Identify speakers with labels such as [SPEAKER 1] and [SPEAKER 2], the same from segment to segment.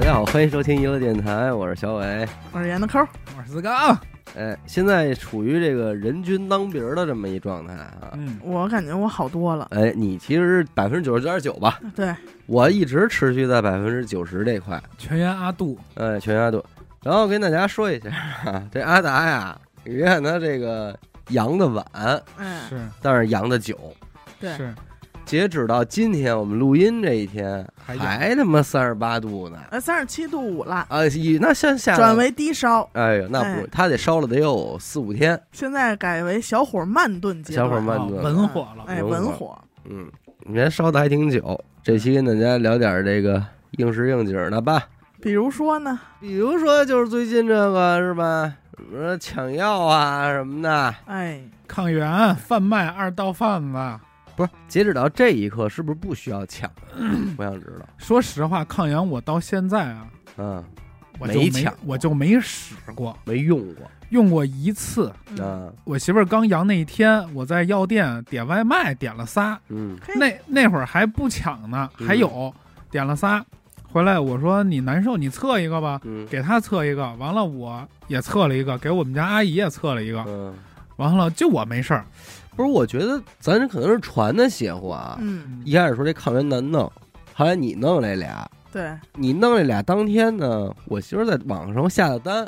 [SPEAKER 1] 家好，欢迎收听娱乐电台，我是小伟。
[SPEAKER 2] 我是严的抠儿，
[SPEAKER 3] 我是四刚，
[SPEAKER 1] 哎，现在处于这个人均当鼻儿的这么一状态啊。
[SPEAKER 3] 嗯，
[SPEAKER 2] 我感觉我好多了。
[SPEAKER 1] 哎，你其实百分之九十九点九吧，
[SPEAKER 2] 啊对，
[SPEAKER 1] 我一直持续在百分之九十这块，
[SPEAKER 3] 全员阿杜，
[SPEAKER 1] 哎，全压度。然后跟大家说一下，啊、 这阿达呀，你别看他这个阳的晚，
[SPEAKER 2] 哎，
[SPEAKER 3] 呃是
[SPEAKER 1] 但是阳的久。
[SPEAKER 2] 对
[SPEAKER 3] 是，
[SPEAKER 1] 截止到今天我们录音这一天，
[SPEAKER 3] 还有啊
[SPEAKER 1] 还他妈三十八度呢！
[SPEAKER 2] 呃，三十七度五了，
[SPEAKER 1] 啊，以那像下
[SPEAKER 2] 转，为低烧，
[SPEAKER 1] 哎呦，那不，
[SPEAKER 2] 哎
[SPEAKER 1] 他得烧了得有四五天，
[SPEAKER 2] 现在改为小火慢炖阶段。
[SPEAKER 1] 小火慢
[SPEAKER 3] 哦
[SPEAKER 1] 炖
[SPEAKER 3] 文火了，
[SPEAKER 2] 哎，
[SPEAKER 1] 文
[SPEAKER 2] 文
[SPEAKER 1] 火
[SPEAKER 2] 火，
[SPEAKER 1] 嗯，你看烧的还挺久。这期跟大家聊点这个应时应景的吧，
[SPEAKER 2] 比如说呢，
[SPEAKER 1] 比如说就是最近这个是吧，什么抢药啊什么的，
[SPEAKER 2] 哎，
[SPEAKER 3] 抗原贩卖二道贩子。
[SPEAKER 1] 不是截止到这一刻是不是不需要抢？ 我想知道，
[SPEAKER 3] 说实话，抗原我到现在啊，
[SPEAKER 1] 嗯，
[SPEAKER 3] 我就
[SPEAKER 1] 没
[SPEAKER 3] 没
[SPEAKER 1] 抢过
[SPEAKER 3] 我就没使过，
[SPEAKER 1] 没用过，
[SPEAKER 3] 用过一次。
[SPEAKER 2] 嗯，
[SPEAKER 1] 嗯
[SPEAKER 3] 我媳妇儿刚阳那一天，我在药店点外卖，点了仨，
[SPEAKER 1] 嗯
[SPEAKER 2] 嘿
[SPEAKER 3] 那那会儿还不抢呢，
[SPEAKER 1] 嗯
[SPEAKER 3] 还有，点了仨，回来我说你难受，你测一个吧，
[SPEAKER 1] 嗯
[SPEAKER 3] 给她测一个，完了我也测了一个，给我们家阿姨也测了一个，
[SPEAKER 1] 嗯，
[SPEAKER 3] 完了就我没事儿，
[SPEAKER 1] 不是，我觉得咱这可能是传的邪乎啊。
[SPEAKER 2] 嗯，
[SPEAKER 1] 一开始说这抗原难弄，后来你弄这俩，
[SPEAKER 2] 对。
[SPEAKER 1] 你弄这俩当天呢，我媳妇儿在网上下的单，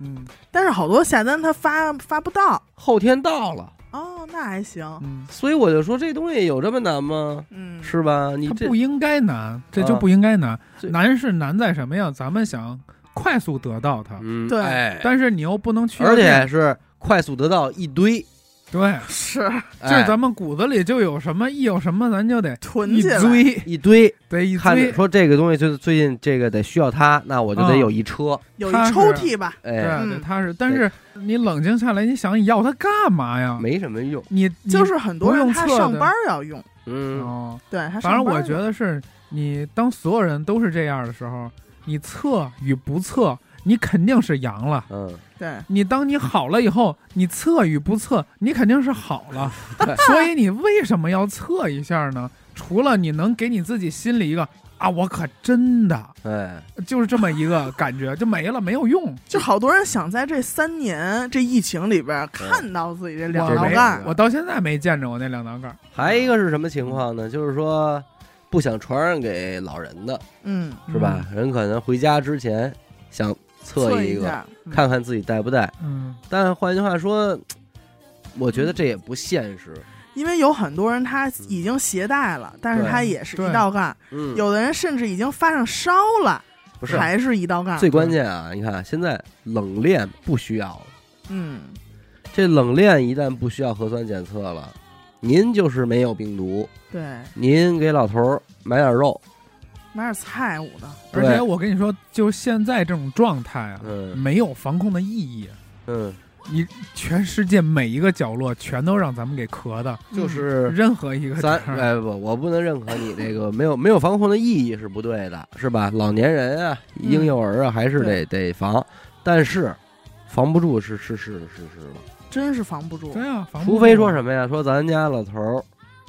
[SPEAKER 3] 嗯
[SPEAKER 2] 但是好多下单他发发不到，
[SPEAKER 1] 后天到了。
[SPEAKER 2] 哦，那还行，
[SPEAKER 3] 嗯，
[SPEAKER 1] 所以我就说这东西有这么难吗？
[SPEAKER 2] 嗯，
[SPEAKER 1] 是吧？你
[SPEAKER 3] 它
[SPEAKER 1] 这
[SPEAKER 3] 不应该难，这
[SPEAKER 1] 啊
[SPEAKER 3] 就不应该难。
[SPEAKER 1] 这
[SPEAKER 3] 难是难在什么呀？咱们想快速得到它，
[SPEAKER 1] 嗯
[SPEAKER 2] 对
[SPEAKER 1] 哎
[SPEAKER 3] 但是你又不能去药
[SPEAKER 1] 而且哎
[SPEAKER 3] 店，
[SPEAKER 1] 是快速得到一堆，
[SPEAKER 3] 对，
[SPEAKER 2] 是
[SPEAKER 3] 就是
[SPEAKER 1] 哎
[SPEAKER 3] 咱们骨子里就有什么，一有什么咱就得
[SPEAKER 2] 囤
[SPEAKER 3] 一
[SPEAKER 2] 起来，
[SPEAKER 3] 堆，
[SPEAKER 1] 一堆，
[SPEAKER 3] 得一
[SPEAKER 1] 看着
[SPEAKER 3] 堆。
[SPEAKER 1] 说这个东西就是最近这个得需要它，那我就得
[SPEAKER 3] 嗯
[SPEAKER 1] 有一车，
[SPEAKER 2] 有一
[SPEAKER 3] 踏实
[SPEAKER 2] 抽屉吧，
[SPEAKER 3] 对，啊
[SPEAKER 1] 哎，
[SPEAKER 2] 嗯
[SPEAKER 3] 得踏实。但是你冷静下来，你想你要它干嘛呀？
[SPEAKER 1] 没什么用。
[SPEAKER 3] 你
[SPEAKER 2] 就是很多人
[SPEAKER 3] 不用
[SPEAKER 2] 他
[SPEAKER 3] 测
[SPEAKER 2] 上
[SPEAKER 3] 的
[SPEAKER 2] 班要用，
[SPEAKER 3] 你
[SPEAKER 1] 嗯，
[SPEAKER 3] 哦，
[SPEAKER 2] 对，他
[SPEAKER 3] 反正
[SPEAKER 2] 上班
[SPEAKER 3] 我觉
[SPEAKER 2] 用
[SPEAKER 3] 得是你当所有人都是这样的时候，你测与不测，你肯定是阳了。
[SPEAKER 1] 嗯，
[SPEAKER 2] 对，
[SPEAKER 3] 你当你好了以后，你测与不测，你肯定是好了， 所以你为什么要测一下呢？除了你能给你自己心里一个啊，我可真的
[SPEAKER 1] 哎，
[SPEAKER 3] 就是这么一个感觉，就没了，没有用。
[SPEAKER 2] 就好多人想在这三年这疫情里边儿看到自己这两
[SPEAKER 3] 我
[SPEAKER 2] 道
[SPEAKER 3] 没
[SPEAKER 2] 杠儿，
[SPEAKER 3] 我到现在没见着我那两道杠。
[SPEAKER 1] 还一个是什么情况呢？就是说不想传染给老人的，
[SPEAKER 2] 嗯，
[SPEAKER 1] 是吧？人可能回家之前想测
[SPEAKER 2] 一
[SPEAKER 1] 一个，
[SPEAKER 2] 下，嗯
[SPEAKER 1] 看看自己带不带。
[SPEAKER 3] 嗯？
[SPEAKER 1] 但换句话说，我觉得这也不现实。
[SPEAKER 2] 因为有很多人他已经携带了，但是
[SPEAKER 1] 对
[SPEAKER 2] 他也是一
[SPEAKER 3] 对
[SPEAKER 2] 道杠儿；
[SPEAKER 1] 嗯，
[SPEAKER 2] 有的人甚至已经发上烧了，
[SPEAKER 1] 不
[SPEAKER 3] 嗯
[SPEAKER 1] 是
[SPEAKER 2] 还是一道杠儿。
[SPEAKER 1] 最关键啊？你看现在冷链不需要了，
[SPEAKER 2] 嗯，
[SPEAKER 1] 这冷链一旦不需要核酸检测了，您就是没有病毒，
[SPEAKER 2] 对，
[SPEAKER 1] 您给老头儿买点肉，
[SPEAKER 2] 买点菜捂的，
[SPEAKER 3] 而
[SPEAKER 1] 对
[SPEAKER 3] 且我跟你说，就现在这种状态啊，
[SPEAKER 1] 嗯
[SPEAKER 3] 没有防控的意义。
[SPEAKER 1] 嗯，
[SPEAKER 3] 全世界每一个角落全都让咱们给咳的，
[SPEAKER 1] 就是。
[SPEAKER 3] 任何一个
[SPEAKER 1] 嗯咱
[SPEAKER 3] 地儿
[SPEAKER 1] 哎不，我不能认可你这个没有没有防控的意义是不对的，是吧？老年人啊，
[SPEAKER 2] 嗯
[SPEAKER 1] 婴幼儿啊，还是得得防，但是防不住是是是是是的，
[SPEAKER 2] 真是防不住。
[SPEAKER 3] 对啊，防不
[SPEAKER 1] 除非
[SPEAKER 3] 住
[SPEAKER 1] 说
[SPEAKER 3] 啊
[SPEAKER 1] 什么呀？说咱家老头儿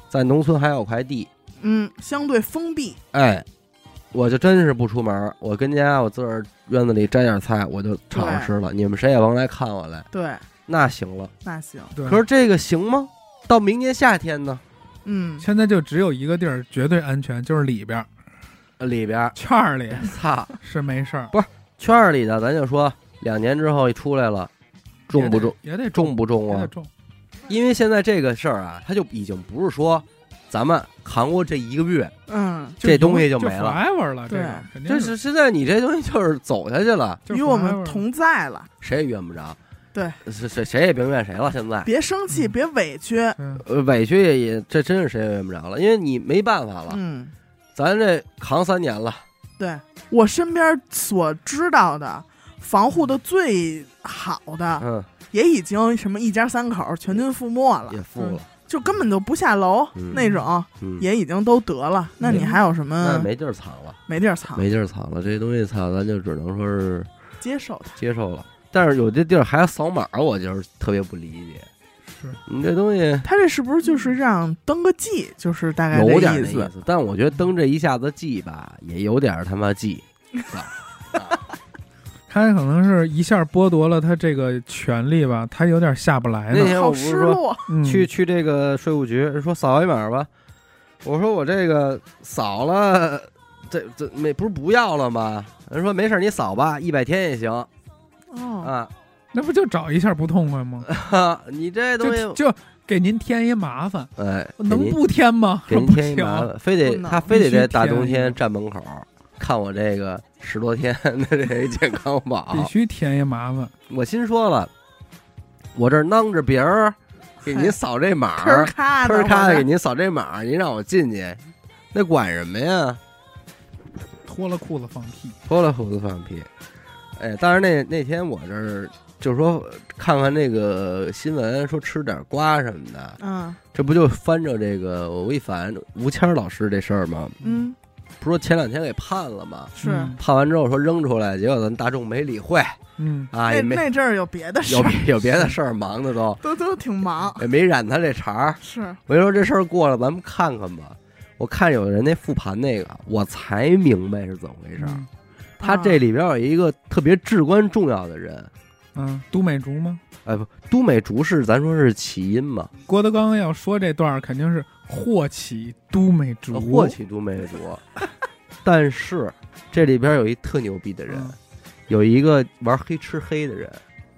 [SPEAKER 1] 在农村还有块地，
[SPEAKER 2] 嗯，相对封闭，
[SPEAKER 1] 哎，我就真是不出门儿，我跟家我自个儿院子里摘点菜，我就炒着吃了。你们谁也甭来看我来，
[SPEAKER 2] 对，
[SPEAKER 1] 那行了。
[SPEAKER 2] 那行，
[SPEAKER 3] 对
[SPEAKER 1] 可是这个行吗？到明年夏天呢，
[SPEAKER 2] 嗯，
[SPEAKER 3] 现在就只有一个地儿绝对安全，就是里 边儿
[SPEAKER 1] 里边 儿
[SPEAKER 3] 圈儿里
[SPEAKER 1] 操
[SPEAKER 3] 是没事儿，
[SPEAKER 1] 圈儿里的，咱就说两年之后一出来了，重不重？
[SPEAKER 3] 也得也得
[SPEAKER 1] 重不重
[SPEAKER 3] 也得
[SPEAKER 1] 啊？
[SPEAKER 3] 重，
[SPEAKER 1] 因为现在这个事儿啊，它就已经不是说咱们扛过这一个月，
[SPEAKER 2] 嗯，
[SPEAKER 1] 这东西
[SPEAKER 3] 就
[SPEAKER 1] 就没了啊
[SPEAKER 3] forever 了，这
[SPEAKER 2] 对
[SPEAKER 3] 个肯定
[SPEAKER 1] 这是现在你这东西就是走下去了，
[SPEAKER 3] 就
[SPEAKER 2] 与我
[SPEAKER 3] forever
[SPEAKER 2] 们
[SPEAKER 3] 了
[SPEAKER 2] 同在了，
[SPEAKER 1] 谁也怨不着。
[SPEAKER 2] 对，
[SPEAKER 1] 谁谁谁也别怨谁了。现在
[SPEAKER 2] 别生气，
[SPEAKER 3] 嗯
[SPEAKER 2] 别委屈，
[SPEAKER 3] 嗯
[SPEAKER 1] 呃，委屈也也，这真是谁也怨不着了，因为你没办法了，
[SPEAKER 2] 嗯。
[SPEAKER 1] 咱这扛三年了，
[SPEAKER 2] 对我身边所知道的防护的最好的，
[SPEAKER 1] 嗯，
[SPEAKER 2] 也已经什么一家三口全军覆没了，
[SPEAKER 1] 也富了，
[SPEAKER 2] 就根本就不下楼、
[SPEAKER 1] 嗯
[SPEAKER 2] 那种，
[SPEAKER 1] 嗯，
[SPEAKER 2] 也已嗯经都得了。那你还有什么
[SPEAKER 1] 那没地儿藏了，
[SPEAKER 2] 没地儿藏？
[SPEAKER 1] 没地儿藏了，这东西操，咱就只能说是
[SPEAKER 2] 接受它，
[SPEAKER 1] 接受了。但是有的地儿还要扫码，我就是特别不理解，
[SPEAKER 3] 是
[SPEAKER 1] 你这东西
[SPEAKER 2] 他这是不是就是让登个记？就是大概
[SPEAKER 1] 有点
[SPEAKER 2] 这
[SPEAKER 1] 那
[SPEAKER 2] 思。
[SPEAKER 1] 思，但我觉得登这一下子记吧，也有点他妈记，
[SPEAKER 3] 他可能是一下剥夺了他这个权利吧，他有点下不来
[SPEAKER 1] 那
[SPEAKER 3] 呢。
[SPEAKER 1] 天我
[SPEAKER 2] 好
[SPEAKER 1] 不是
[SPEAKER 2] 失
[SPEAKER 1] 说
[SPEAKER 2] 落。
[SPEAKER 3] 嗯、
[SPEAKER 1] 去去这个税务局说扫一码吧，我说我这个扫了，这这没不是不要了吗？人说没事儿，你扫吧，一百天也行
[SPEAKER 2] 哦，
[SPEAKER 1] 啊。
[SPEAKER 3] 那不就找一下不痛快吗？
[SPEAKER 1] 哈，你这东
[SPEAKER 3] 就
[SPEAKER 1] 西，
[SPEAKER 3] 就给您添一麻烦，
[SPEAKER 1] 哎，给
[SPEAKER 3] 能
[SPEAKER 1] 您
[SPEAKER 3] 不添吗？
[SPEAKER 1] 给您
[SPEAKER 3] 不
[SPEAKER 1] 添一
[SPEAKER 3] 行，
[SPEAKER 1] 麻烦，非得
[SPEAKER 2] 不能
[SPEAKER 1] 他非得在大冬
[SPEAKER 3] 必须添
[SPEAKER 1] 天
[SPEAKER 3] 一
[SPEAKER 1] 站门口看我这个十多天的 这健康
[SPEAKER 3] 必
[SPEAKER 1] 宝。
[SPEAKER 3] 须添一麻烦。
[SPEAKER 1] 我心说了，我这儿囊着别人给您扫这码
[SPEAKER 2] 吭儿
[SPEAKER 1] 儿，
[SPEAKER 2] 咔
[SPEAKER 1] 吭
[SPEAKER 2] 的，
[SPEAKER 1] 啊儿咔
[SPEAKER 2] 我
[SPEAKER 1] 的
[SPEAKER 2] 这
[SPEAKER 1] 给您扫这码儿，您让我进去，那管什么呀？
[SPEAKER 3] 脱了裤子放屁，
[SPEAKER 1] 脱了胡子放屁。哎，当然那那天我这儿就说看看那个新闻，说吃点瓜什么的，
[SPEAKER 2] 嗯
[SPEAKER 1] 这不就翻着这个吴亦凡、吴谦儿老师这事儿吗？
[SPEAKER 2] 嗯
[SPEAKER 1] 不是说前两天给判了吗？
[SPEAKER 2] 是。
[SPEAKER 3] 嗯
[SPEAKER 1] 判完之后说扔出来，结果咱大众没理会
[SPEAKER 3] 嗯，
[SPEAKER 1] 啊，
[SPEAKER 2] 那
[SPEAKER 1] 也没
[SPEAKER 2] 那阵儿有别的 事
[SPEAKER 1] 有
[SPEAKER 2] 儿，
[SPEAKER 1] 别有别的事儿忙的都，
[SPEAKER 2] 都都挺忙。
[SPEAKER 1] 也没染他这茬儿。
[SPEAKER 2] 是，
[SPEAKER 1] 我就说这事儿过了，咱们看看吧。我看有人那复盘那个，我才明白是怎么回事儿。
[SPEAKER 3] 嗯
[SPEAKER 1] 他这里边有一个特别至关重要的人，
[SPEAKER 3] 嗯，都美竹吗？
[SPEAKER 1] 哎，不，都美竹是咱说是起因嘛，
[SPEAKER 3] 郭德纲要说这段儿肯定是祸起都美竹，
[SPEAKER 1] 呃祸起都美竹。但是这里边有一特牛逼的人，
[SPEAKER 3] 嗯
[SPEAKER 1] 有一个玩黑吃黑的人，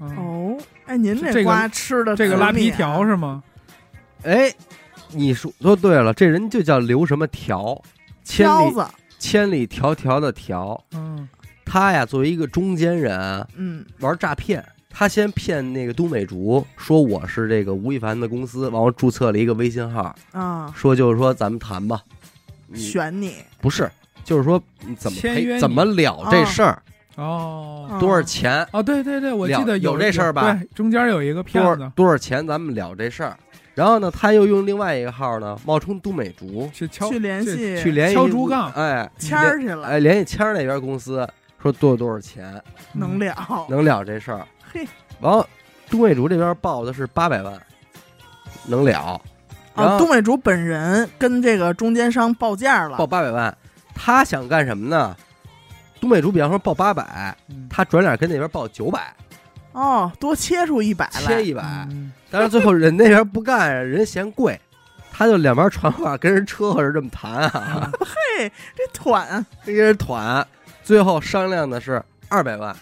[SPEAKER 3] 嗯
[SPEAKER 2] 哦，哎，您
[SPEAKER 3] 这个
[SPEAKER 2] 瓜吃的
[SPEAKER 3] 这个
[SPEAKER 2] 可
[SPEAKER 3] 拉皮
[SPEAKER 2] 密啊
[SPEAKER 3] 条是吗？
[SPEAKER 1] 哎，你说说对了，这人就叫刘什么条，千
[SPEAKER 2] 挑
[SPEAKER 1] 里
[SPEAKER 2] 子，
[SPEAKER 1] 千里迢迢的迢，
[SPEAKER 2] 哦
[SPEAKER 3] 嗯，
[SPEAKER 1] 他呀作为一个中间人
[SPEAKER 2] 嗯
[SPEAKER 1] 玩诈骗。他先骗那个都美竹，说我是这个吴亦凡的公司，完我注册了一个微信号，
[SPEAKER 2] 啊，
[SPEAKER 1] 说就是说咱们谈吧，你
[SPEAKER 2] 选你
[SPEAKER 1] 不是，就是说你怎么
[SPEAKER 3] 签
[SPEAKER 1] 赔，
[SPEAKER 3] 约你
[SPEAKER 1] 怎么了这事儿，
[SPEAKER 3] 哦，
[SPEAKER 1] 多
[SPEAKER 2] 啊
[SPEAKER 1] 少？钱，
[SPEAKER 3] 哦，对对对，我
[SPEAKER 1] 了
[SPEAKER 3] 记得
[SPEAKER 1] 有这事儿吧
[SPEAKER 3] 对，中间有一个
[SPEAKER 1] 多
[SPEAKER 3] 骗
[SPEAKER 1] 少
[SPEAKER 3] 子
[SPEAKER 1] 多少钱，咱们了这事儿。然后呢，他又用另外一个号呢，冒充都美竹
[SPEAKER 3] 去
[SPEAKER 2] 啊
[SPEAKER 3] 敲嗯
[SPEAKER 2] 去联
[SPEAKER 3] 这
[SPEAKER 2] 系
[SPEAKER 1] 去联系
[SPEAKER 3] 敲竹杠
[SPEAKER 1] 哎，
[SPEAKER 2] 签儿去了，
[SPEAKER 1] 哎，联系谦儿那边公司说多多少钱
[SPEAKER 2] 能
[SPEAKER 3] 嗯
[SPEAKER 2] 了。
[SPEAKER 1] 能了这事儿。
[SPEAKER 2] 嘿，
[SPEAKER 1] 然后都美竹这边报的是八百万，能了然
[SPEAKER 2] 哦，
[SPEAKER 1] 后
[SPEAKER 2] 东美竹本人跟这个中间商报价
[SPEAKER 1] 报
[SPEAKER 2] 了，
[SPEAKER 1] 八百万，他想干什么呢？都美竹比方说报八百，
[SPEAKER 3] 嗯
[SPEAKER 1] 他转脸跟那边报九百，
[SPEAKER 2] 哦，多切出一百
[SPEAKER 1] 切
[SPEAKER 2] 哎来，
[SPEAKER 1] 一百。
[SPEAKER 3] 嗯
[SPEAKER 1] 但是最后人那边不干，人嫌贵，他就两边传话跟人车和着这么谈
[SPEAKER 3] 嗯
[SPEAKER 1] 啊，
[SPEAKER 2] 嘿，这啊团，
[SPEAKER 1] 跟人团，最后商量的是二百万，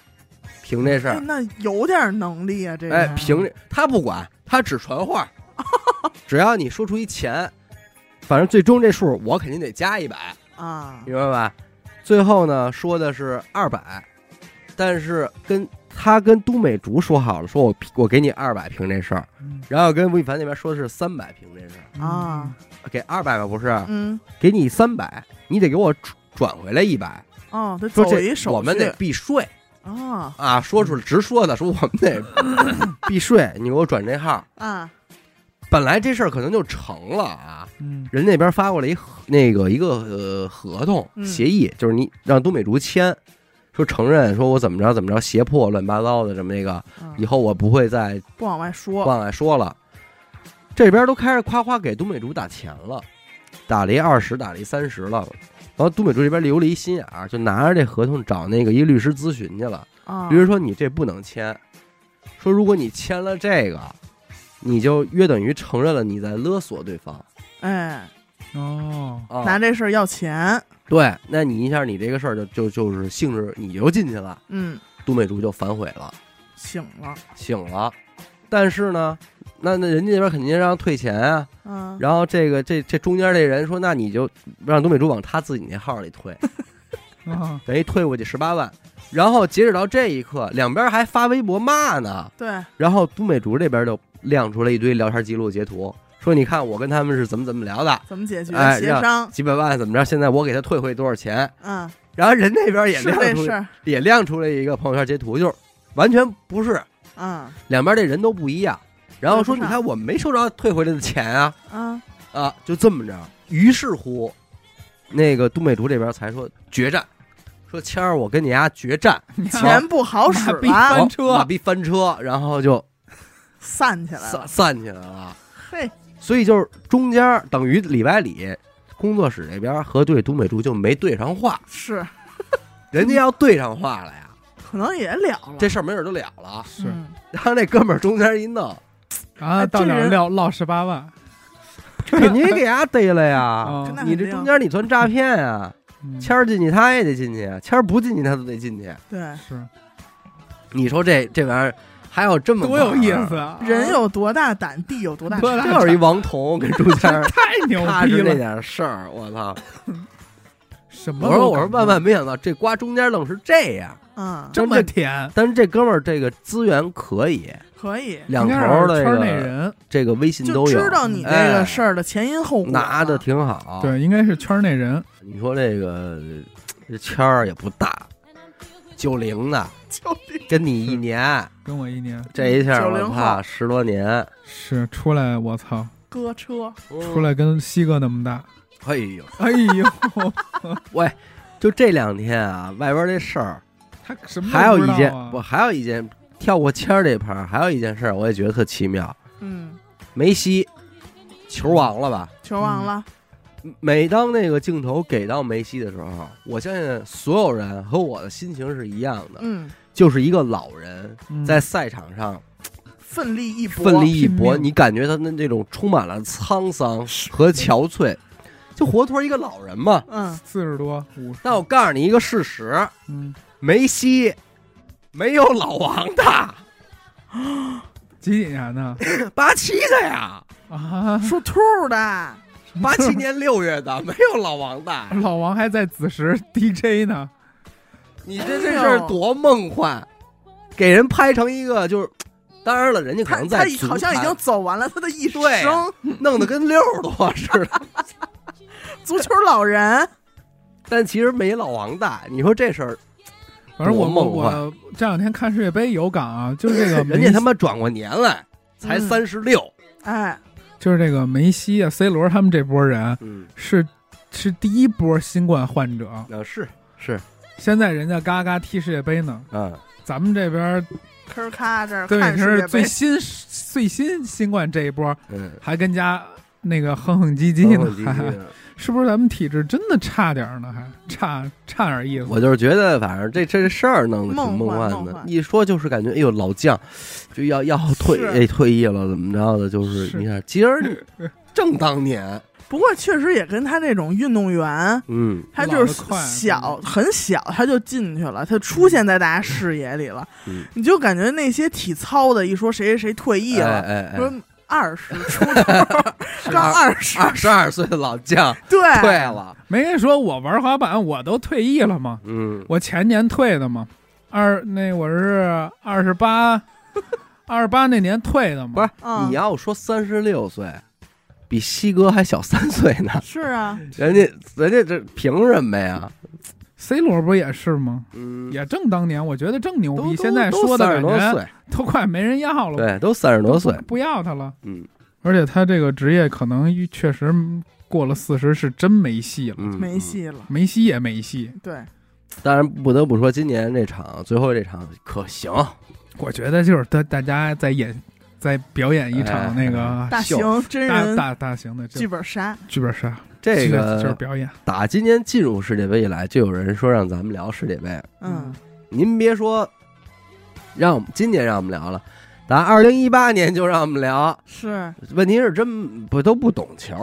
[SPEAKER 1] 凭这事
[SPEAKER 2] 哎
[SPEAKER 1] 儿，
[SPEAKER 2] 那有点能力啊，这
[SPEAKER 1] 哎，
[SPEAKER 2] 人
[SPEAKER 1] 凭这他不管，他只传话，只要你说出一钱，反正最终这数我肯定得加一百，
[SPEAKER 2] 啊，
[SPEAKER 1] 明白吧？最后呢说的是二百，但是跟他跟都美竹说好了，说我我给你二百凭这事儿，
[SPEAKER 3] 嗯
[SPEAKER 1] 然后跟吴亦凡那边说的是三百凭这事儿。
[SPEAKER 3] 嗯
[SPEAKER 2] 啊
[SPEAKER 1] 给二百吧，不是，
[SPEAKER 2] 嗯，
[SPEAKER 1] 给你三百，你得给我转转回来一百。
[SPEAKER 2] 哦，得
[SPEAKER 1] 说
[SPEAKER 2] 走一
[SPEAKER 1] 这
[SPEAKER 2] 手续，
[SPEAKER 1] 我们得避税
[SPEAKER 2] 啊
[SPEAKER 1] 啊，说出来直说的，说我们 得避税，你给我转这号。
[SPEAKER 2] 啊，
[SPEAKER 1] 本来这事儿可能就成了啊，
[SPEAKER 3] 嗯
[SPEAKER 1] 人那边发过来一合那个一个呃合同
[SPEAKER 2] 嗯
[SPEAKER 1] 协议，就是你让都美竹签，说承认说我怎么着怎么着胁迫乱七八糟的这么那个，
[SPEAKER 2] 啊
[SPEAKER 1] 以后我不会再
[SPEAKER 2] 不往外说，
[SPEAKER 1] 往外说了。这边都开始夸夸给都美竹打钱了，打了一二十，打了一三十了。然后都美竹这边留了一心眼儿，就拿着这合同找那个一律师咨询去了。
[SPEAKER 2] 啊
[SPEAKER 1] 律师说：“你这不能签，说如果你签了这个，你就约等于承认了你在勒索对方
[SPEAKER 2] 哎，
[SPEAKER 3] 哦，
[SPEAKER 1] 啊。
[SPEAKER 2] 拿这事儿要钱，
[SPEAKER 1] 对，那你一下你这个事儿就就就是性质你就进去了。
[SPEAKER 2] 嗯，
[SPEAKER 1] 都美竹就反悔了，
[SPEAKER 2] 醒了，
[SPEAKER 1] 醒了。但是呢，那那人家那边肯定让退钱啊，
[SPEAKER 2] 嗯，
[SPEAKER 1] 然后这个这这中间这人说，那你就让东北猪往他自己那号里退，
[SPEAKER 3] 啊，
[SPEAKER 1] 等于退过去十八万。然后截止到这一刻，两边还发微博骂呢。
[SPEAKER 2] 对，
[SPEAKER 1] 然后东北竹这边就亮出了一堆聊天记录截图，说你看我跟他们是怎么怎么聊的，
[SPEAKER 2] 怎么解决？
[SPEAKER 1] 哎
[SPEAKER 2] 协
[SPEAKER 1] 让
[SPEAKER 2] 商，
[SPEAKER 1] 几百万怎么着，现在我给他退回多少钱。
[SPEAKER 2] 嗯，
[SPEAKER 1] 然后人那边也
[SPEAKER 2] 是这
[SPEAKER 1] 亮出
[SPEAKER 2] 事儿，
[SPEAKER 1] 也亮出了一个朋友圈截图，就是完全不是
[SPEAKER 2] 嗯
[SPEAKER 1] 两边这人都不一样。然后说
[SPEAKER 2] 对
[SPEAKER 1] 你
[SPEAKER 2] 不上
[SPEAKER 1] 看我没收着退回来的钱啊，
[SPEAKER 2] 嗯，
[SPEAKER 1] 啊，就这么着。于是乎，那个都美竹这边才说决战，说谦儿，我跟你丫决战，
[SPEAKER 2] 钱嗯不好使
[SPEAKER 3] 马屁
[SPEAKER 2] 了
[SPEAKER 3] 翻，
[SPEAKER 1] 我
[SPEAKER 3] 车
[SPEAKER 1] 马逼翻车，然后就
[SPEAKER 2] 散起来
[SPEAKER 1] 散
[SPEAKER 2] 了，
[SPEAKER 1] 散起来了。啊
[SPEAKER 2] 嘿，
[SPEAKER 1] 所以就是中间儿等于里外里，工作室这边和对都美竹就没对上话，
[SPEAKER 2] 是
[SPEAKER 1] 人家要对上话了呀，
[SPEAKER 2] 可能也了了。
[SPEAKER 1] 这事儿没准就了了。
[SPEAKER 3] 是
[SPEAKER 2] 嗯
[SPEAKER 1] 然后那哥们儿中间一弄，
[SPEAKER 3] 啊，
[SPEAKER 2] 哎
[SPEAKER 3] 到
[SPEAKER 2] 这
[SPEAKER 3] 两
[SPEAKER 2] 人
[SPEAKER 3] 人撂落十八万，
[SPEAKER 1] 肯定 给伢逮了 呀！
[SPEAKER 3] 啊
[SPEAKER 2] 哦那
[SPEAKER 1] 你
[SPEAKER 2] 肯
[SPEAKER 1] 这
[SPEAKER 2] 定
[SPEAKER 1] 中间你算诈骗啊！
[SPEAKER 3] 嗯
[SPEAKER 1] 谦儿进去他也得进去，啊谦儿不进去他都得进去。
[SPEAKER 2] 对
[SPEAKER 3] 是
[SPEAKER 1] 你说这这玩意儿还有这么
[SPEAKER 3] 多有
[SPEAKER 1] 玩儿
[SPEAKER 3] 意思，啊！
[SPEAKER 2] 人有多大胆，地有多大
[SPEAKER 3] 多
[SPEAKER 2] 产。
[SPEAKER 3] 大
[SPEAKER 1] 这要是一王彤跟中间 儿
[SPEAKER 3] 太牛
[SPEAKER 1] 踏
[SPEAKER 3] 逼
[SPEAKER 1] 实那
[SPEAKER 3] 了，
[SPEAKER 1] 点事儿，我 操！
[SPEAKER 3] 什么
[SPEAKER 1] 我
[SPEAKER 3] 都
[SPEAKER 1] 说我说
[SPEAKER 3] 敢
[SPEAKER 1] 万万没想到这瓜中间愣是这样，
[SPEAKER 2] 嗯，
[SPEAKER 3] 这么甜，
[SPEAKER 1] 但是这哥们儿这个资源可以，
[SPEAKER 2] 可以，
[SPEAKER 1] 两头
[SPEAKER 3] 应该
[SPEAKER 1] 儿
[SPEAKER 3] 是
[SPEAKER 1] 的
[SPEAKER 3] 圈
[SPEAKER 1] 这
[SPEAKER 3] 内
[SPEAKER 1] 个啊
[SPEAKER 3] 人，
[SPEAKER 1] 这个微信
[SPEAKER 2] 就
[SPEAKER 1] 都有，哎
[SPEAKER 2] 知道你这个事儿的前因后果了。
[SPEAKER 1] 拿的挺好。，
[SPEAKER 3] 啊对，应该是圈内人，
[SPEAKER 1] 你说这个这签儿也不大，九零的，
[SPEAKER 2] 就这
[SPEAKER 1] 跟你一年，
[SPEAKER 3] 跟我一年
[SPEAKER 1] 这一下
[SPEAKER 2] 90
[SPEAKER 1] 我操十多年，
[SPEAKER 3] 是出来，我操，
[SPEAKER 2] 搁车，
[SPEAKER 1] 出
[SPEAKER 3] 出。来跟西哥那么大，
[SPEAKER 1] 哎呦，
[SPEAKER 3] 哎呦，
[SPEAKER 1] 就这两天啊，外边这事儿
[SPEAKER 3] 他什么都
[SPEAKER 1] 还有
[SPEAKER 3] 不知
[SPEAKER 1] 一
[SPEAKER 3] 道
[SPEAKER 1] 件
[SPEAKER 3] 啊
[SPEAKER 1] 不还有一件跳过签儿这盘儿，还有一件事儿我也觉得特奇妙，
[SPEAKER 2] 嗯，
[SPEAKER 1] 梅西球王了吧？
[SPEAKER 2] 球
[SPEAKER 1] 嗯
[SPEAKER 2] 王了，
[SPEAKER 1] 每当那个镜头给到梅西的时候，我相信所有人和我的心情是一样的，
[SPEAKER 2] 嗯，
[SPEAKER 1] 就是一个老人
[SPEAKER 3] 嗯
[SPEAKER 1] 在赛场上
[SPEAKER 2] 奋力一搏，
[SPEAKER 1] 奋力一搏，
[SPEAKER 3] 拼命
[SPEAKER 1] 你感觉他的那种充满了沧桑和憔悴，就活脱一个老人嘛。
[SPEAKER 2] 嗯，
[SPEAKER 3] 四十多五十，
[SPEAKER 1] 但我告诉你一个事实，
[SPEAKER 3] 嗯，
[SPEAKER 1] 梅西没有老王大，
[SPEAKER 3] 几几年的
[SPEAKER 1] 八七的呀，
[SPEAKER 3] 啊？
[SPEAKER 2] 属兔的，
[SPEAKER 1] 八七年六月的，没有老王
[SPEAKER 2] 哎
[SPEAKER 1] 大，
[SPEAKER 3] 老王还在子时 DJ 呢，
[SPEAKER 1] 你这这事儿多梦幻，给人拍成一个就是，当然了，人家可
[SPEAKER 2] 他
[SPEAKER 1] 能
[SPEAKER 2] 他
[SPEAKER 1] 在
[SPEAKER 2] 已
[SPEAKER 1] 足
[SPEAKER 2] 好像已
[SPEAKER 1] 坛
[SPEAKER 2] 经走完了他的一
[SPEAKER 1] 对
[SPEAKER 2] 生，
[SPEAKER 1] 弄得跟六十多似的，
[SPEAKER 2] 足球老人，
[SPEAKER 1] 但其实没老王大。你说这事 儿，
[SPEAKER 3] 反正我
[SPEAKER 1] 多
[SPEAKER 3] 我
[SPEAKER 1] 梦幻
[SPEAKER 3] 我这两天看世界杯有感啊，就是这个
[SPEAKER 1] 人
[SPEAKER 3] 梅
[SPEAKER 1] 家
[SPEAKER 3] 西
[SPEAKER 1] 他妈转过年来才
[SPEAKER 2] 嗯
[SPEAKER 1] 三十六，
[SPEAKER 2] 哎，
[SPEAKER 3] 就是这个梅西啊、C 罗他们这波人
[SPEAKER 1] 嗯，
[SPEAKER 3] 是是第一波新冠患者，
[SPEAKER 1] 那啊是是，
[SPEAKER 3] 现在人家嘎嘎踢世界杯呢，
[SPEAKER 1] 嗯，
[SPEAKER 3] 咱们这边
[SPEAKER 2] 吭儿咔这儿
[SPEAKER 3] 对
[SPEAKER 2] 看世
[SPEAKER 3] 是
[SPEAKER 2] 界杯
[SPEAKER 3] 最，新 最新新冠这一波，
[SPEAKER 1] 嗯，
[SPEAKER 3] 还跟家那个哼哼唧唧
[SPEAKER 1] 哼
[SPEAKER 3] 呢，
[SPEAKER 1] 哼唧
[SPEAKER 3] 还
[SPEAKER 1] 唧的
[SPEAKER 3] 是不是咱们体质真的差点儿呢？还差差点儿意思。
[SPEAKER 1] 我就是觉得，反正这这事儿弄得挺
[SPEAKER 2] 梦幻
[SPEAKER 1] 幻
[SPEAKER 2] 梦
[SPEAKER 1] 的。
[SPEAKER 2] 幻
[SPEAKER 1] 一说就是感觉，哎呦，老将就要要退
[SPEAKER 2] 是
[SPEAKER 1] 哎退役了，怎么着的？就是
[SPEAKER 3] 是
[SPEAKER 1] 你看，今儿正当年，
[SPEAKER 2] 不过确实也跟他这种运动员。
[SPEAKER 1] 嗯
[SPEAKER 2] 他就是
[SPEAKER 3] 老得快
[SPEAKER 2] 小，很小，他就进去了，他出现在大家视野里了。
[SPEAKER 1] 嗯
[SPEAKER 2] 你就感觉那些体操的，一说谁谁谁退役
[SPEAKER 1] 哎
[SPEAKER 2] 了，
[SPEAKER 1] 哎哎，
[SPEAKER 2] 说二十出 头，刚二十，
[SPEAKER 1] 二十二岁的老将
[SPEAKER 2] 对
[SPEAKER 1] 退了，
[SPEAKER 3] 没跟你说我玩滑板，我都退役了吗？
[SPEAKER 1] 嗯，
[SPEAKER 3] 我前年退的嘛，二那我是二十八，二十八那年退的嘛。
[SPEAKER 1] 不是
[SPEAKER 2] 嗯
[SPEAKER 1] 你要说三十六岁，比西哥还小三岁呢，
[SPEAKER 2] 是啊，
[SPEAKER 1] 人家人家这凭什么呀？
[SPEAKER 3] C 罗不也是吗？
[SPEAKER 1] 嗯，
[SPEAKER 3] 也正当年，我觉得正牛
[SPEAKER 1] 都
[SPEAKER 3] 逼。现在说的
[SPEAKER 1] 三十
[SPEAKER 3] 感
[SPEAKER 1] 多
[SPEAKER 3] 觉
[SPEAKER 1] 岁，
[SPEAKER 3] 都快没人要了，
[SPEAKER 1] 对，都三十多岁，
[SPEAKER 3] 不要他了。
[SPEAKER 1] 嗯
[SPEAKER 3] 而且他这个职业可能确实过了四十是真没戏了，
[SPEAKER 1] 嗯，
[SPEAKER 2] 没。戏了。
[SPEAKER 3] 梅西也没戏。
[SPEAKER 2] 对，
[SPEAKER 1] 当然不得不说，今年这场最后这场可行，
[SPEAKER 3] 我觉得就是大大家在演，在表演一场那个
[SPEAKER 2] 大型
[SPEAKER 1] 哎秀
[SPEAKER 2] 真
[SPEAKER 3] 大
[SPEAKER 2] 人
[SPEAKER 3] 大大型的
[SPEAKER 2] 剧
[SPEAKER 3] 剧
[SPEAKER 2] 本杀，
[SPEAKER 3] 剧本杀，
[SPEAKER 1] 这
[SPEAKER 3] 就是就是
[SPEAKER 1] 个
[SPEAKER 3] 表演。
[SPEAKER 1] 打今年进入世界杯以来，就有人说让咱们聊世界杯。
[SPEAKER 2] 嗯，
[SPEAKER 1] 您别说，让我们今年让我们聊了，打二零一八年就让我们聊。
[SPEAKER 2] 是
[SPEAKER 1] 问题是真不都不懂球，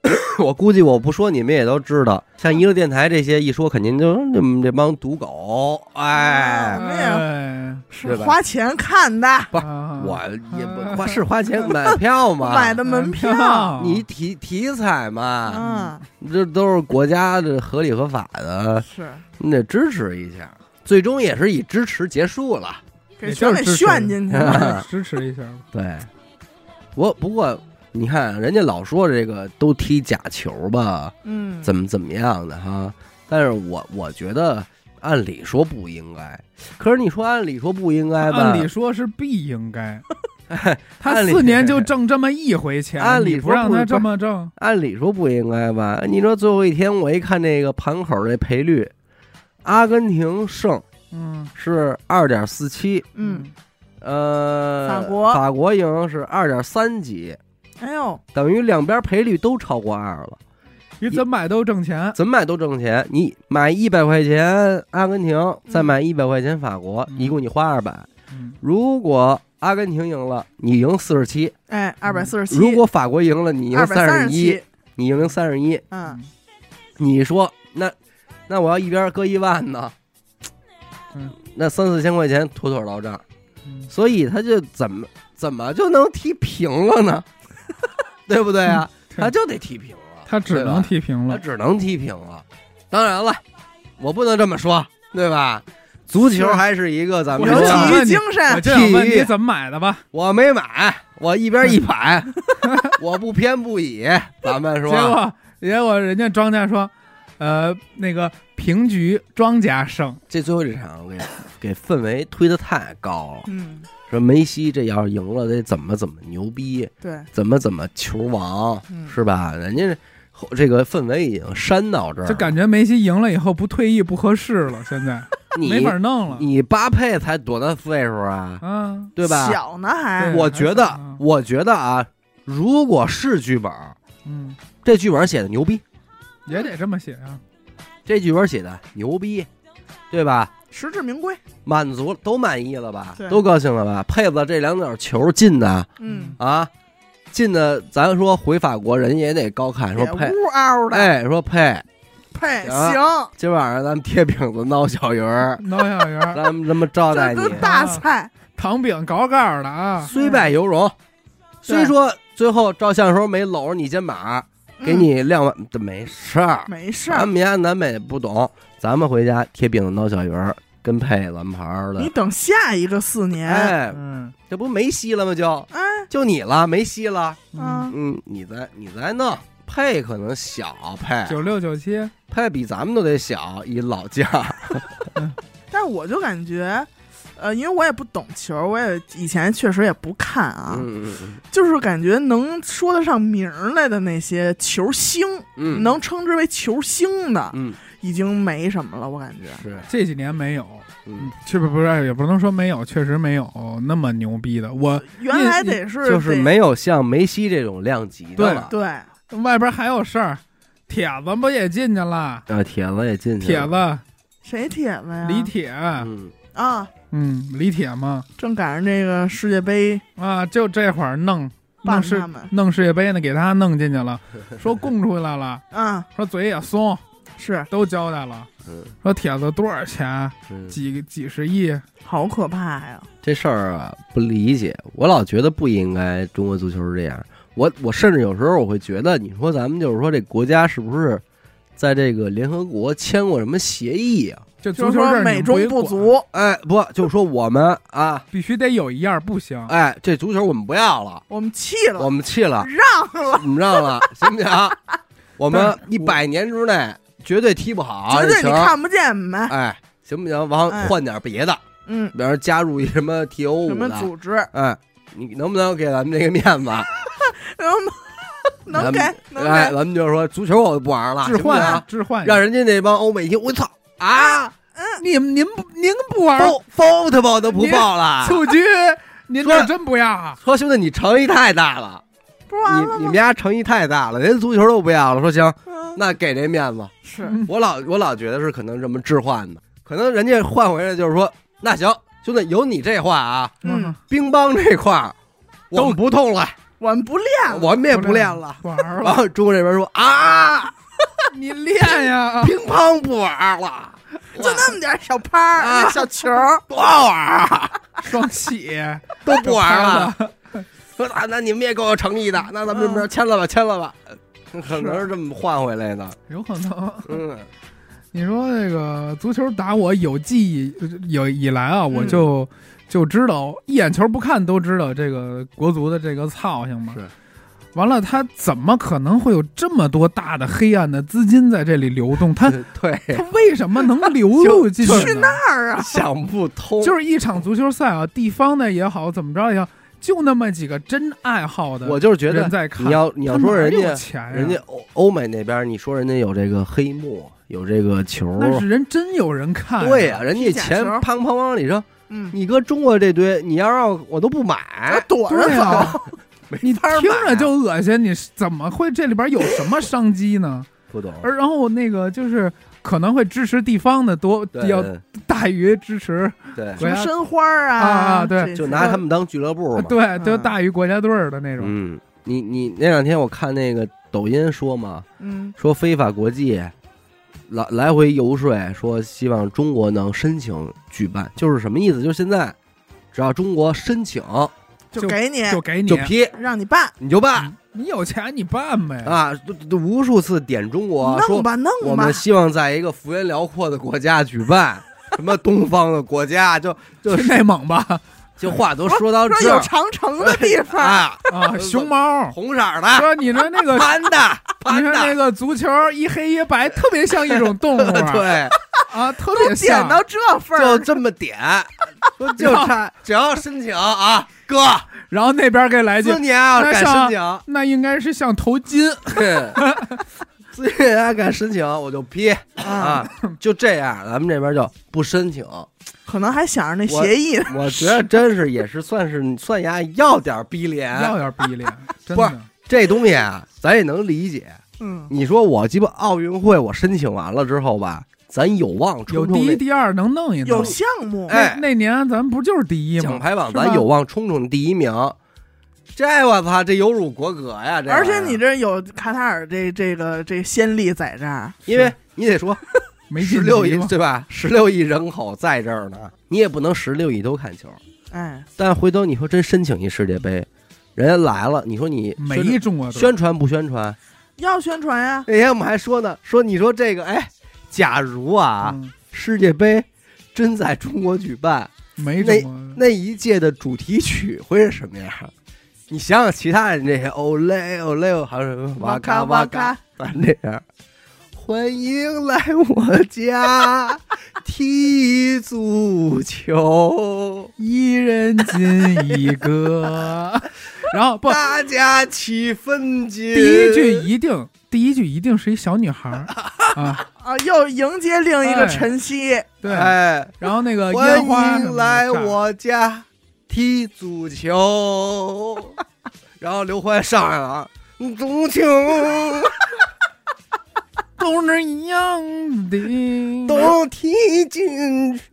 [SPEAKER 1] 我估计我不说你们也都知道。像一个电台这些一说，肯定就你们这帮赌狗，哎
[SPEAKER 2] 啊，没有
[SPEAKER 3] 哎，
[SPEAKER 2] 是
[SPEAKER 1] 对吧
[SPEAKER 2] 花钱看的，
[SPEAKER 1] 不
[SPEAKER 3] 啊
[SPEAKER 1] 我也不花是花钱买票嘛，
[SPEAKER 2] 买的门票，
[SPEAKER 3] 票
[SPEAKER 1] 你题题材嘛，
[SPEAKER 2] 嗯，
[SPEAKER 1] 这都是国家的合理合法的，
[SPEAKER 2] 是
[SPEAKER 1] 你得支持一下。最终也是以支持结束了。
[SPEAKER 2] 给全给炫 进去了。
[SPEAKER 3] 支持一下吧。
[SPEAKER 1] 对，我不过你看，人家老说这个都踢假球吧，
[SPEAKER 2] 嗯，
[SPEAKER 1] 怎么怎么样的哈，但是我我觉得按理说不应该。可是你说按理说哎不应该吧？
[SPEAKER 3] 按理说是必 应该，他
[SPEAKER 1] 按理
[SPEAKER 3] 四年就挣这么一回钱，
[SPEAKER 1] 按理
[SPEAKER 3] 你不
[SPEAKER 1] 说
[SPEAKER 3] 让
[SPEAKER 1] 不
[SPEAKER 3] 他
[SPEAKER 1] 是
[SPEAKER 3] 这么挣，
[SPEAKER 1] 按理说不应该吧？你说最后一天我一看这个盘口这赔率，阿根廷胜
[SPEAKER 3] 嗯
[SPEAKER 1] 是二点四七，
[SPEAKER 2] 嗯，，
[SPEAKER 1] 呃，
[SPEAKER 2] 法国
[SPEAKER 1] 法国赢是二点三几，
[SPEAKER 2] 哎呦，
[SPEAKER 1] 等于两边赔率都超过二了。
[SPEAKER 3] 你怎么买都挣钱。
[SPEAKER 1] 怎么买都挣钱。你买一百块钱阿根廷，再
[SPEAKER 2] 嗯
[SPEAKER 1] 买一百块钱法国，
[SPEAKER 3] 嗯
[SPEAKER 1] 一共你花二百。
[SPEAKER 3] 嗯，
[SPEAKER 1] 如果阿根廷赢了，你赢四十七；
[SPEAKER 2] 哎，二百四十七，
[SPEAKER 1] 如果法国赢了，你赢
[SPEAKER 2] 二百
[SPEAKER 1] 三
[SPEAKER 2] 三
[SPEAKER 1] 十
[SPEAKER 2] 十
[SPEAKER 1] 一
[SPEAKER 2] 七，，
[SPEAKER 1] 你赢三十一。
[SPEAKER 2] 嗯，
[SPEAKER 1] 你说那那我要一边搁一万呢？
[SPEAKER 3] 嗯
[SPEAKER 1] 那三四千块钱妥妥到账，
[SPEAKER 3] 嗯
[SPEAKER 1] 所以他就怎么怎么就能踢平了呢？ 对不对啊？
[SPEAKER 3] 对
[SPEAKER 1] 他就得踢平了，
[SPEAKER 3] 他只
[SPEAKER 1] 对吧
[SPEAKER 3] 能踢平
[SPEAKER 1] 他
[SPEAKER 3] 了。
[SPEAKER 1] 只能踢平了。当然了，我不能这么说，对吧？足球还是一个咱们
[SPEAKER 3] 我
[SPEAKER 2] 有
[SPEAKER 3] 就想
[SPEAKER 2] 体
[SPEAKER 1] 说，
[SPEAKER 3] 问
[SPEAKER 2] 育
[SPEAKER 3] 你
[SPEAKER 2] 精
[SPEAKER 3] 我
[SPEAKER 2] 神，
[SPEAKER 3] 就想问
[SPEAKER 1] 体育
[SPEAKER 3] 你怎么买的吧？
[SPEAKER 1] 我没买，我一边一百， 我不偏不倚。咱们
[SPEAKER 3] 结
[SPEAKER 1] 说，
[SPEAKER 3] 果结果人家庄家说，呃，那个平局庄家胜，
[SPEAKER 1] 这最后这场给给氛围推的太高了。
[SPEAKER 2] 嗯，
[SPEAKER 1] 说梅西这要是赢了，得怎么怎么牛逼，
[SPEAKER 2] 对，
[SPEAKER 1] 怎么怎么球王，
[SPEAKER 2] 嗯，
[SPEAKER 1] 是吧？人家后这个氛围已经煽到这儿了，
[SPEAKER 3] 就感觉梅西赢了以后不退役不合适了，现在
[SPEAKER 1] 你
[SPEAKER 3] 没法弄了。
[SPEAKER 1] 你巴佩才多大岁数啊，
[SPEAKER 3] 啊，
[SPEAKER 1] 对吧？
[SPEAKER 2] 小呢还，
[SPEAKER 3] 对
[SPEAKER 1] 我觉
[SPEAKER 3] 还小
[SPEAKER 1] 得
[SPEAKER 3] 呢，
[SPEAKER 1] 我觉得啊，如果是剧本儿，
[SPEAKER 3] 嗯，
[SPEAKER 1] 这剧本儿写的牛逼，
[SPEAKER 3] 也得这么写啊。
[SPEAKER 1] 这剧本儿写的牛逼，对吧？
[SPEAKER 2] 实至名归，
[SPEAKER 1] 满足了都满意了吧
[SPEAKER 2] 对？
[SPEAKER 1] 都高兴了吧？佩子这两脚球进的
[SPEAKER 2] 嗯，
[SPEAKER 1] 啊，进的，咱说回法国人也得高看，说
[SPEAKER 2] 也
[SPEAKER 1] 佩，
[SPEAKER 2] 呜嗷的，
[SPEAKER 1] 哎，说佩，
[SPEAKER 2] 配
[SPEAKER 1] 啊
[SPEAKER 2] 行，
[SPEAKER 1] 今晚上咱们贴饼子闹小鱼 儿，
[SPEAKER 3] 挠小鱼儿，
[SPEAKER 1] 咱们这么招待
[SPEAKER 2] 这
[SPEAKER 1] 你
[SPEAKER 2] 都，大菜，
[SPEAKER 3] 糖饼高高的 啊，
[SPEAKER 1] 虽败犹荣。
[SPEAKER 2] 嗯
[SPEAKER 3] 对
[SPEAKER 1] 虽说最后照相的时候没搂着你肩膀，给
[SPEAKER 2] 嗯
[SPEAKER 1] 你亮完，这没事儿，
[SPEAKER 2] 没事
[SPEAKER 1] 咱
[SPEAKER 2] 儿，
[SPEAKER 1] 们家南北不懂，咱们回家贴饼子挠小鱼儿，跟配蓝牌儿
[SPEAKER 2] 你
[SPEAKER 1] 的。
[SPEAKER 2] 等下一个四年，
[SPEAKER 1] 哎，
[SPEAKER 3] 嗯
[SPEAKER 1] 这不没戏了吗？就
[SPEAKER 2] 哎，
[SPEAKER 1] 就你了，没戏了。
[SPEAKER 3] 嗯，
[SPEAKER 2] 啊，
[SPEAKER 1] 嗯，你再你再弄，配可能小配，
[SPEAKER 3] 九六九七，
[SPEAKER 1] 配比咱们都得小，一老将。
[SPEAKER 2] 但是我就感觉。呃，因为我也不懂球，我也以前确实也不看啊，
[SPEAKER 1] 嗯嗯
[SPEAKER 2] 就是感觉能说得上名儿来的那些球星，
[SPEAKER 1] 嗯，
[SPEAKER 2] 能称之为球星的，
[SPEAKER 1] 嗯
[SPEAKER 2] 已经没什么了，我感觉。
[SPEAKER 1] 是
[SPEAKER 3] 这几年没有，
[SPEAKER 1] 嗯，
[SPEAKER 3] 确实不是，也不能说没有，确实没有那么牛逼的。我
[SPEAKER 2] 原来得是
[SPEAKER 1] 就是
[SPEAKER 2] 得
[SPEAKER 1] 没有像梅西这种量级的了。
[SPEAKER 2] 对，
[SPEAKER 3] 外边还有事儿，铁子不也进去了？
[SPEAKER 1] 呃，铁子也进去
[SPEAKER 3] 铁
[SPEAKER 1] 了。
[SPEAKER 3] 子
[SPEAKER 2] 谁铁子呀？
[SPEAKER 3] 李铁，
[SPEAKER 1] 嗯，
[SPEAKER 2] 啊，
[SPEAKER 3] 嗯，李铁嘛，
[SPEAKER 2] 正赶上这个世界杯
[SPEAKER 3] 啊，就这会儿弄
[SPEAKER 2] 办
[SPEAKER 3] 弄世
[SPEAKER 2] 他们
[SPEAKER 3] 弄世界杯呢，给他弄进去了，说供出来了，
[SPEAKER 2] 啊，
[SPEAKER 3] 说嘴也松，
[SPEAKER 2] 是
[SPEAKER 3] 都交代了
[SPEAKER 1] 嗯，
[SPEAKER 3] 说铁子多少钱？
[SPEAKER 1] 嗯
[SPEAKER 3] 几几十亿？
[SPEAKER 2] 好可怕呀！
[SPEAKER 1] 这事儿啊不理解，我老觉得不应该中国足球是这样。我我甚至有时候我会觉得，你说咱们就是说这国家是不是在这个联合国签过什么协议啊？
[SPEAKER 3] 就
[SPEAKER 2] 就
[SPEAKER 3] 足
[SPEAKER 2] 是
[SPEAKER 3] 球这
[SPEAKER 2] 说
[SPEAKER 3] 儿
[SPEAKER 2] 美
[SPEAKER 3] 你不
[SPEAKER 2] 中
[SPEAKER 3] 会
[SPEAKER 2] 不
[SPEAKER 3] 管，
[SPEAKER 2] 足，
[SPEAKER 1] 哎，不，就是说我们啊，
[SPEAKER 3] 必须得有一样不行。
[SPEAKER 1] 哎，这足球我们不要了，
[SPEAKER 2] 我们气
[SPEAKER 1] 我
[SPEAKER 2] 了，
[SPEAKER 1] 们弃了，
[SPEAKER 2] 让了，
[SPEAKER 1] 我们让了，行 不行？我们一百年之内绝对踢不好啊
[SPEAKER 2] 绝
[SPEAKER 1] 这
[SPEAKER 2] 对你
[SPEAKER 1] 球，
[SPEAKER 2] 看不见没？
[SPEAKER 1] 哎，行不行？往
[SPEAKER 2] 哎
[SPEAKER 1] 换点别的，
[SPEAKER 2] 嗯，
[SPEAKER 1] 比如加入一什么 TO
[SPEAKER 2] 什
[SPEAKER 1] 五
[SPEAKER 2] 么
[SPEAKER 1] 的，
[SPEAKER 2] 组织？
[SPEAKER 1] 哎，你能不能给咱们这个面子？
[SPEAKER 2] 能能给
[SPEAKER 1] 咱们
[SPEAKER 2] 能
[SPEAKER 1] 哎，
[SPEAKER 2] 给
[SPEAKER 1] 咱们就是说足球我就不玩了，
[SPEAKER 3] 置换
[SPEAKER 1] 行不
[SPEAKER 3] 啊
[SPEAKER 1] 行，
[SPEAKER 3] 置
[SPEAKER 2] 哎
[SPEAKER 3] 换，
[SPEAKER 1] 让人家那帮欧美一听，我操啊
[SPEAKER 3] 你您不您不玩儿
[SPEAKER 1] ，football 都不报了，
[SPEAKER 3] 蹴鞠，您
[SPEAKER 1] 说
[SPEAKER 3] 这真不要啊？
[SPEAKER 1] 说兄弟你诚意太大了，
[SPEAKER 2] 不完
[SPEAKER 1] 你
[SPEAKER 2] 了
[SPEAKER 1] 你
[SPEAKER 2] 吗
[SPEAKER 1] 们？家诚意太大了，连足球都不要了，说行，
[SPEAKER 2] 嗯
[SPEAKER 1] 那给这面子，
[SPEAKER 2] 是
[SPEAKER 3] 嗯
[SPEAKER 1] 我老我老觉得是可能这么置换的，可能人家换回来就是说，那行，兄弟有你这话啊，
[SPEAKER 2] 嗯，
[SPEAKER 1] 乒乓这块儿我们不痛了，
[SPEAKER 2] 我们不练了，
[SPEAKER 1] 我们也不练了。
[SPEAKER 3] 不玩儿
[SPEAKER 1] 然
[SPEAKER 3] 了，
[SPEAKER 1] 后中国这边说啊，
[SPEAKER 3] 你练呀
[SPEAKER 1] 乒乓不玩了，
[SPEAKER 2] 就那么点小拍
[SPEAKER 1] 啊
[SPEAKER 2] 儿，小球儿，
[SPEAKER 1] 多好玩啊！
[SPEAKER 3] 双喜，
[SPEAKER 1] 都不玩了。说啊，那你们也够有诚意的，那咱们这边签了吧，签了吧，可能是这么换回来的。
[SPEAKER 3] 有可能。
[SPEAKER 1] 嗯
[SPEAKER 3] 你说这个足球打我有记忆呃有以来啊，我
[SPEAKER 2] 嗯
[SPEAKER 3] 就就知道一眼球不看都知道这个国足的这个操性嘛。
[SPEAKER 1] 是。
[SPEAKER 3] 完了，他怎么可能会有这么多大的黑暗的资金在这里流动？他
[SPEAKER 1] 对，
[SPEAKER 3] 他为什么能流入进
[SPEAKER 1] 就
[SPEAKER 3] 去
[SPEAKER 1] 是
[SPEAKER 3] 呢？
[SPEAKER 2] 那儿啊，
[SPEAKER 1] 想不通，
[SPEAKER 3] 就是一场足球赛啊，地方的也好，怎么着也好，就那么几个真爱好的
[SPEAKER 1] 我就是觉
[SPEAKER 3] 人
[SPEAKER 1] 得
[SPEAKER 3] 在看。
[SPEAKER 1] 你要你要说人
[SPEAKER 3] 他哪有
[SPEAKER 1] 家
[SPEAKER 3] 钱哎啊呀
[SPEAKER 1] 人家欧欧美那边，你说人家有这个黑幕，有这个球。
[SPEAKER 3] 那是人真有人看、啊
[SPEAKER 1] 对啊呀、，人家
[SPEAKER 2] 踢假
[SPEAKER 1] 钱
[SPEAKER 2] 球
[SPEAKER 1] 砰砰往里扔，
[SPEAKER 2] 嗯，
[SPEAKER 1] 你搁中国这堆，你要让我都不
[SPEAKER 2] 我
[SPEAKER 1] 买，
[SPEAKER 2] 躲着
[SPEAKER 3] 对呀、
[SPEAKER 2] 走，
[SPEAKER 1] 没
[SPEAKER 3] 你
[SPEAKER 1] 法
[SPEAKER 3] 听
[SPEAKER 1] 买啊
[SPEAKER 3] 着就恶心，你是怎么会这里边有什么商机呢？
[SPEAKER 1] 不懂，
[SPEAKER 3] 而然后那个就是可能会支持地方的多
[SPEAKER 1] 对
[SPEAKER 3] 要大于支持，
[SPEAKER 1] 对，
[SPEAKER 2] 什
[SPEAKER 3] 国
[SPEAKER 2] 么
[SPEAKER 3] 家
[SPEAKER 2] 申花儿
[SPEAKER 3] 啊啊对
[SPEAKER 2] 这些
[SPEAKER 1] 就拿他们当俱乐部嘛。
[SPEAKER 3] 啊对，就
[SPEAKER 2] 嗯
[SPEAKER 3] 大于国家队儿的那种。
[SPEAKER 1] 嗯，你你那两天我看那个抖音说嘛，
[SPEAKER 2] 嗯
[SPEAKER 1] 说非法国际来来回游说，说希望中国能申请举办，就是什么意思？就是现在只要中国申请
[SPEAKER 2] 就
[SPEAKER 3] 就
[SPEAKER 2] 给你
[SPEAKER 3] 就给你
[SPEAKER 1] 嗯就批，
[SPEAKER 2] 让你办，
[SPEAKER 1] 你就办
[SPEAKER 3] 你有钱你办呗。
[SPEAKER 1] 啊！都都无数次点中国
[SPEAKER 2] 哎弄
[SPEAKER 1] 说，
[SPEAKER 2] 吧
[SPEAKER 1] 我
[SPEAKER 2] 弄吧
[SPEAKER 1] 们，希望在一个幅员辽阔的国家举办。什么东方的国家，就就
[SPEAKER 3] 去内蒙吧，
[SPEAKER 1] 就话都说到
[SPEAKER 2] 说
[SPEAKER 1] 这
[SPEAKER 2] 有
[SPEAKER 1] 儿
[SPEAKER 2] 长城的地方，
[SPEAKER 1] 啊，
[SPEAKER 3] 啊，熊猫，
[SPEAKER 1] 红色儿的
[SPEAKER 3] 说你说那 个，
[SPEAKER 1] 潘的
[SPEAKER 3] 你
[SPEAKER 1] 潘
[SPEAKER 3] 说那
[SPEAKER 1] 的，
[SPEAKER 3] 个足球一黑一白，特别像一种动物 啊，
[SPEAKER 1] 对，
[SPEAKER 3] 啊，特
[SPEAKER 2] 都
[SPEAKER 3] 别
[SPEAKER 2] 点
[SPEAKER 3] 像。
[SPEAKER 2] 到这份
[SPEAKER 1] 就
[SPEAKER 2] 儿，
[SPEAKER 1] 这么 点，说就差只要申请啊，哥，
[SPEAKER 2] 哎
[SPEAKER 3] 然后那边给来句
[SPEAKER 1] 今，年啊
[SPEAKER 3] 那
[SPEAKER 1] 敢
[SPEAKER 3] 上
[SPEAKER 1] 申请。
[SPEAKER 3] 那应该是像头巾，
[SPEAKER 1] 自己还啊敢申请，我就批
[SPEAKER 2] 啊，
[SPEAKER 1] 啊！就这样，咱们这边就不申请。
[SPEAKER 2] 可能还想着那
[SPEAKER 1] 我
[SPEAKER 2] 协议呢，
[SPEAKER 1] 我觉得真是也是算是算牙要点逼
[SPEAKER 3] 要
[SPEAKER 1] 脸，
[SPEAKER 3] 点逼脸，
[SPEAKER 1] 哎
[SPEAKER 3] 真
[SPEAKER 1] 不是
[SPEAKER 3] 的。
[SPEAKER 1] 这东西啊，咱也能理解。
[SPEAKER 2] 嗯，
[SPEAKER 1] 你说我鸡巴奥运会我申请完了之后吧，咱有望
[SPEAKER 3] 有
[SPEAKER 1] 冲
[SPEAKER 3] 第
[SPEAKER 1] 冲
[SPEAKER 3] 一、
[SPEAKER 1] 那
[SPEAKER 3] 第二能弄一弄
[SPEAKER 2] 有。项目，
[SPEAKER 1] 哎
[SPEAKER 3] 那年咱们不就是第一
[SPEAKER 1] 奖
[SPEAKER 3] 吗？
[SPEAKER 1] 牌榜，
[SPEAKER 3] 是吧
[SPEAKER 1] 咱有望冲冲第一名。这我操，这有辱国格呀！这玩意儿啊
[SPEAKER 2] 而且你这有卡塔尔这这个这先例在这儿，
[SPEAKER 1] 因为你得说
[SPEAKER 3] 没
[SPEAKER 1] 十
[SPEAKER 3] 进
[SPEAKER 1] 六
[SPEAKER 3] 级
[SPEAKER 1] 亿
[SPEAKER 3] 吗？
[SPEAKER 1] 对吧？十六亿人口在这儿呢，你也不能十六亿都看球。
[SPEAKER 2] 哎，
[SPEAKER 1] 但回头你说真申请一世界杯，人家来了，你说你宣
[SPEAKER 3] 没中啊国队
[SPEAKER 1] 宣传不宣传？
[SPEAKER 2] 要宣传 呀，
[SPEAKER 1] 那天我们还说呢，说你说这个，哎，假如啊，
[SPEAKER 3] 嗯
[SPEAKER 1] 世界杯真在中国举办，
[SPEAKER 3] 没中啊国队。
[SPEAKER 1] 那一届的主题曲会是什么样？你想想其他人这些，哦嘞哦嘞，还有什么哇咔哇咔，咱这样。欢迎来我家踢足球，
[SPEAKER 3] 一人进一个， 然后不，
[SPEAKER 1] 大家齐分哎进。
[SPEAKER 3] 第一句一定，第一句一定是一小女孩儿 啊，
[SPEAKER 2] 啊，又迎接另一个
[SPEAKER 3] 哎
[SPEAKER 2] 晨曦，
[SPEAKER 3] 对，
[SPEAKER 1] 哎，
[SPEAKER 3] 然后那个
[SPEAKER 1] 欢
[SPEAKER 3] 呃烟花什
[SPEAKER 1] 迎
[SPEAKER 3] 么的
[SPEAKER 1] 来
[SPEAKER 3] 炸
[SPEAKER 1] 我家踢足球。然后刘欢上来了啊，足球
[SPEAKER 3] 都是一样的，
[SPEAKER 1] 都踢进去，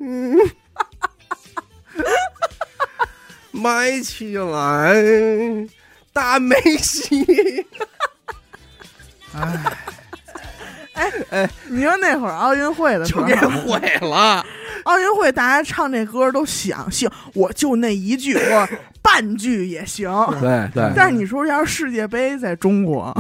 [SPEAKER 1] 埋起来，大梅西。
[SPEAKER 3] 哎，
[SPEAKER 2] 你说那会儿奥运会的时
[SPEAKER 1] 就
[SPEAKER 2] 候
[SPEAKER 1] 给，毁了，
[SPEAKER 2] 奥运会大家唱这歌都想行，我就那一句，我半句也行。
[SPEAKER 1] 对对
[SPEAKER 2] 但是你说要是世界杯在中国，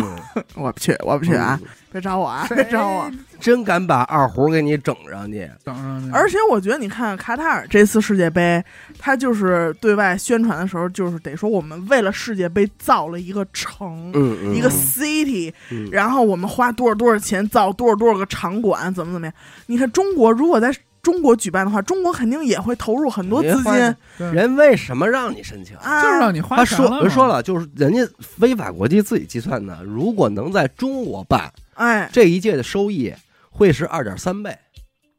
[SPEAKER 2] 我不去，我不去
[SPEAKER 1] 嗯
[SPEAKER 2] 啊！别找我啊，别找我！
[SPEAKER 1] 真敢把二胡给你整上去，
[SPEAKER 3] 等上去，
[SPEAKER 2] 而且我觉得，你看卡塔尔这次世界杯，他就是对外宣传的时候，就是得说我们为了世界杯造了一个城。
[SPEAKER 1] 嗯
[SPEAKER 2] 一个 city，、
[SPEAKER 1] 嗯
[SPEAKER 2] 然后我们花多少多少钱造多少多少个场馆，怎么怎么样？你看中国如果在中国举办的话，中国肯定也会投入很多资金
[SPEAKER 1] 人
[SPEAKER 3] 对
[SPEAKER 1] 人为什么让你申请？
[SPEAKER 2] 啊，
[SPEAKER 3] 就是让你花
[SPEAKER 1] 他
[SPEAKER 3] 钱了
[SPEAKER 1] 说呃
[SPEAKER 3] 嘛
[SPEAKER 1] 说，了，就是人家非法国际自己计算的，如果能在中国办
[SPEAKER 2] 哎
[SPEAKER 1] 这一届的收益会是二点三倍，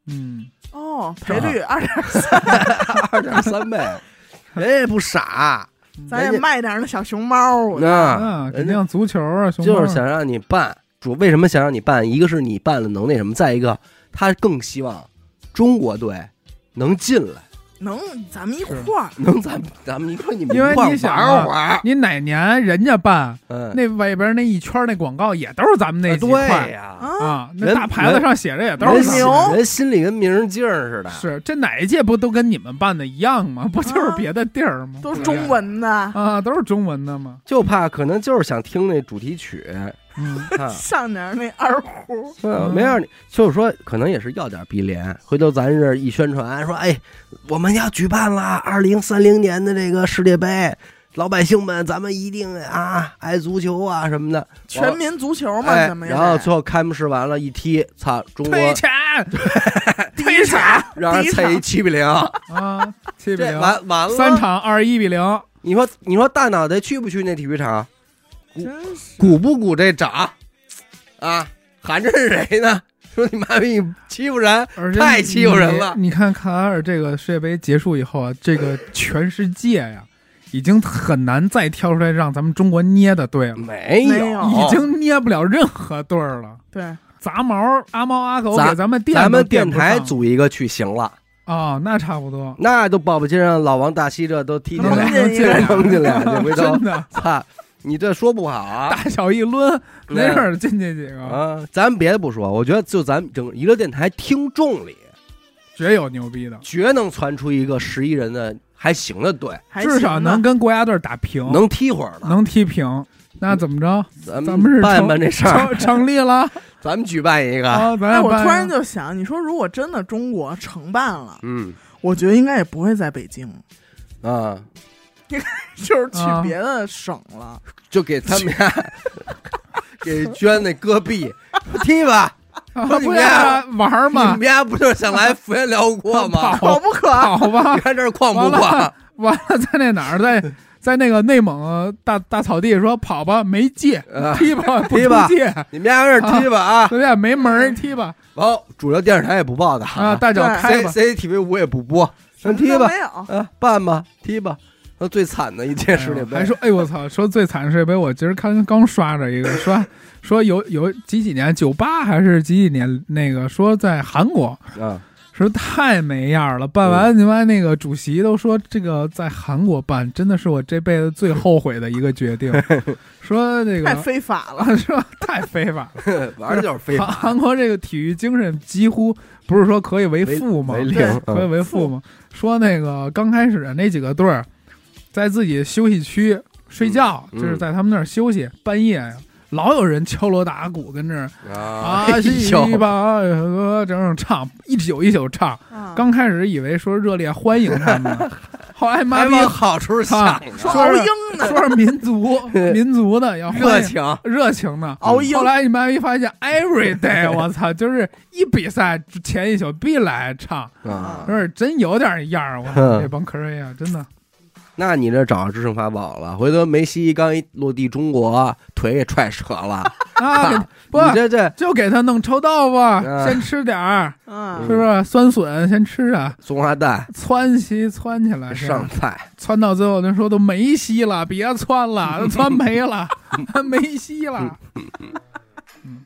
[SPEAKER 3] 嗯，
[SPEAKER 2] 哦，赔率二点，
[SPEAKER 1] 二点三 倍，人也不傻，
[SPEAKER 2] 咱也
[SPEAKER 1] 人家
[SPEAKER 2] 卖点那小熊猫，我
[SPEAKER 1] 那
[SPEAKER 3] 那
[SPEAKER 1] 啊
[SPEAKER 3] 肯
[SPEAKER 1] 人家
[SPEAKER 3] 定足球啊，熊
[SPEAKER 1] 就
[SPEAKER 3] 猫
[SPEAKER 1] 是想让你办。主为什么想让你办？一个是你办了能那什么，再一个他更希望中国队能进来，
[SPEAKER 2] 能咱们一块儿，
[SPEAKER 1] 能咱们咱们一块儿你们
[SPEAKER 3] 因为
[SPEAKER 1] 一块儿
[SPEAKER 3] 你想
[SPEAKER 1] 玩
[SPEAKER 3] 啊
[SPEAKER 1] 玩，
[SPEAKER 3] 你哪年人家办
[SPEAKER 1] 嗯，
[SPEAKER 3] 那外边那一圈那广告也都是咱们那
[SPEAKER 1] 啊
[SPEAKER 3] 几块
[SPEAKER 1] 对呀，
[SPEAKER 2] 啊，
[SPEAKER 3] 啊，那
[SPEAKER 1] 人
[SPEAKER 3] 大牌子上写着也都
[SPEAKER 1] 心
[SPEAKER 2] 人
[SPEAKER 3] 是咱
[SPEAKER 2] 牛
[SPEAKER 3] 们
[SPEAKER 1] 人心里跟明镜儿似的，
[SPEAKER 3] 是这哪一届不都跟你们办的一样吗？不就是
[SPEAKER 2] 啊
[SPEAKER 3] 别的地儿吗？
[SPEAKER 2] 都是中文的，
[SPEAKER 3] 啊，都是中文的吗？
[SPEAKER 1] 就怕可能就是想听那主题 曲，
[SPEAKER 3] 嗯，
[SPEAKER 1] 啊
[SPEAKER 2] 上点儿那二胡，
[SPEAKER 1] 嗯，
[SPEAKER 3] 嗯
[SPEAKER 1] 没让你，就是说，可能也是要点逼脸。回头咱这一宣传，说，哎，我们要举办啦，二零三零年的这个世界杯，老百姓们，咱们一定啊，爱足球啊什么的。
[SPEAKER 2] 全民足球嘛，
[SPEAKER 1] 哎
[SPEAKER 2] 怎么，样？
[SPEAKER 1] 然后最后开幕式完了，一踢，操，中国
[SPEAKER 3] 推钱，
[SPEAKER 2] 第一场，
[SPEAKER 1] 让人
[SPEAKER 2] 第一
[SPEAKER 1] 菜一
[SPEAKER 2] 场
[SPEAKER 1] 七比零，
[SPEAKER 3] 啊，七比
[SPEAKER 1] 这
[SPEAKER 3] 零，
[SPEAKER 1] 完完了。
[SPEAKER 3] 三，场二十一比零，
[SPEAKER 1] 你说你说大脑袋去不去那体育场？
[SPEAKER 2] 真是
[SPEAKER 1] 鼓不鼓这掌？啊，喊着是谁呢？说你妈逼，你欺负人！
[SPEAKER 3] 而且
[SPEAKER 1] 太欺负人了
[SPEAKER 3] 你你看卡塔尔这个世界杯结束以后啊，这个全世界呀，已经很难再挑出来让咱们中国捏的队了，
[SPEAKER 1] 没
[SPEAKER 2] 没有
[SPEAKER 1] 有，
[SPEAKER 3] 已经捏不了任何队儿了。
[SPEAKER 2] 对，
[SPEAKER 3] 杂毛阿猫阿狗
[SPEAKER 1] 咱
[SPEAKER 3] 给咱们电
[SPEAKER 1] 咱
[SPEAKER 3] 都
[SPEAKER 1] 们
[SPEAKER 3] 电
[SPEAKER 1] 电
[SPEAKER 3] 不
[SPEAKER 1] 台
[SPEAKER 3] 上
[SPEAKER 1] 组一个去行了，
[SPEAKER 3] 啊，那差不多，
[SPEAKER 1] 那都保不齐让老王大西这都踢进
[SPEAKER 2] 能
[SPEAKER 1] 来，
[SPEAKER 2] 进一
[SPEAKER 3] 嗯
[SPEAKER 2] 个
[SPEAKER 1] 扔进来，这回头
[SPEAKER 3] 真的
[SPEAKER 1] 操，你这说不好啊。
[SPEAKER 3] 大小一抡，
[SPEAKER 1] 对
[SPEAKER 3] 没准儿进去几个，
[SPEAKER 1] 啊，咱别的不说，我觉得就咱整个娱乐电台听众里，
[SPEAKER 3] 绝有牛逼的，
[SPEAKER 1] 绝能传出一个十一人的还行的队，
[SPEAKER 2] 还
[SPEAKER 3] 至少
[SPEAKER 2] 行呢
[SPEAKER 3] 能跟国家队打平，
[SPEAKER 1] 能踢会儿的。
[SPEAKER 3] 哦能踢平。那怎么着？
[SPEAKER 1] 咱
[SPEAKER 3] 咱们是
[SPEAKER 1] 办
[SPEAKER 3] 成
[SPEAKER 1] 办这事儿，
[SPEAKER 3] 成成立了
[SPEAKER 1] 咱们举办一个。
[SPEAKER 3] 啊！咱
[SPEAKER 2] 哎，
[SPEAKER 3] 俩
[SPEAKER 2] 我
[SPEAKER 3] 办
[SPEAKER 2] 突然
[SPEAKER 3] 一
[SPEAKER 2] 就想，你说如果真的中国承办了，
[SPEAKER 1] 嗯
[SPEAKER 2] 我觉得应该也不会在北京，
[SPEAKER 1] 啊，
[SPEAKER 2] 就是去
[SPEAKER 3] 啊
[SPEAKER 2] 别的省了。
[SPEAKER 1] 就给他们 家给捐那戈壁踢吧。
[SPEAKER 3] 个啊
[SPEAKER 1] 说你
[SPEAKER 3] 不
[SPEAKER 1] 们
[SPEAKER 3] 也
[SPEAKER 1] 家
[SPEAKER 3] 玩儿
[SPEAKER 1] 你
[SPEAKER 3] 嘛
[SPEAKER 1] 们，家不就是想来幅员辽阔吗？
[SPEAKER 3] 跑
[SPEAKER 2] 可不可？
[SPEAKER 3] 好吧
[SPEAKER 1] 你，看这儿旷不
[SPEAKER 3] 完
[SPEAKER 1] 旷
[SPEAKER 3] 了？ 完了，在那哪儿，在在那个内蒙大大草地说跑吧，没界
[SPEAKER 1] 啊，
[SPEAKER 3] 踢吧，不
[SPEAKER 1] 踢吧
[SPEAKER 3] 出界，
[SPEAKER 1] 你们家在这儿踢吧啊！
[SPEAKER 3] 随便没门儿踢吧
[SPEAKER 1] 完了，主流电视台也不报的
[SPEAKER 3] 啊，大脚
[SPEAKER 2] 对
[SPEAKER 3] 开
[SPEAKER 1] ，C
[SPEAKER 3] 吧，
[SPEAKER 1] C T V 五也不播，
[SPEAKER 2] 什
[SPEAKER 1] 先
[SPEAKER 2] 么
[SPEAKER 1] 踢
[SPEAKER 2] 都
[SPEAKER 1] 吧
[SPEAKER 2] 没有，
[SPEAKER 1] 啊，办吧，踢吧。那最惨的一届世界杯，
[SPEAKER 3] 还说哎我操，说最惨世界杯，我今儿看刚刷着一个，说说有有几几年九八还是几几年那个说在韩国。
[SPEAKER 1] 啊，
[SPEAKER 3] 说太没样儿了，
[SPEAKER 1] 嗯
[SPEAKER 3] 办完你妈那个主席都说这个在韩国办真的是我这辈子最后悔的一个决 定，说这个
[SPEAKER 2] 太非法了。
[SPEAKER 3] 啊， 说太非法了。
[SPEAKER 1] 玩的就是非
[SPEAKER 3] 韩韩国这个体育精神几乎不是说可以为父吗？
[SPEAKER 1] 为
[SPEAKER 2] 零
[SPEAKER 1] 零
[SPEAKER 2] 对，
[SPEAKER 3] 可以
[SPEAKER 1] 嗯
[SPEAKER 3] 为父吗？说那个刚开始那几个队儿在自己休息区睡觉，
[SPEAKER 1] 嗯
[SPEAKER 3] 就是在他们那儿休息，半夜呀。老有人敲锣打鼓跟这儿
[SPEAKER 1] 啊
[SPEAKER 3] 啊，
[SPEAKER 1] 哎
[SPEAKER 3] 西
[SPEAKER 1] 呦
[SPEAKER 3] 吧，整整唱一宿一宿唱。
[SPEAKER 2] 啊
[SPEAKER 3] 刚开始以为说热烈欢迎他们 呢，后来妈
[SPEAKER 1] 还
[SPEAKER 3] 逼
[SPEAKER 1] 往好处想啊呢，
[SPEAKER 2] 说
[SPEAKER 3] 说
[SPEAKER 2] 熬
[SPEAKER 3] 是
[SPEAKER 2] 鹰呢，
[SPEAKER 3] 说是民 族民族的要欢迎
[SPEAKER 1] 热情，
[SPEAKER 3] 热情呢，
[SPEAKER 2] 熬鹰
[SPEAKER 3] 后来你妈一发现，every day，我操，就是一比赛前一宿必来唱，
[SPEAKER 1] 啊
[SPEAKER 2] 啊！
[SPEAKER 3] 就是真有点样儿。我操，
[SPEAKER 1] 嗯
[SPEAKER 3] 这帮科瑞啊，真的
[SPEAKER 1] 那你这找着制胜法宝了，回头梅西刚一落地中国，腿给踹折了，
[SPEAKER 3] 啊，给不
[SPEAKER 1] 你这这
[SPEAKER 3] 就给他弄臭豆腐，
[SPEAKER 1] 嗯
[SPEAKER 3] 先吃点儿，
[SPEAKER 2] 嗯
[SPEAKER 3] 是不是？酸笋先吃啊，
[SPEAKER 1] 松花蛋
[SPEAKER 3] 窜稀窜起来，
[SPEAKER 1] 上菜，
[SPEAKER 3] 窜到最后，那说都没戏了，别窜了，都窜没了，没戏了。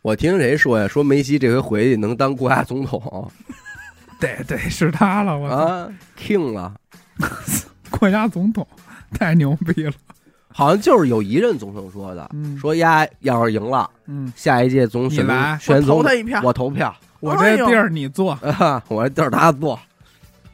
[SPEAKER 1] 我听谁说呀？说梅西这回回去能当国家总统
[SPEAKER 3] 对对，是他了，我操，
[SPEAKER 1] 啊，king 了，
[SPEAKER 3] 国家总统太牛逼了，
[SPEAKER 1] 好像就是有一任总统说的，
[SPEAKER 3] 嗯
[SPEAKER 1] 说呀，要是赢了，
[SPEAKER 3] 嗯，
[SPEAKER 1] 下一届总
[SPEAKER 3] 你
[SPEAKER 1] 选
[SPEAKER 3] 来
[SPEAKER 1] 选
[SPEAKER 2] 投
[SPEAKER 1] 总
[SPEAKER 2] 他一票，
[SPEAKER 1] 我投票，
[SPEAKER 3] 我
[SPEAKER 2] 哎
[SPEAKER 3] 这
[SPEAKER 2] 呦
[SPEAKER 3] 地儿你坐。
[SPEAKER 1] 啊，我这就是他做，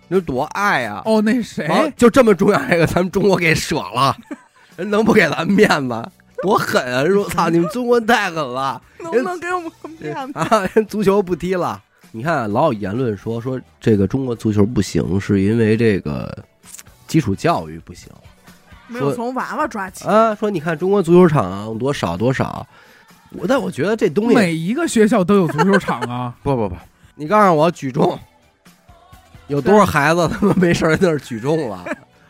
[SPEAKER 1] 你说多爱啊！
[SPEAKER 3] 哦，那谁，
[SPEAKER 1] 好，就这么重要这个，咱们中国给舍了， 人能不给咱们面子？多狠啊！说操，你们中国太狠了
[SPEAKER 2] 能不能给我们个面子？
[SPEAKER 1] 啊！ 人足球不踢了。你看啊，老有言论说说这个中国足球不行，是因为这个基础教育不行
[SPEAKER 2] 没有从娃娃抓起，
[SPEAKER 1] 啊。说你看中国足球场多少多少，我但我觉得这东西，
[SPEAKER 3] 每一个学校都有足球场啊
[SPEAKER 1] 不不不，你告诉我举重有多少孩子他妈没事儿在那儿举重了？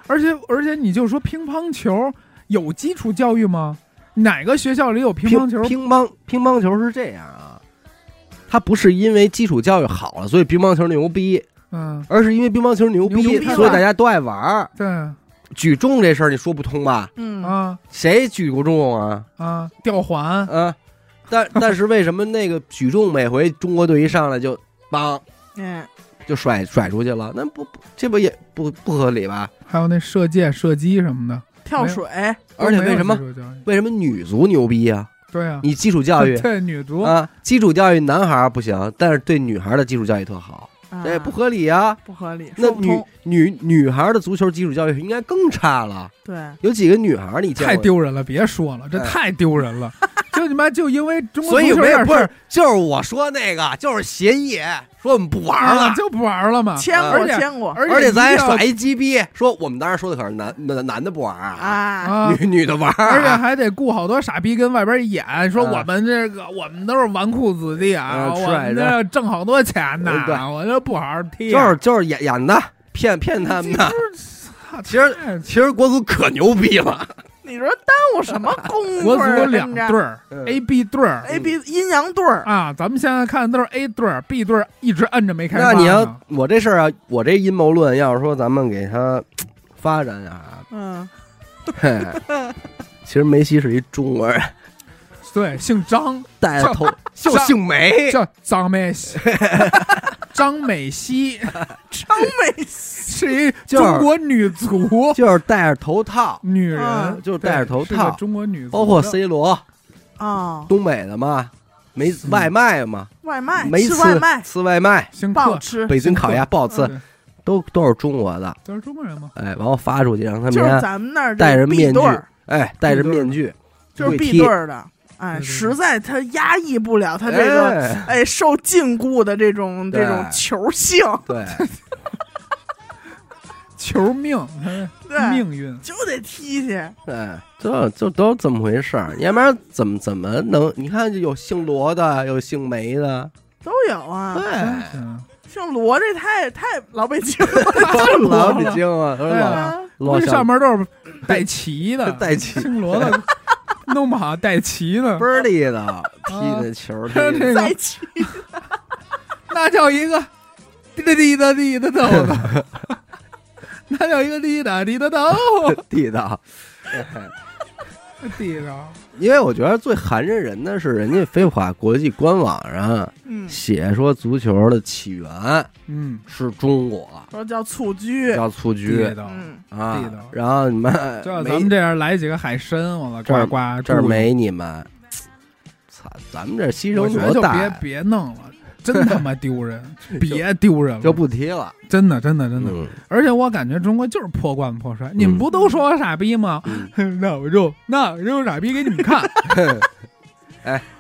[SPEAKER 3] 而且而且你就说乒乓球有基础教育吗？哪个学校里有乒乓球？
[SPEAKER 1] 乒乓乒乓球是这样啊，它不是因为基础教育好了，所以乒乓球牛逼，
[SPEAKER 3] 嗯，
[SPEAKER 1] 而是因为乒乓球牛逼，
[SPEAKER 3] 牛
[SPEAKER 2] 逼了
[SPEAKER 1] 所以大家都爱玩儿。
[SPEAKER 3] 对啊
[SPEAKER 1] 嗯举重这事儿你说不通吧？
[SPEAKER 2] 嗯，
[SPEAKER 3] 啊
[SPEAKER 1] 谁举过重啊？
[SPEAKER 3] 吊环
[SPEAKER 1] 啊，但但是为什么那个举重每回中国队一上来就梆
[SPEAKER 2] 哎，
[SPEAKER 1] 就甩甩出去了？那不不这不也不不合理吧？
[SPEAKER 3] 还有那射箭、射击什么的，
[SPEAKER 2] 跳水，
[SPEAKER 1] 而且
[SPEAKER 3] 都没有
[SPEAKER 1] 为什么
[SPEAKER 3] 基础教育？
[SPEAKER 1] 为什么女足牛逼啊？
[SPEAKER 3] 对啊，
[SPEAKER 1] 你基础教育
[SPEAKER 3] 对女足
[SPEAKER 1] 啊，基础教育男孩儿不行，但是对女孩儿的基础教育特好，
[SPEAKER 2] 啊
[SPEAKER 1] 这也不合理啊。
[SPEAKER 2] 不合理，
[SPEAKER 1] 那
[SPEAKER 2] 说不
[SPEAKER 1] 女
[SPEAKER 2] 通
[SPEAKER 1] 女女孩的足球基础教育应该更差了。
[SPEAKER 3] 啊
[SPEAKER 2] 对，
[SPEAKER 1] 有几个女孩你见
[SPEAKER 3] 太
[SPEAKER 1] 过？
[SPEAKER 3] 丢人了，别说了，这
[SPEAKER 1] 哎
[SPEAKER 3] 太丢人 了。就你妈就因为中国
[SPEAKER 1] 所以
[SPEAKER 3] 足球
[SPEAKER 1] 没有
[SPEAKER 3] 这
[SPEAKER 1] 不
[SPEAKER 3] 事
[SPEAKER 1] 是
[SPEAKER 3] 儿，，
[SPEAKER 1] 就是我说那个，就是协议，说我们不玩了
[SPEAKER 3] 啊，，就不玩了嘛。
[SPEAKER 2] 牵
[SPEAKER 1] 而
[SPEAKER 2] 过
[SPEAKER 3] 且
[SPEAKER 2] 牵过
[SPEAKER 1] 而且咱还
[SPEAKER 3] 一定要
[SPEAKER 1] 耍一鸡逼，说我们当时说的可是男男男的不玩啊，
[SPEAKER 2] 啊，
[SPEAKER 3] 啊，
[SPEAKER 1] 女女的玩
[SPEAKER 3] 而且
[SPEAKER 1] 啊，
[SPEAKER 3] 还得雇好多傻逼跟外边演，说
[SPEAKER 1] 啊
[SPEAKER 3] 我们这个我们都是纨绔子弟啊，
[SPEAKER 1] 啊
[SPEAKER 3] 我
[SPEAKER 1] 帅
[SPEAKER 3] 们
[SPEAKER 1] 的
[SPEAKER 3] 这挣好多钱呢
[SPEAKER 1] 嗯对，
[SPEAKER 3] 我这不好好踢，啊
[SPEAKER 1] 就是就是演演的，骗骗他们的。 其实
[SPEAKER 3] 太
[SPEAKER 1] 其实国足可牛逼了，
[SPEAKER 2] 你说耽误什么功夫
[SPEAKER 3] 国足
[SPEAKER 2] 啊？
[SPEAKER 3] 有
[SPEAKER 2] 跟
[SPEAKER 3] 两
[SPEAKER 2] 着
[SPEAKER 3] 队儿
[SPEAKER 1] 嗯
[SPEAKER 3] ，A、B 队儿
[SPEAKER 2] A B 阴阳对儿，
[SPEAKER 3] 啊，咱们现在看都是 A 队儿，B 队儿一直摁着没开
[SPEAKER 1] 那
[SPEAKER 3] 花呢。
[SPEAKER 1] 你要我这事儿啊，我这阴谋论要是说咱们给他发展啊，
[SPEAKER 2] 嗯，
[SPEAKER 1] 嘿，其实梅西是一中国人，
[SPEAKER 3] 对，姓张，
[SPEAKER 1] 戴着头就
[SPEAKER 3] 上
[SPEAKER 1] 姓梅，
[SPEAKER 3] 叫张 美西，张美西
[SPEAKER 2] 张美熙，
[SPEAKER 3] 是一
[SPEAKER 1] 就是
[SPEAKER 3] 中国 女足
[SPEAKER 1] 就是戴着头套，
[SPEAKER 3] 女人
[SPEAKER 2] 啊，
[SPEAKER 1] 就是戴着头
[SPEAKER 3] 对是个
[SPEAKER 1] 套，
[SPEAKER 3] 中国女足的，
[SPEAKER 1] 包括 C 罗，
[SPEAKER 2] 啊，
[SPEAKER 1] 东北的嘛，没外卖嘛，
[SPEAKER 2] 外卖
[SPEAKER 1] 没
[SPEAKER 2] 吃
[SPEAKER 1] 嗯哎吃
[SPEAKER 2] 外卖
[SPEAKER 1] 吃外卖，嗯
[SPEAKER 3] 姓
[SPEAKER 2] 不好
[SPEAKER 3] 克，
[SPEAKER 2] 吃，
[SPEAKER 1] 北京烤鸭不好吃，
[SPEAKER 3] 对
[SPEAKER 1] 都都是中国的，
[SPEAKER 3] 都是中国人吗？
[SPEAKER 1] 哎，然后发出去让他们
[SPEAKER 2] 就是
[SPEAKER 1] 家，
[SPEAKER 2] 咱们那儿这
[SPEAKER 1] 戴着
[SPEAKER 2] B
[SPEAKER 1] 面具
[SPEAKER 2] 对儿
[SPEAKER 1] 哎，戴着面具，
[SPEAKER 2] 就
[SPEAKER 1] 会
[SPEAKER 2] 是 B 对
[SPEAKER 1] 踢，
[SPEAKER 2] 儿的，哎，
[SPEAKER 3] 对对对
[SPEAKER 2] 实在他压抑不了他这个
[SPEAKER 1] 哎
[SPEAKER 2] 哎受禁锢的这种这种
[SPEAKER 1] 对
[SPEAKER 2] 球性，
[SPEAKER 1] 对，
[SPEAKER 3] 球 命，
[SPEAKER 2] 对，
[SPEAKER 3] 命运，
[SPEAKER 2] 就得踢去，
[SPEAKER 1] 哎，这就都这么回事儿，要不然怎么怎么能？你看有姓罗的，有姓梅 的，
[SPEAKER 2] 都有啊。
[SPEAKER 3] 真
[SPEAKER 1] 对，
[SPEAKER 3] 是
[SPEAKER 2] 姓罗这太太老北京了，
[SPEAKER 1] 都是 老北京啊，都是
[SPEAKER 3] 对
[SPEAKER 1] 老
[SPEAKER 3] 啊
[SPEAKER 2] 啊
[SPEAKER 1] 老
[SPEAKER 3] 那
[SPEAKER 1] 小
[SPEAKER 3] 上面都是带旗的，
[SPEAKER 1] 带旗
[SPEAKER 3] 姓 罗的，弄不好带旗的，
[SPEAKER 1] 倍儿利
[SPEAKER 2] 啊
[SPEAKER 1] 的踢的 球，踢
[SPEAKER 3] 这
[SPEAKER 1] 的
[SPEAKER 3] 个
[SPEAKER 2] 再踢
[SPEAKER 3] 那叫一个滴答滴答滴答豆的， 那叫一个滴答滴答豆，
[SPEAKER 1] 地道。
[SPEAKER 3] 滴答，
[SPEAKER 1] 因为我觉得最寒碜人的是人家非法国际官网上
[SPEAKER 2] 嗯，
[SPEAKER 1] 写说足球的起源
[SPEAKER 3] 嗯，
[SPEAKER 1] 是中国，
[SPEAKER 2] 说叫蹴鞠，
[SPEAKER 1] 叫蹴
[SPEAKER 3] 滴
[SPEAKER 1] 鞠
[SPEAKER 3] 答。
[SPEAKER 2] 嗯，
[SPEAKER 1] 啊
[SPEAKER 3] 地道，
[SPEAKER 1] 然后你们
[SPEAKER 3] 就要咱
[SPEAKER 1] 没
[SPEAKER 3] 们这样来几个海参，我
[SPEAKER 1] 这
[SPEAKER 3] 操，
[SPEAKER 1] 儿
[SPEAKER 3] 呱呱，
[SPEAKER 1] 这儿
[SPEAKER 3] 注意，
[SPEAKER 1] 没你们，操，咱们这牺
[SPEAKER 3] 我
[SPEAKER 1] 牲
[SPEAKER 3] 觉得
[SPEAKER 1] 多
[SPEAKER 3] 就
[SPEAKER 1] 大
[SPEAKER 3] 别
[SPEAKER 1] 呀，
[SPEAKER 3] 别弄了，真他妈 丢人，别丢人了，
[SPEAKER 1] 就不踢了，
[SPEAKER 3] 真的真的真的，
[SPEAKER 1] 嗯
[SPEAKER 3] 而且我感觉中国就是破罐破摔，你们不都说我傻逼吗？
[SPEAKER 1] 嗯
[SPEAKER 3] 那我就那我就傻逼给你们 看，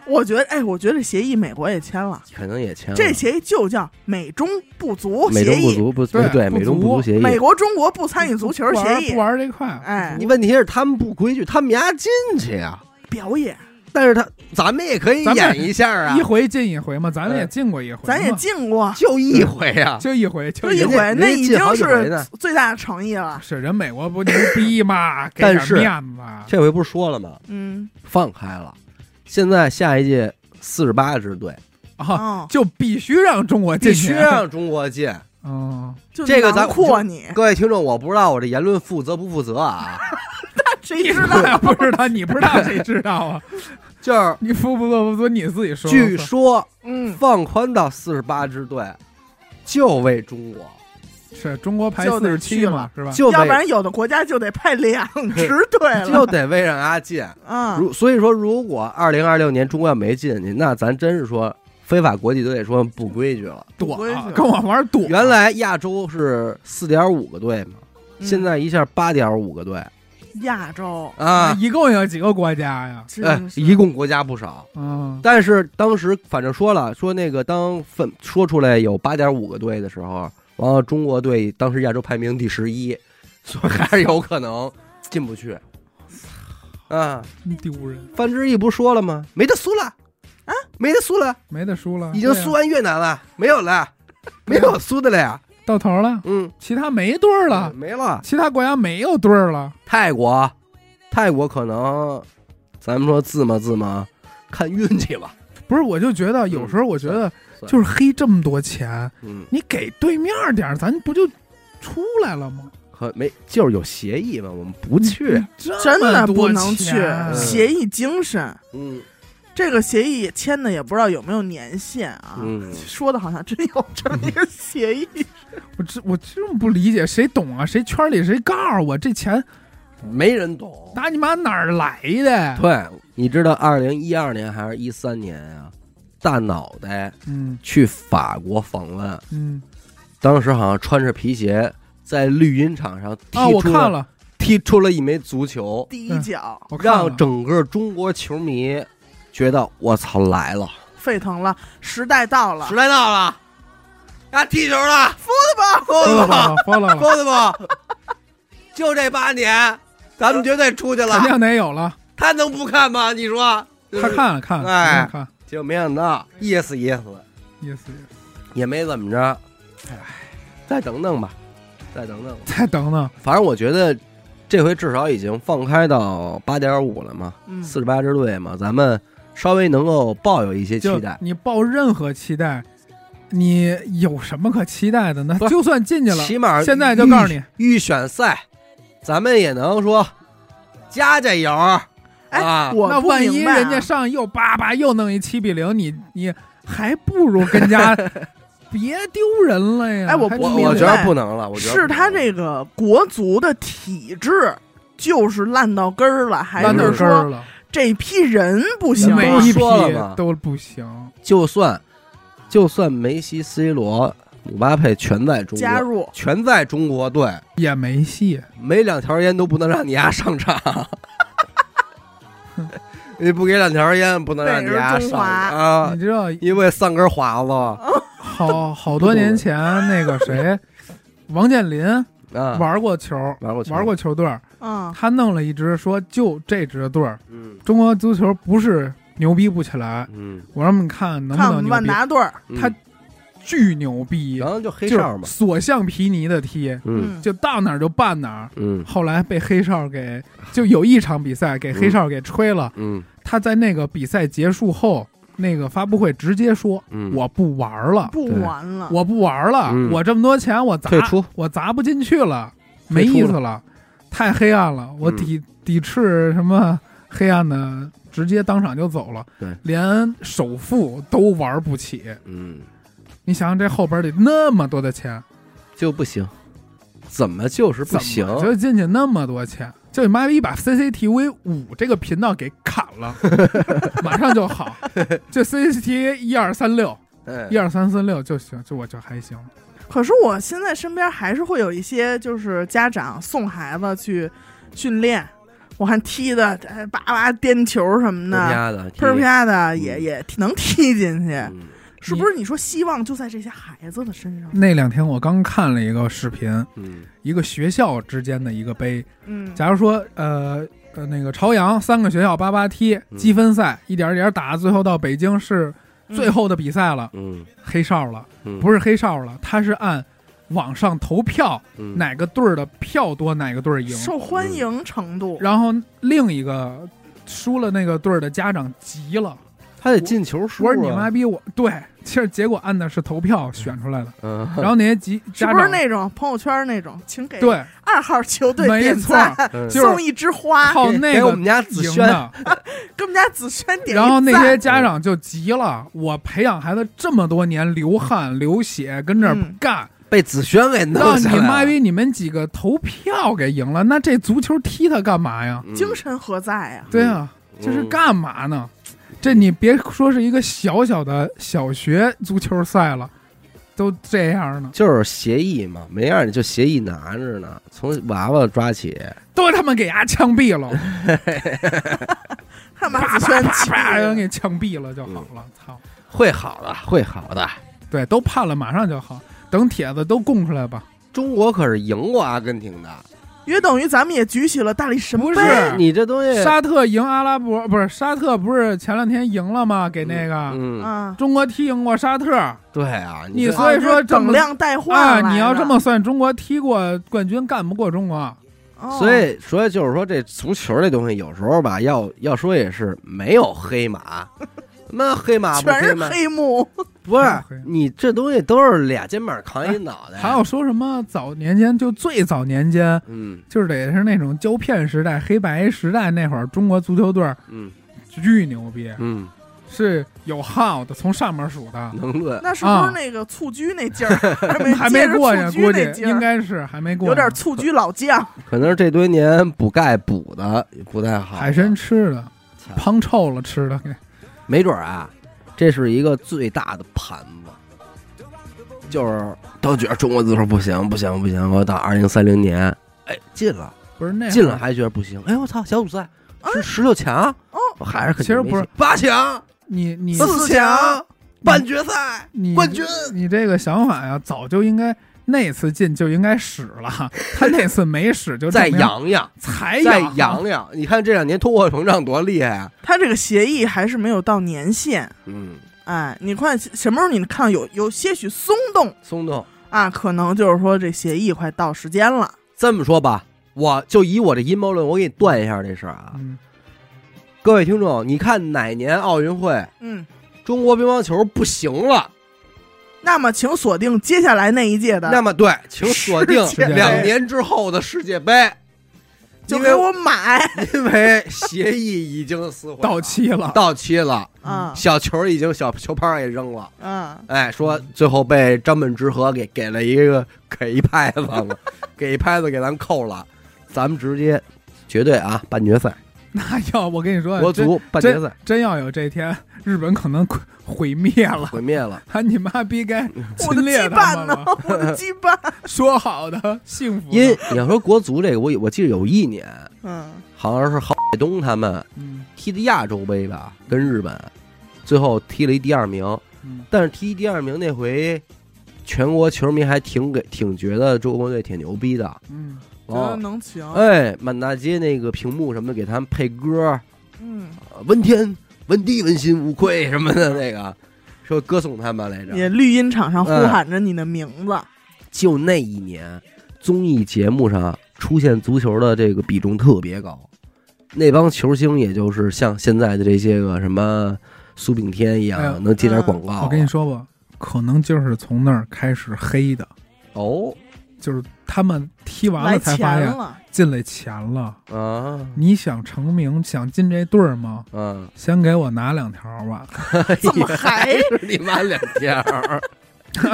[SPEAKER 2] 我觉得哎，我觉得这协议美国也签了，
[SPEAKER 1] 可能也签了。
[SPEAKER 2] 这协议就叫美中不足
[SPEAKER 1] 嗯美
[SPEAKER 2] 协
[SPEAKER 1] 中不
[SPEAKER 2] 议，
[SPEAKER 1] 足不
[SPEAKER 3] 对
[SPEAKER 1] 不对，
[SPEAKER 3] 不
[SPEAKER 1] 美中
[SPEAKER 3] 足
[SPEAKER 1] 不足协
[SPEAKER 2] 美
[SPEAKER 1] 议。
[SPEAKER 2] 国中国不参与足球
[SPEAKER 3] 不玩
[SPEAKER 2] 协
[SPEAKER 3] 不
[SPEAKER 2] 议，
[SPEAKER 3] 玩这块，
[SPEAKER 2] 哎
[SPEAKER 1] 你，问题是他们不规矩，他们家进去啊，
[SPEAKER 2] 表演，
[SPEAKER 1] 但是他咱们也可以
[SPEAKER 3] 咱们
[SPEAKER 1] 演一下啊
[SPEAKER 3] 一，回进一回嘛，咱
[SPEAKER 1] 嗯
[SPEAKER 3] 们也进过一回嘛，
[SPEAKER 2] 咱也进过，
[SPEAKER 1] 就一回啊，
[SPEAKER 3] 就一回，就
[SPEAKER 2] 就
[SPEAKER 3] 一
[SPEAKER 2] 一
[SPEAKER 1] 人
[SPEAKER 3] 回
[SPEAKER 1] 家
[SPEAKER 2] 回，那
[SPEAKER 1] 人家
[SPEAKER 2] 已
[SPEAKER 1] 进好
[SPEAKER 2] 经
[SPEAKER 1] 几回呢
[SPEAKER 2] 是最大的诚意了。
[SPEAKER 3] 是人美国不牛逼 嘛，给
[SPEAKER 1] 但
[SPEAKER 3] 点
[SPEAKER 1] 是
[SPEAKER 3] 面子，
[SPEAKER 1] 这回不是说了吗？
[SPEAKER 2] 嗯，
[SPEAKER 1] 放开了，现在下一届四十八支队
[SPEAKER 3] 啊，
[SPEAKER 2] 哦，
[SPEAKER 3] 就必须让中国进
[SPEAKER 1] 必
[SPEAKER 3] 去
[SPEAKER 1] 须，啊让中国 进。
[SPEAKER 3] 嗯，
[SPEAKER 2] 就
[SPEAKER 1] 这个咱
[SPEAKER 2] 囊 括你，
[SPEAKER 1] 各位听众，我不知道我这言论负责不负责啊，
[SPEAKER 2] 谁
[SPEAKER 3] 你
[SPEAKER 2] 知
[SPEAKER 3] 知
[SPEAKER 2] 道？
[SPEAKER 3] 道不知道？你不知道谁知道 啊？
[SPEAKER 1] 就是
[SPEAKER 3] 你服不服不服？你自己说。
[SPEAKER 1] 据说
[SPEAKER 2] 嗯，
[SPEAKER 1] 放宽到四十八支队，就为中国，
[SPEAKER 3] 是中国排
[SPEAKER 2] 就
[SPEAKER 3] 四
[SPEAKER 2] 得
[SPEAKER 3] 十
[SPEAKER 2] 去
[SPEAKER 3] 七嘛
[SPEAKER 2] 了，
[SPEAKER 3] 是吧？
[SPEAKER 1] 就
[SPEAKER 2] 要 不
[SPEAKER 1] 得
[SPEAKER 2] 然有的国家就得派两支队
[SPEAKER 1] 就
[SPEAKER 2] 了。
[SPEAKER 1] 得为让他进。
[SPEAKER 2] 嗯，
[SPEAKER 1] 如所以说，如果二零二六年中国要没进去，那咱真是说非法国际队说不规矩了。
[SPEAKER 3] 躲
[SPEAKER 2] 不规
[SPEAKER 3] 啊
[SPEAKER 2] 矩
[SPEAKER 3] 跟我玩躲。
[SPEAKER 1] 原来亚洲是四点五个队嘛，
[SPEAKER 2] 嗯
[SPEAKER 1] 现在一下八点五个队
[SPEAKER 2] 亚洲
[SPEAKER 1] 啊，
[SPEAKER 3] 一共有几个国家呀？
[SPEAKER 1] 哎
[SPEAKER 2] 真，是
[SPEAKER 1] 一共国家不少。
[SPEAKER 3] 嗯，
[SPEAKER 1] 但是当时反正说了，说那个当分说出来有八点五个队的时候，完了中国队当时亚洲排名第十一， 所以还是有可能进不去。啊，
[SPEAKER 3] 真丢人，
[SPEAKER 1] 范志毅不说了吗？没得输了啊，没得输了，
[SPEAKER 3] 没得输了，
[SPEAKER 1] 已经
[SPEAKER 3] 对呀
[SPEAKER 1] 输完越南了，没有了，没有输的了呀。
[SPEAKER 3] 到头了，
[SPEAKER 1] 嗯，
[SPEAKER 3] 其他没对儿了，
[SPEAKER 1] 没了。
[SPEAKER 3] 其他国家没有对儿了。
[SPEAKER 1] 泰国，泰国可能，咱们说自嘛自嘛，看运气吧。
[SPEAKER 3] 不是，我就觉得有时候，我觉得
[SPEAKER 1] 算
[SPEAKER 3] 就是黑这么多钱，
[SPEAKER 1] 嗯，
[SPEAKER 3] 你给对面儿点儿，咱不就出来了吗？
[SPEAKER 1] 可没就是有协议嘛，我们不去。
[SPEAKER 3] 这
[SPEAKER 2] 真
[SPEAKER 3] 么
[SPEAKER 2] 的
[SPEAKER 3] 多
[SPEAKER 2] 不能去
[SPEAKER 3] 钱，
[SPEAKER 2] 协议精神。
[SPEAKER 1] 嗯
[SPEAKER 2] 这个协议签的也不知道有没有年限啊，
[SPEAKER 1] 嗯
[SPEAKER 2] 说的好像真有这么一个协议，
[SPEAKER 3] 我这我真不理解，谁懂啊？谁圈里谁告诉我这钱
[SPEAKER 1] 没人懂。
[SPEAKER 3] 打你妈哪儿来的？
[SPEAKER 1] 对，你知道二零一二年还是一三年啊？大脑袋
[SPEAKER 3] 嗯
[SPEAKER 1] 去法国访问，
[SPEAKER 3] 嗯
[SPEAKER 1] 当时好像穿着皮鞋在绿茵场上踢出
[SPEAKER 3] 啊，我看了，
[SPEAKER 1] 踢出了一枚足
[SPEAKER 3] 嗯
[SPEAKER 1] 球，
[SPEAKER 2] 第一脚
[SPEAKER 3] 我看了
[SPEAKER 1] 让整个中国球迷觉得我操来了，
[SPEAKER 2] 沸腾了，时代到了
[SPEAKER 1] 时代到了，呀、踢球了，疯了吧，疯了吧，
[SPEAKER 3] follow 了，
[SPEAKER 1] 疯了吧，就这八年，咱们绝对出去了
[SPEAKER 3] 肯，定得有了。
[SPEAKER 1] 他能不看吗？你说？
[SPEAKER 3] 他，看了看了，嗯
[SPEAKER 1] 哎
[SPEAKER 3] 看了
[SPEAKER 1] 结果没想到意思意思。
[SPEAKER 3] 看，意思意思。
[SPEAKER 1] 也没怎么着，哎，再等等吧，再等等吧。
[SPEAKER 3] 再等等，
[SPEAKER 1] 反正我觉得这回至少已经放开到八点五了嘛，
[SPEAKER 2] 嗯，
[SPEAKER 1] 四十八支队嘛，咱们稍微能够抱有一些期
[SPEAKER 3] 就
[SPEAKER 2] 嗯
[SPEAKER 1] 待。
[SPEAKER 3] 你抱任何期待，你有什么可期待的呢
[SPEAKER 1] 不？是
[SPEAKER 3] 就算进去了，
[SPEAKER 1] 起码
[SPEAKER 3] 现在就告诉你，
[SPEAKER 1] 预选赛，咱们也能说加加油，
[SPEAKER 2] 哎，
[SPEAKER 1] 啊
[SPEAKER 2] 我
[SPEAKER 3] 那
[SPEAKER 2] 不
[SPEAKER 3] 万一
[SPEAKER 2] 明白啊
[SPEAKER 3] 人家上又叭叭又弄一七比零，你你还不如 跟家别丢人了呀！
[SPEAKER 2] 哎我
[SPEAKER 3] 还
[SPEAKER 1] 我
[SPEAKER 2] 不明
[SPEAKER 1] 我
[SPEAKER 2] 白
[SPEAKER 1] 觉得不能了，我觉得
[SPEAKER 2] 是他
[SPEAKER 1] 不能了
[SPEAKER 2] 这个国足的体制就是烂到根儿了，还
[SPEAKER 3] 烂
[SPEAKER 2] 是
[SPEAKER 3] 到根儿
[SPEAKER 2] 说
[SPEAKER 3] 了，
[SPEAKER 2] 这批人不行
[SPEAKER 1] 行
[SPEAKER 3] 每
[SPEAKER 1] 不
[SPEAKER 2] 啊？
[SPEAKER 1] 是
[SPEAKER 3] 一批
[SPEAKER 1] 说了吗
[SPEAKER 3] 都不行。
[SPEAKER 1] 就算就算梅西、C 罗、姆巴佩全在中
[SPEAKER 2] 加
[SPEAKER 1] 国，
[SPEAKER 2] 入
[SPEAKER 1] 全在中国队，
[SPEAKER 3] 也没戏，
[SPEAKER 2] 啊
[SPEAKER 1] 没两条烟都不能让你丫上 场。你不给两条烟，不能让你丫
[SPEAKER 2] 北儿中
[SPEAKER 1] 上
[SPEAKER 2] 华
[SPEAKER 1] 啊
[SPEAKER 3] 你！知道
[SPEAKER 1] 因为三根华
[SPEAKER 3] 嗯
[SPEAKER 1] 子
[SPEAKER 3] 好好多年前那个谁，王健林
[SPEAKER 1] 啊，
[SPEAKER 3] 玩过球，
[SPEAKER 1] 玩过球
[SPEAKER 3] 玩，过球队儿，
[SPEAKER 2] 嗯，
[SPEAKER 3] 他弄了一支说就这支队儿，
[SPEAKER 1] 嗯
[SPEAKER 3] 中国足球不是牛逼不起来，
[SPEAKER 1] 嗯，
[SPEAKER 3] 我让你们看能不
[SPEAKER 2] 看我们
[SPEAKER 3] 能牛
[SPEAKER 2] 万
[SPEAKER 3] 逼，
[SPEAKER 2] 达队儿，
[SPEAKER 1] 嗯
[SPEAKER 3] 他巨牛逼
[SPEAKER 1] 然，后就黑
[SPEAKER 3] 就
[SPEAKER 1] 哨嘛
[SPEAKER 3] 是，所向披靡的踢，
[SPEAKER 1] 嗯
[SPEAKER 3] 就到哪儿就办哪儿。
[SPEAKER 1] 嗯
[SPEAKER 3] 后来被黑哨给，就有一场比赛给黑哨给吹了。
[SPEAKER 1] 嗯
[SPEAKER 3] 他在那个比赛结束后，那个发布会直接说
[SPEAKER 1] 嗯，：“
[SPEAKER 3] 我不玩了，
[SPEAKER 2] 不
[SPEAKER 1] 对
[SPEAKER 2] 玩了，
[SPEAKER 3] 我不玩了，
[SPEAKER 1] 嗯
[SPEAKER 3] 我这么多钱我砸
[SPEAKER 1] 退出，
[SPEAKER 3] 我砸不进去了，没
[SPEAKER 1] 退出
[SPEAKER 3] 意思了，太黑暗了，我
[SPEAKER 1] 嗯
[SPEAKER 3] 抵、抵制什么黑暗的，直接当场就走了，
[SPEAKER 1] 对
[SPEAKER 3] 连首富都玩不起。
[SPEAKER 1] 嗯
[SPEAKER 3] 你想想这后边得那么多的钱，
[SPEAKER 1] 就不行，怎么就是不行
[SPEAKER 3] 怎？么就进去那么多钱，就你妈逼把 CCTV 五这个频道给砍了， 马上就好，就 CCTV 一二三六
[SPEAKER 1] 哎
[SPEAKER 3] 一二三四六就行，就我就还行。
[SPEAKER 2] 可是我现在身边还是会有一些就是家长送孩子去训练，我看踢的哎叭叭颠球什么的，
[SPEAKER 1] 啪的，
[SPEAKER 2] 喷儿啪的
[SPEAKER 1] 嗯
[SPEAKER 2] 也也能踢进去，
[SPEAKER 1] 嗯
[SPEAKER 2] 是不是？你说希望就在这些孩子的身上？
[SPEAKER 3] 那两天我刚看了一个视频，
[SPEAKER 1] 嗯
[SPEAKER 3] 一个学校之间的一个杯。
[SPEAKER 2] 嗯，
[SPEAKER 3] 假如说，呃呃，那个朝阳三个学校八八踢
[SPEAKER 1] 嗯
[SPEAKER 3] 积分赛，一点儿一点儿打，最后到北京是
[SPEAKER 2] 嗯
[SPEAKER 3] 最后的比赛了，
[SPEAKER 1] 嗯
[SPEAKER 3] 黑哨了，
[SPEAKER 1] 嗯，
[SPEAKER 3] 不是黑哨了，他是按网上投票，
[SPEAKER 1] 嗯
[SPEAKER 3] 哪个队儿的票多，哪个队儿
[SPEAKER 2] 嗯
[SPEAKER 3] 赢。
[SPEAKER 2] 受欢迎程度，
[SPEAKER 3] 然后另一个输了那个队儿的家长急了，
[SPEAKER 1] 他得进球数
[SPEAKER 3] 我
[SPEAKER 1] 啊，
[SPEAKER 3] 说你妈逼我！对，其实结果按的是投票选出来的。
[SPEAKER 1] 嗯，
[SPEAKER 3] 然后那些急
[SPEAKER 2] 是
[SPEAKER 3] 家
[SPEAKER 2] 不是
[SPEAKER 3] 长
[SPEAKER 2] 那种朋友圈那种，请给
[SPEAKER 3] 对
[SPEAKER 2] 二号球队
[SPEAKER 3] 没
[SPEAKER 2] 点
[SPEAKER 3] 错
[SPEAKER 2] 赞，
[SPEAKER 1] 嗯
[SPEAKER 3] 就是
[SPEAKER 2] 送一枝花，
[SPEAKER 3] 靠
[SPEAKER 1] 给
[SPEAKER 3] 那
[SPEAKER 1] 给我
[SPEAKER 3] 个
[SPEAKER 1] 们家子
[SPEAKER 3] 赢
[SPEAKER 1] 轩
[SPEAKER 3] 的，
[SPEAKER 2] 给我们家子轩点一赞。
[SPEAKER 3] 然后那些家长就急了，我培养孩子这么多年流汗流血跟这儿
[SPEAKER 2] 嗯
[SPEAKER 3] 干，
[SPEAKER 1] 被子轩给弄
[SPEAKER 3] 让
[SPEAKER 1] 下
[SPEAKER 3] 你妈
[SPEAKER 1] 来了，
[SPEAKER 3] 逼你们几个投票给赢了，那这足球踢他干嘛呀？
[SPEAKER 1] 嗯
[SPEAKER 2] 精神何在呀、
[SPEAKER 3] 对啊，这是干嘛呢？这你别说是一个小小的小学足球赛了，都这样呢，
[SPEAKER 1] 就是协议嘛，没让你就协议拿着呢，从娃娃抓起，
[SPEAKER 3] 都他妈给伢枪毙了，
[SPEAKER 2] 看把
[SPEAKER 3] 啪
[SPEAKER 2] 子
[SPEAKER 3] 啪
[SPEAKER 2] 轩
[SPEAKER 3] 啪
[SPEAKER 2] 气
[SPEAKER 3] 啪
[SPEAKER 2] 的
[SPEAKER 3] 人给枪毙了就好
[SPEAKER 1] 嗯
[SPEAKER 3] 了，操！
[SPEAKER 1] 会好的，会好的。
[SPEAKER 3] 对，都判了，马上就好，等帖子都供出来吧。
[SPEAKER 1] 中国可是赢过阿根廷的，
[SPEAKER 2] 约等于咱们也举起了大力神
[SPEAKER 3] 不是
[SPEAKER 2] 杯，
[SPEAKER 1] 你这东西，
[SPEAKER 3] 沙特赢阿拉伯不是沙特不是前两天赢了吗？给那个、
[SPEAKER 1] 嗯，
[SPEAKER 2] 啊，
[SPEAKER 3] 中国踢赢过沙特啊、
[SPEAKER 1] 对啊，
[SPEAKER 3] 你
[SPEAKER 1] 这
[SPEAKER 3] 所以说
[SPEAKER 2] 啊就是
[SPEAKER 3] 这么
[SPEAKER 2] 等量代换来的
[SPEAKER 3] 你要这么算，中国踢过冠军，干不过中国。
[SPEAKER 2] 哦
[SPEAKER 1] 所以，所以就是说，这足球这东西有时候吧，要要说也是没有黑 马，那黑马不
[SPEAKER 2] 全是
[SPEAKER 1] 马，
[SPEAKER 2] 黑幕，
[SPEAKER 1] 不是
[SPEAKER 3] 黑
[SPEAKER 1] 你这东西都是俩肩膀扛一脑袋，
[SPEAKER 3] 还有说什么早年间就最早年间，
[SPEAKER 1] 嗯
[SPEAKER 3] 就是得是那种胶片时代、黑白时代那会儿，中国足球队儿
[SPEAKER 1] 嗯
[SPEAKER 3] 巨牛逼，
[SPEAKER 1] 嗯，
[SPEAKER 3] 是有号的，从上面数
[SPEAKER 2] 嗯
[SPEAKER 3] 的，
[SPEAKER 1] 能论，
[SPEAKER 2] 那是不是那个蹴鞠那劲儿还没
[SPEAKER 3] 啊还
[SPEAKER 2] 接
[SPEAKER 3] 没
[SPEAKER 2] 着
[SPEAKER 3] 过呢，
[SPEAKER 2] 蹴鞠
[SPEAKER 3] 估计
[SPEAKER 2] 那劲
[SPEAKER 3] 应
[SPEAKER 2] 儿？
[SPEAKER 3] 该是还没过呢，
[SPEAKER 2] 有点蹴鞠老将，
[SPEAKER 1] 可能是这堆年补钙补的也不太好，
[SPEAKER 3] 海参吃的
[SPEAKER 1] 操
[SPEAKER 3] 胖臭了吃的，给
[SPEAKER 1] 没准儿啊，这是一个最大的盘子，就是都觉得中国足球不行不行不行，我到二零三零年，哎进了
[SPEAKER 3] 不是那会儿
[SPEAKER 1] 进了还觉得不行，哎我操小组赛是十六强，
[SPEAKER 2] 哦
[SPEAKER 1] 我还是肯定
[SPEAKER 3] 其实
[SPEAKER 1] 没
[SPEAKER 3] 不是
[SPEAKER 1] 戏八强、
[SPEAKER 3] 你你
[SPEAKER 1] 四强、半决赛
[SPEAKER 3] 你
[SPEAKER 1] 冠军，
[SPEAKER 3] 你这个想法呀，早就应该那次进就应该使了，他那次没使就
[SPEAKER 1] 再
[SPEAKER 3] 证明
[SPEAKER 1] 养养
[SPEAKER 3] 才
[SPEAKER 1] 再
[SPEAKER 3] 养
[SPEAKER 1] 养养，你看这两年通货膨胀多厉害啊！
[SPEAKER 2] 他这个协议还是没有到年限。
[SPEAKER 1] 嗯，
[SPEAKER 2] 哎，你看什么时候你看到有有些许松动
[SPEAKER 1] 松动。
[SPEAKER 2] 啊？可能就是说这协议快到时间了。
[SPEAKER 1] 这么说吧，我就以我这阴谋论，我给你断一下这事儿啊。
[SPEAKER 3] 嗯，
[SPEAKER 1] 各位听众，你看哪年奥运会
[SPEAKER 2] 嗯，
[SPEAKER 1] 中国乒乓球不行了？
[SPEAKER 2] 那么请锁定接下来那一届的
[SPEAKER 1] 那么对，请锁定
[SPEAKER 2] 世界
[SPEAKER 3] 杯
[SPEAKER 1] 两年之后的世界杯。
[SPEAKER 2] 就给我买
[SPEAKER 1] 因为协议已经撕毁了
[SPEAKER 3] 到期了，
[SPEAKER 1] 到期了，
[SPEAKER 2] 啊
[SPEAKER 1] 小球已经小球拍也扔了。
[SPEAKER 2] 啊！
[SPEAKER 1] 哎，说最后被张本智和给给了一个 给一拍子 了，给一拍子给咱们扣了，咱们直接绝对啊半决赛，
[SPEAKER 3] 那要我跟你说，啊
[SPEAKER 1] 国
[SPEAKER 3] 真
[SPEAKER 1] 足半决赛
[SPEAKER 3] 真要有这一天，日本可能毁毁灭了。
[SPEAKER 1] 毁灭了。
[SPEAKER 3] 啊，你妈逼该
[SPEAKER 1] 嗯
[SPEAKER 2] 我的
[SPEAKER 3] 侵
[SPEAKER 2] 羁
[SPEAKER 3] 略他
[SPEAKER 2] 绊
[SPEAKER 3] 们
[SPEAKER 2] 呢
[SPEAKER 3] 了！？
[SPEAKER 2] 我的羁绊，
[SPEAKER 3] 说好的幸福的，
[SPEAKER 1] 因为你要说国足这个，我有我记得有一年
[SPEAKER 2] 嗯，
[SPEAKER 1] 好像是郝海东他们
[SPEAKER 3] 嗯
[SPEAKER 1] 踢的亚洲杯吧，跟日本，最后踢了一第二名，
[SPEAKER 3] 嗯
[SPEAKER 1] 但是踢第二名那回，全国球迷还挺给挺觉得中国队挺牛逼的，
[SPEAKER 3] 嗯，
[SPEAKER 2] 觉得
[SPEAKER 1] 哦，
[SPEAKER 2] 能行，
[SPEAKER 1] 哎，满大街那个屏幕什么的给他们配歌，
[SPEAKER 2] 嗯，
[SPEAKER 1] 呃文天文地问心无愧什么的那个，说歌颂他们来
[SPEAKER 2] 也
[SPEAKER 1] 着。
[SPEAKER 2] 绿茵场上呼
[SPEAKER 1] 嗯
[SPEAKER 2] 喊着你的名字，
[SPEAKER 1] 就那一年，综艺节目上出现足球的这个比重特别高，那帮球星也就是像现在的这些个什么苏炳添一
[SPEAKER 3] 哎呦
[SPEAKER 1] 样，能接点广告。
[SPEAKER 3] 我跟你说吧，可能就是从那儿开始黑的，
[SPEAKER 1] 哦
[SPEAKER 3] 就是他们踢嗯完
[SPEAKER 2] 来
[SPEAKER 3] 了才
[SPEAKER 2] 钱
[SPEAKER 3] 发现
[SPEAKER 2] 了，
[SPEAKER 3] 进来钱了。
[SPEAKER 1] 啊
[SPEAKER 3] 你想成名，想进这队儿吗？
[SPEAKER 1] 嗯，
[SPEAKER 3] 先给我拿两条 吧，
[SPEAKER 2] 怎么还
[SPEAKER 1] 是你妈两条儿，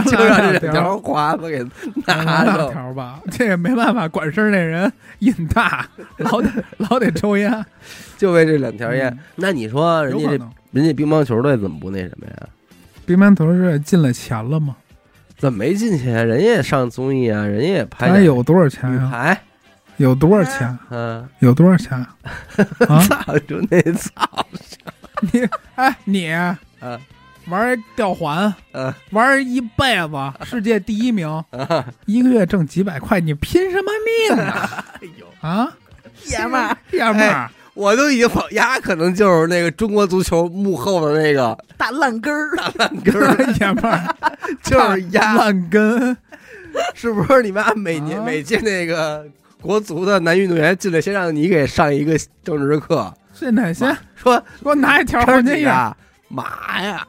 [SPEAKER 1] 就
[SPEAKER 3] 拿
[SPEAKER 1] 让这
[SPEAKER 3] 条
[SPEAKER 1] 两条华子给拿
[SPEAKER 3] 拿两
[SPEAKER 1] 着。
[SPEAKER 3] 条吧，这也没办法，管事儿那人瘾 大，老得老得抽烟。嗯
[SPEAKER 1] 就为这两条 烟。那你说人
[SPEAKER 3] 有
[SPEAKER 1] 家
[SPEAKER 3] 可
[SPEAKER 1] 这
[SPEAKER 3] 能，
[SPEAKER 1] 人家乒乓球队怎么不那什么呀？
[SPEAKER 3] 乒乓球是进了钱了吗？
[SPEAKER 1] 怎么没进去啊？人家也上综艺啊，人家也拍
[SPEAKER 3] 他
[SPEAKER 1] 点
[SPEAKER 3] 有多少钱
[SPEAKER 1] 女
[SPEAKER 3] 呀、
[SPEAKER 1] 排，
[SPEAKER 3] 有多少
[SPEAKER 2] 哎
[SPEAKER 3] 钱？
[SPEAKER 1] 嗯，
[SPEAKER 3] 有多少 钱啊？啊
[SPEAKER 1] 操，就那操，
[SPEAKER 3] 你哎，你
[SPEAKER 1] 啊
[SPEAKER 3] 玩一吊环，
[SPEAKER 1] 啊
[SPEAKER 3] 玩一辈 子世界第一名，
[SPEAKER 1] 啊！
[SPEAKER 3] 一个月挣几百块，你拼什么命 啊？
[SPEAKER 1] 哎呦，
[SPEAKER 3] 啊，
[SPEAKER 2] 爷们 儿
[SPEAKER 3] 爷们儿，
[SPEAKER 1] 我都已经跑，丫可能就是那个中国足球幕后的那个
[SPEAKER 2] 打烂根儿，
[SPEAKER 1] 烂根儿，
[SPEAKER 3] 爷们儿，
[SPEAKER 1] 就是丫，
[SPEAKER 3] 烂根，
[SPEAKER 1] 是不是？你妈每年、
[SPEAKER 3] 啊
[SPEAKER 1] 每届那个国足的男运动员进来，先让你给上一个政治课，
[SPEAKER 3] 这哪些？
[SPEAKER 1] 说
[SPEAKER 3] 给我拿一条
[SPEAKER 1] 哥
[SPEAKER 3] 黄
[SPEAKER 1] 儿
[SPEAKER 3] 金
[SPEAKER 1] 几
[SPEAKER 3] 眼，
[SPEAKER 1] 呀，嘛呀，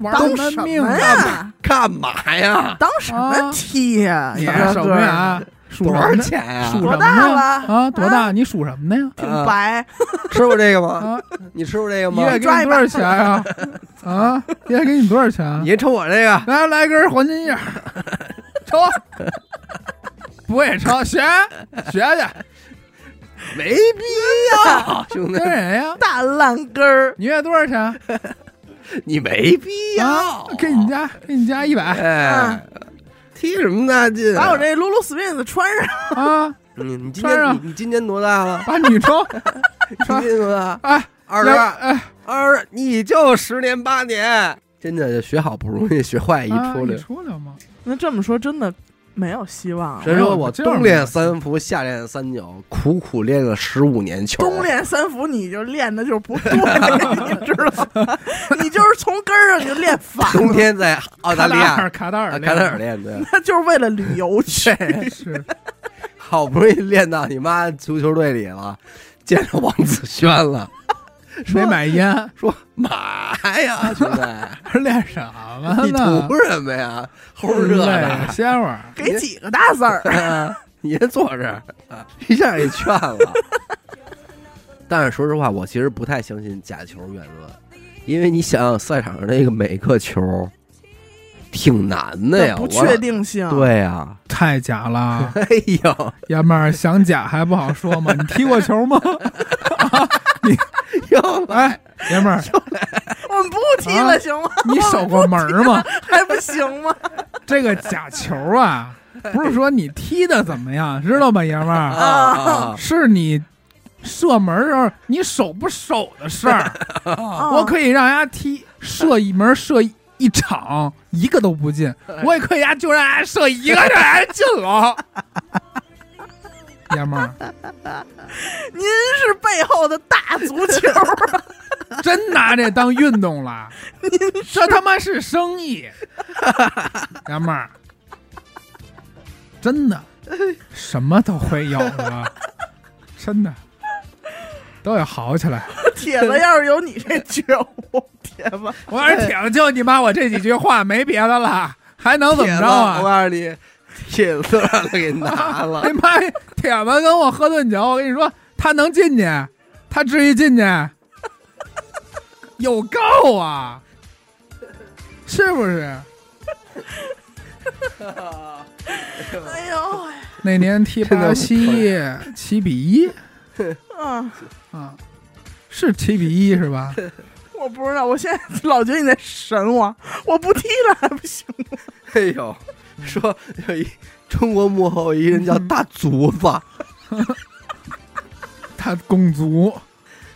[SPEAKER 3] 玩
[SPEAKER 2] 当
[SPEAKER 3] 什
[SPEAKER 2] 什
[SPEAKER 3] 么
[SPEAKER 2] 么
[SPEAKER 3] 命啊？
[SPEAKER 2] 哎呀？
[SPEAKER 1] 干嘛呀？
[SPEAKER 2] 当什么踢 呀？
[SPEAKER 3] 你
[SPEAKER 2] 小哥
[SPEAKER 3] 手么呀？数
[SPEAKER 1] 多
[SPEAKER 3] 什
[SPEAKER 1] 少
[SPEAKER 3] 么呢？
[SPEAKER 1] 钱呀？
[SPEAKER 3] 数什
[SPEAKER 2] 多
[SPEAKER 3] 么
[SPEAKER 2] 大了
[SPEAKER 3] 呢？啊，多大？你数什么呢呀？
[SPEAKER 2] 挺白，
[SPEAKER 1] 吃过这个吗？
[SPEAKER 3] 啊，
[SPEAKER 1] 你吃过这个
[SPEAKER 3] 一
[SPEAKER 1] 吗？
[SPEAKER 3] 月给你多少钱啊？啊，一月给你多少钱啊？
[SPEAKER 1] 你瞅我这个，
[SPEAKER 3] 来来根黄金叶儿，抽，不会抽，学学去，
[SPEAKER 1] 没必
[SPEAKER 3] 啊
[SPEAKER 1] 要，兄弟
[SPEAKER 3] 跟，谁呀？
[SPEAKER 2] 大烂根儿，
[SPEAKER 3] 你月多少钱？
[SPEAKER 1] 你没必
[SPEAKER 3] 啊
[SPEAKER 1] 要，，
[SPEAKER 3] 给啊你家，给你家一百
[SPEAKER 1] 哎，踢什么大劲啊？
[SPEAKER 2] 把我这 Lulu Swings 穿上，
[SPEAKER 3] 啊，
[SPEAKER 1] 你你今
[SPEAKER 3] 穿
[SPEAKER 1] 年
[SPEAKER 3] 上
[SPEAKER 1] 你你今年多大了？
[SPEAKER 3] 把女抽，
[SPEAKER 1] 你今年多大？
[SPEAKER 3] 哎，
[SPEAKER 1] 二十二，
[SPEAKER 3] 哎，
[SPEAKER 1] 二十，你就十年八年，真的就学好不容易，学坏一
[SPEAKER 3] 啊
[SPEAKER 1] 出
[SPEAKER 3] 你
[SPEAKER 1] 溜。
[SPEAKER 3] 出溜吗？
[SPEAKER 2] 那这么说真的没有希望啊了。
[SPEAKER 1] 谁说我
[SPEAKER 3] 这样
[SPEAKER 1] 冬
[SPEAKER 3] 吧
[SPEAKER 1] 练三伏，夏练三九，苦苦练了十五年球，
[SPEAKER 2] 冬练三伏，你就练的就是不对， 你知道吗？你就是从根儿上就练反
[SPEAKER 1] 冬
[SPEAKER 2] 了，
[SPEAKER 1] 天在澳大利亚、
[SPEAKER 3] 卡塔
[SPEAKER 1] 啊
[SPEAKER 3] 尔，
[SPEAKER 1] 卡塔尔，练的，
[SPEAKER 2] 那就是为了旅游去。
[SPEAKER 3] 是
[SPEAKER 1] 好不容易练到你妈足球队里了，见着王子轩了，
[SPEAKER 3] 没买烟，
[SPEAKER 1] 说嘛呀，兄弟，
[SPEAKER 3] 练什么
[SPEAKER 1] 你
[SPEAKER 3] 呢
[SPEAKER 1] 图？什么呀？齁热
[SPEAKER 3] 累啊
[SPEAKER 1] 的，
[SPEAKER 3] 歇会儿。
[SPEAKER 2] 给几个大字儿，
[SPEAKER 1] 啊 你先坐这儿，啊一下给劝了。但是说实话，我其实不太相信假球理论，因为你想想赛场上那个每个球，挺难的呀，
[SPEAKER 2] 不
[SPEAKER 1] 我
[SPEAKER 2] 确。定性。，
[SPEAKER 1] 对呀、，
[SPEAKER 3] 太假了
[SPEAKER 1] 哎呦，
[SPEAKER 3] 爷们儿想假还不好说吗？你踢过球吗？
[SPEAKER 1] 又
[SPEAKER 3] 哎，爷们儿，
[SPEAKER 2] 我们不踢
[SPEAKER 1] 啊
[SPEAKER 2] 了，行吗？
[SPEAKER 3] 你守过门吗？
[SPEAKER 2] 还不行吗？
[SPEAKER 3] 这个假球啊，不是说你踢的怎么样，知道吗，爷们儿？
[SPEAKER 1] 啊！
[SPEAKER 3] 是你射门时候你守不守的事儿。啊
[SPEAKER 2] 啊
[SPEAKER 3] 我可以让人家踢射一门射一场一个都不进，我也可以呀，就让人家射一个，让人家进 了。爷们儿，
[SPEAKER 2] 您是背后的大足球，
[SPEAKER 3] 真拿这当运动了，这他妈是生意，爷们儿，真的什么都会有的，真的都得好起来。
[SPEAKER 2] 铁子要是有你这觉悟，铁子
[SPEAKER 3] 我要是铁了，就你妈我这几句话，没别的了，还能怎么着
[SPEAKER 1] 我
[SPEAKER 3] 啊？
[SPEAKER 1] 告诉你，铁子让他给拿 了
[SPEAKER 3] 哎。妈，呀，铁子跟我喝顿酒，我跟你说，他能进去，他至于进去？有够啊！是不是？
[SPEAKER 2] 哎呦喂，
[SPEAKER 3] 那年踢巴西七比一
[SPEAKER 2] 嗯，
[SPEAKER 3] 啊，是七比一是吧？
[SPEAKER 2] 我不知道，我现在 老觉得你在审我，我不踢了还不行？
[SPEAKER 1] 哎呦，说有一中国幕后一人叫大足子，
[SPEAKER 3] 他拱足，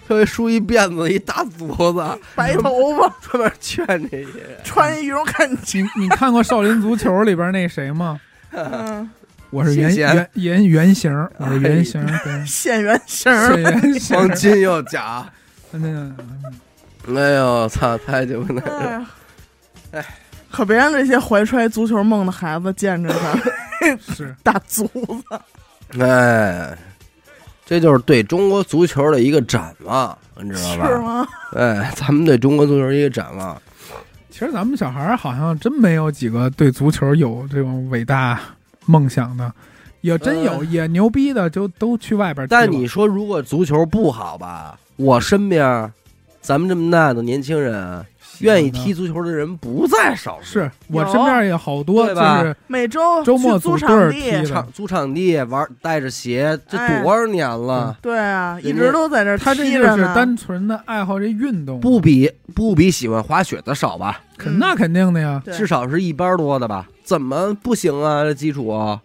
[SPEAKER 1] 说一梳一辫子一大足子，
[SPEAKER 2] 白头发，
[SPEAKER 1] 专门劝这些人。
[SPEAKER 2] 穿一羽绒坎肩，
[SPEAKER 3] 你你看过《少林足球》里边那谁吗？
[SPEAKER 2] 嗯，
[SPEAKER 3] 我是原
[SPEAKER 1] 谢谢哎
[SPEAKER 3] 原原原型儿，我是原型儿， 对，
[SPEAKER 2] 现原形儿，
[SPEAKER 3] 是原型儿
[SPEAKER 1] 黄。金又假，
[SPEAKER 3] 嗯，
[SPEAKER 1] 哎呦操，太鸡巴难
[SPEAKER 2] 哎
[SPEAKER 1] 了。
[SPEAKER 2] 呀，哎可别让这些怀揣足球梦的孩子见着咱们
[SPEAKER 3] 是
[SPEAKER 2] 大足子。嗯
[SPEAKER 1] 哎，这就是对中国足球的一个展望，你知道
[SPEAKER 2] 是
[SPEAKER 1] 吧？
[SPEAKER 2] 吗？
[SPEAKER 1] 哎，咱们对中国足球一个展望，
[SPEAKER 3] 其实咱们小孩儿好像真没有几个对足球有这种伟大梦想的，也真有
[SPEAKER 1] 呃
[SPEAKER 3] 也牛逼的，就都去外边踢了。
[SPEAKER 1] 但你说如果足球不好吧，我身边儿咱们这么大的年轻人，
[SPEAKER 2] 嗯
[SPEAKER 1] 愿意踢足球的人不在少数。
[SPEAKER 3] 是我
[SPEAKER 2] 有
[SPEAKER 3] 身边也好多，
[SPEAKER 1] 对
[SPEAKER 3] 就
[SPEAKER 1] 吧
[SPEAKER 3] 是
[SPEAKER 2] 每周
[SPEAKER 3] 周末
[SPEAKER 2] 去租
[SPEAKER 3] 组队
[SPEAKER 2] 场
[SPEAKER 3] 儿踢
[SPEAKER 2] 地，
[SPEAKER 1] 场租场地玩带着鞋，这
[SPEAKER 2] 哎
[SPEAKER 1] 多少年了？
[SPEAKER 2] 对啊，
[SPEAKER 1] 人家
[SPEAKER 2] 一直都在这儿
[SPEAKER 3] 他这
[SPEAKER 2] 踢
[SPEAKER 3] 就
[SPEAKER 2] 着
[SPEAKER 3] 是
[SPEAKER 2] 呢。
[SPEAKER 3] 单纯的爱好这运动，
[SPEAKER 1] 不嗯比不比喜欢滑雪的少吧？
[SPEAKER 3] 肯那肯定的呀。
[SPEAKER 2] 嗯对
[SPEAKER 1] 至少是一般多的吧？怎么不行啊？这基础啊！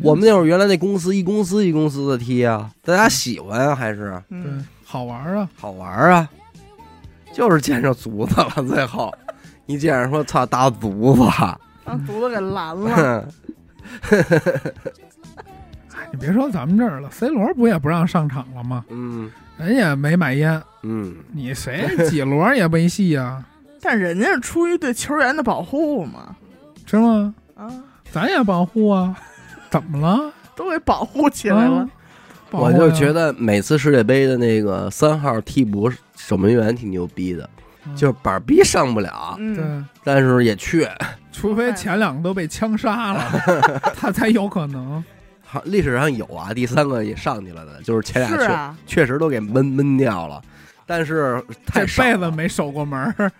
[SPEAKER 1] 我们那会儿原来那公司一公司一公司的踢啊，大家喜欢啊还是
[SPEAKER 3] 对
[SPEAKER 2] 嗯，
[SPEAKER 3] 好玩儿啊，
[SPEAKER 1] 好玩儿啊？就是见着足子了，最后一见着说操大足子，啊
[SPEAKER 2] 让足子给 拦了。
[SPEAKER 1] 哼
[SPEAKER 3] 哎你别说咱们这儿了，C 罗不也不让上场了吗？
[SPEAKER 1] 嗯
[SPEAKER 3] 人也没买烟，
[SPEAKER 1] 嗯，
[SPEAKER 3] 你谁 几轮也没戏呀、
[SPEAKER 2] 但人家是出于对球员的保护嘛，
[SPEAKER 3] 是吗？
[SPEAKER 2] 啊，
[SPEAKER 3] 咱也保 护啊，怎么了？
[SPEAKER 2] 都给保护起来了
[SPEAKER 3] 啊。保护
[SPEAKER 1] 我就
[SPEAKER 3] 呀
[SPEAKER 1] 觉得每次世界杯的那个三号替补守门员挺牛逼的，
[SPEAKER 3] 嗯
[SPEAKER 1] 就是板儿逼上不了，
[SPEAKER 2] 嗯，
[SPEAKER 3] 对，
[SPEAKER 1] 但是也去。
[SPEAKER 3] 除非前两个都被枪杀了，他才有可能。
[SPEAKER 1] 好，历史上有啊，第三个也上去了的，就是前俩
[SPEAKER 2] 是
[SPEAKER 1] 确、
[SPEAKER 2] 啊，
[SPEAKER 1] 确实都给闷闷掉了，但是
[SPEAKER 3] 这
[SPEAKER 1] 太少
[SPEAKER 3] 辈子
[SPEAKER 1] 了
[SPEAKER 3] 没守过门儿，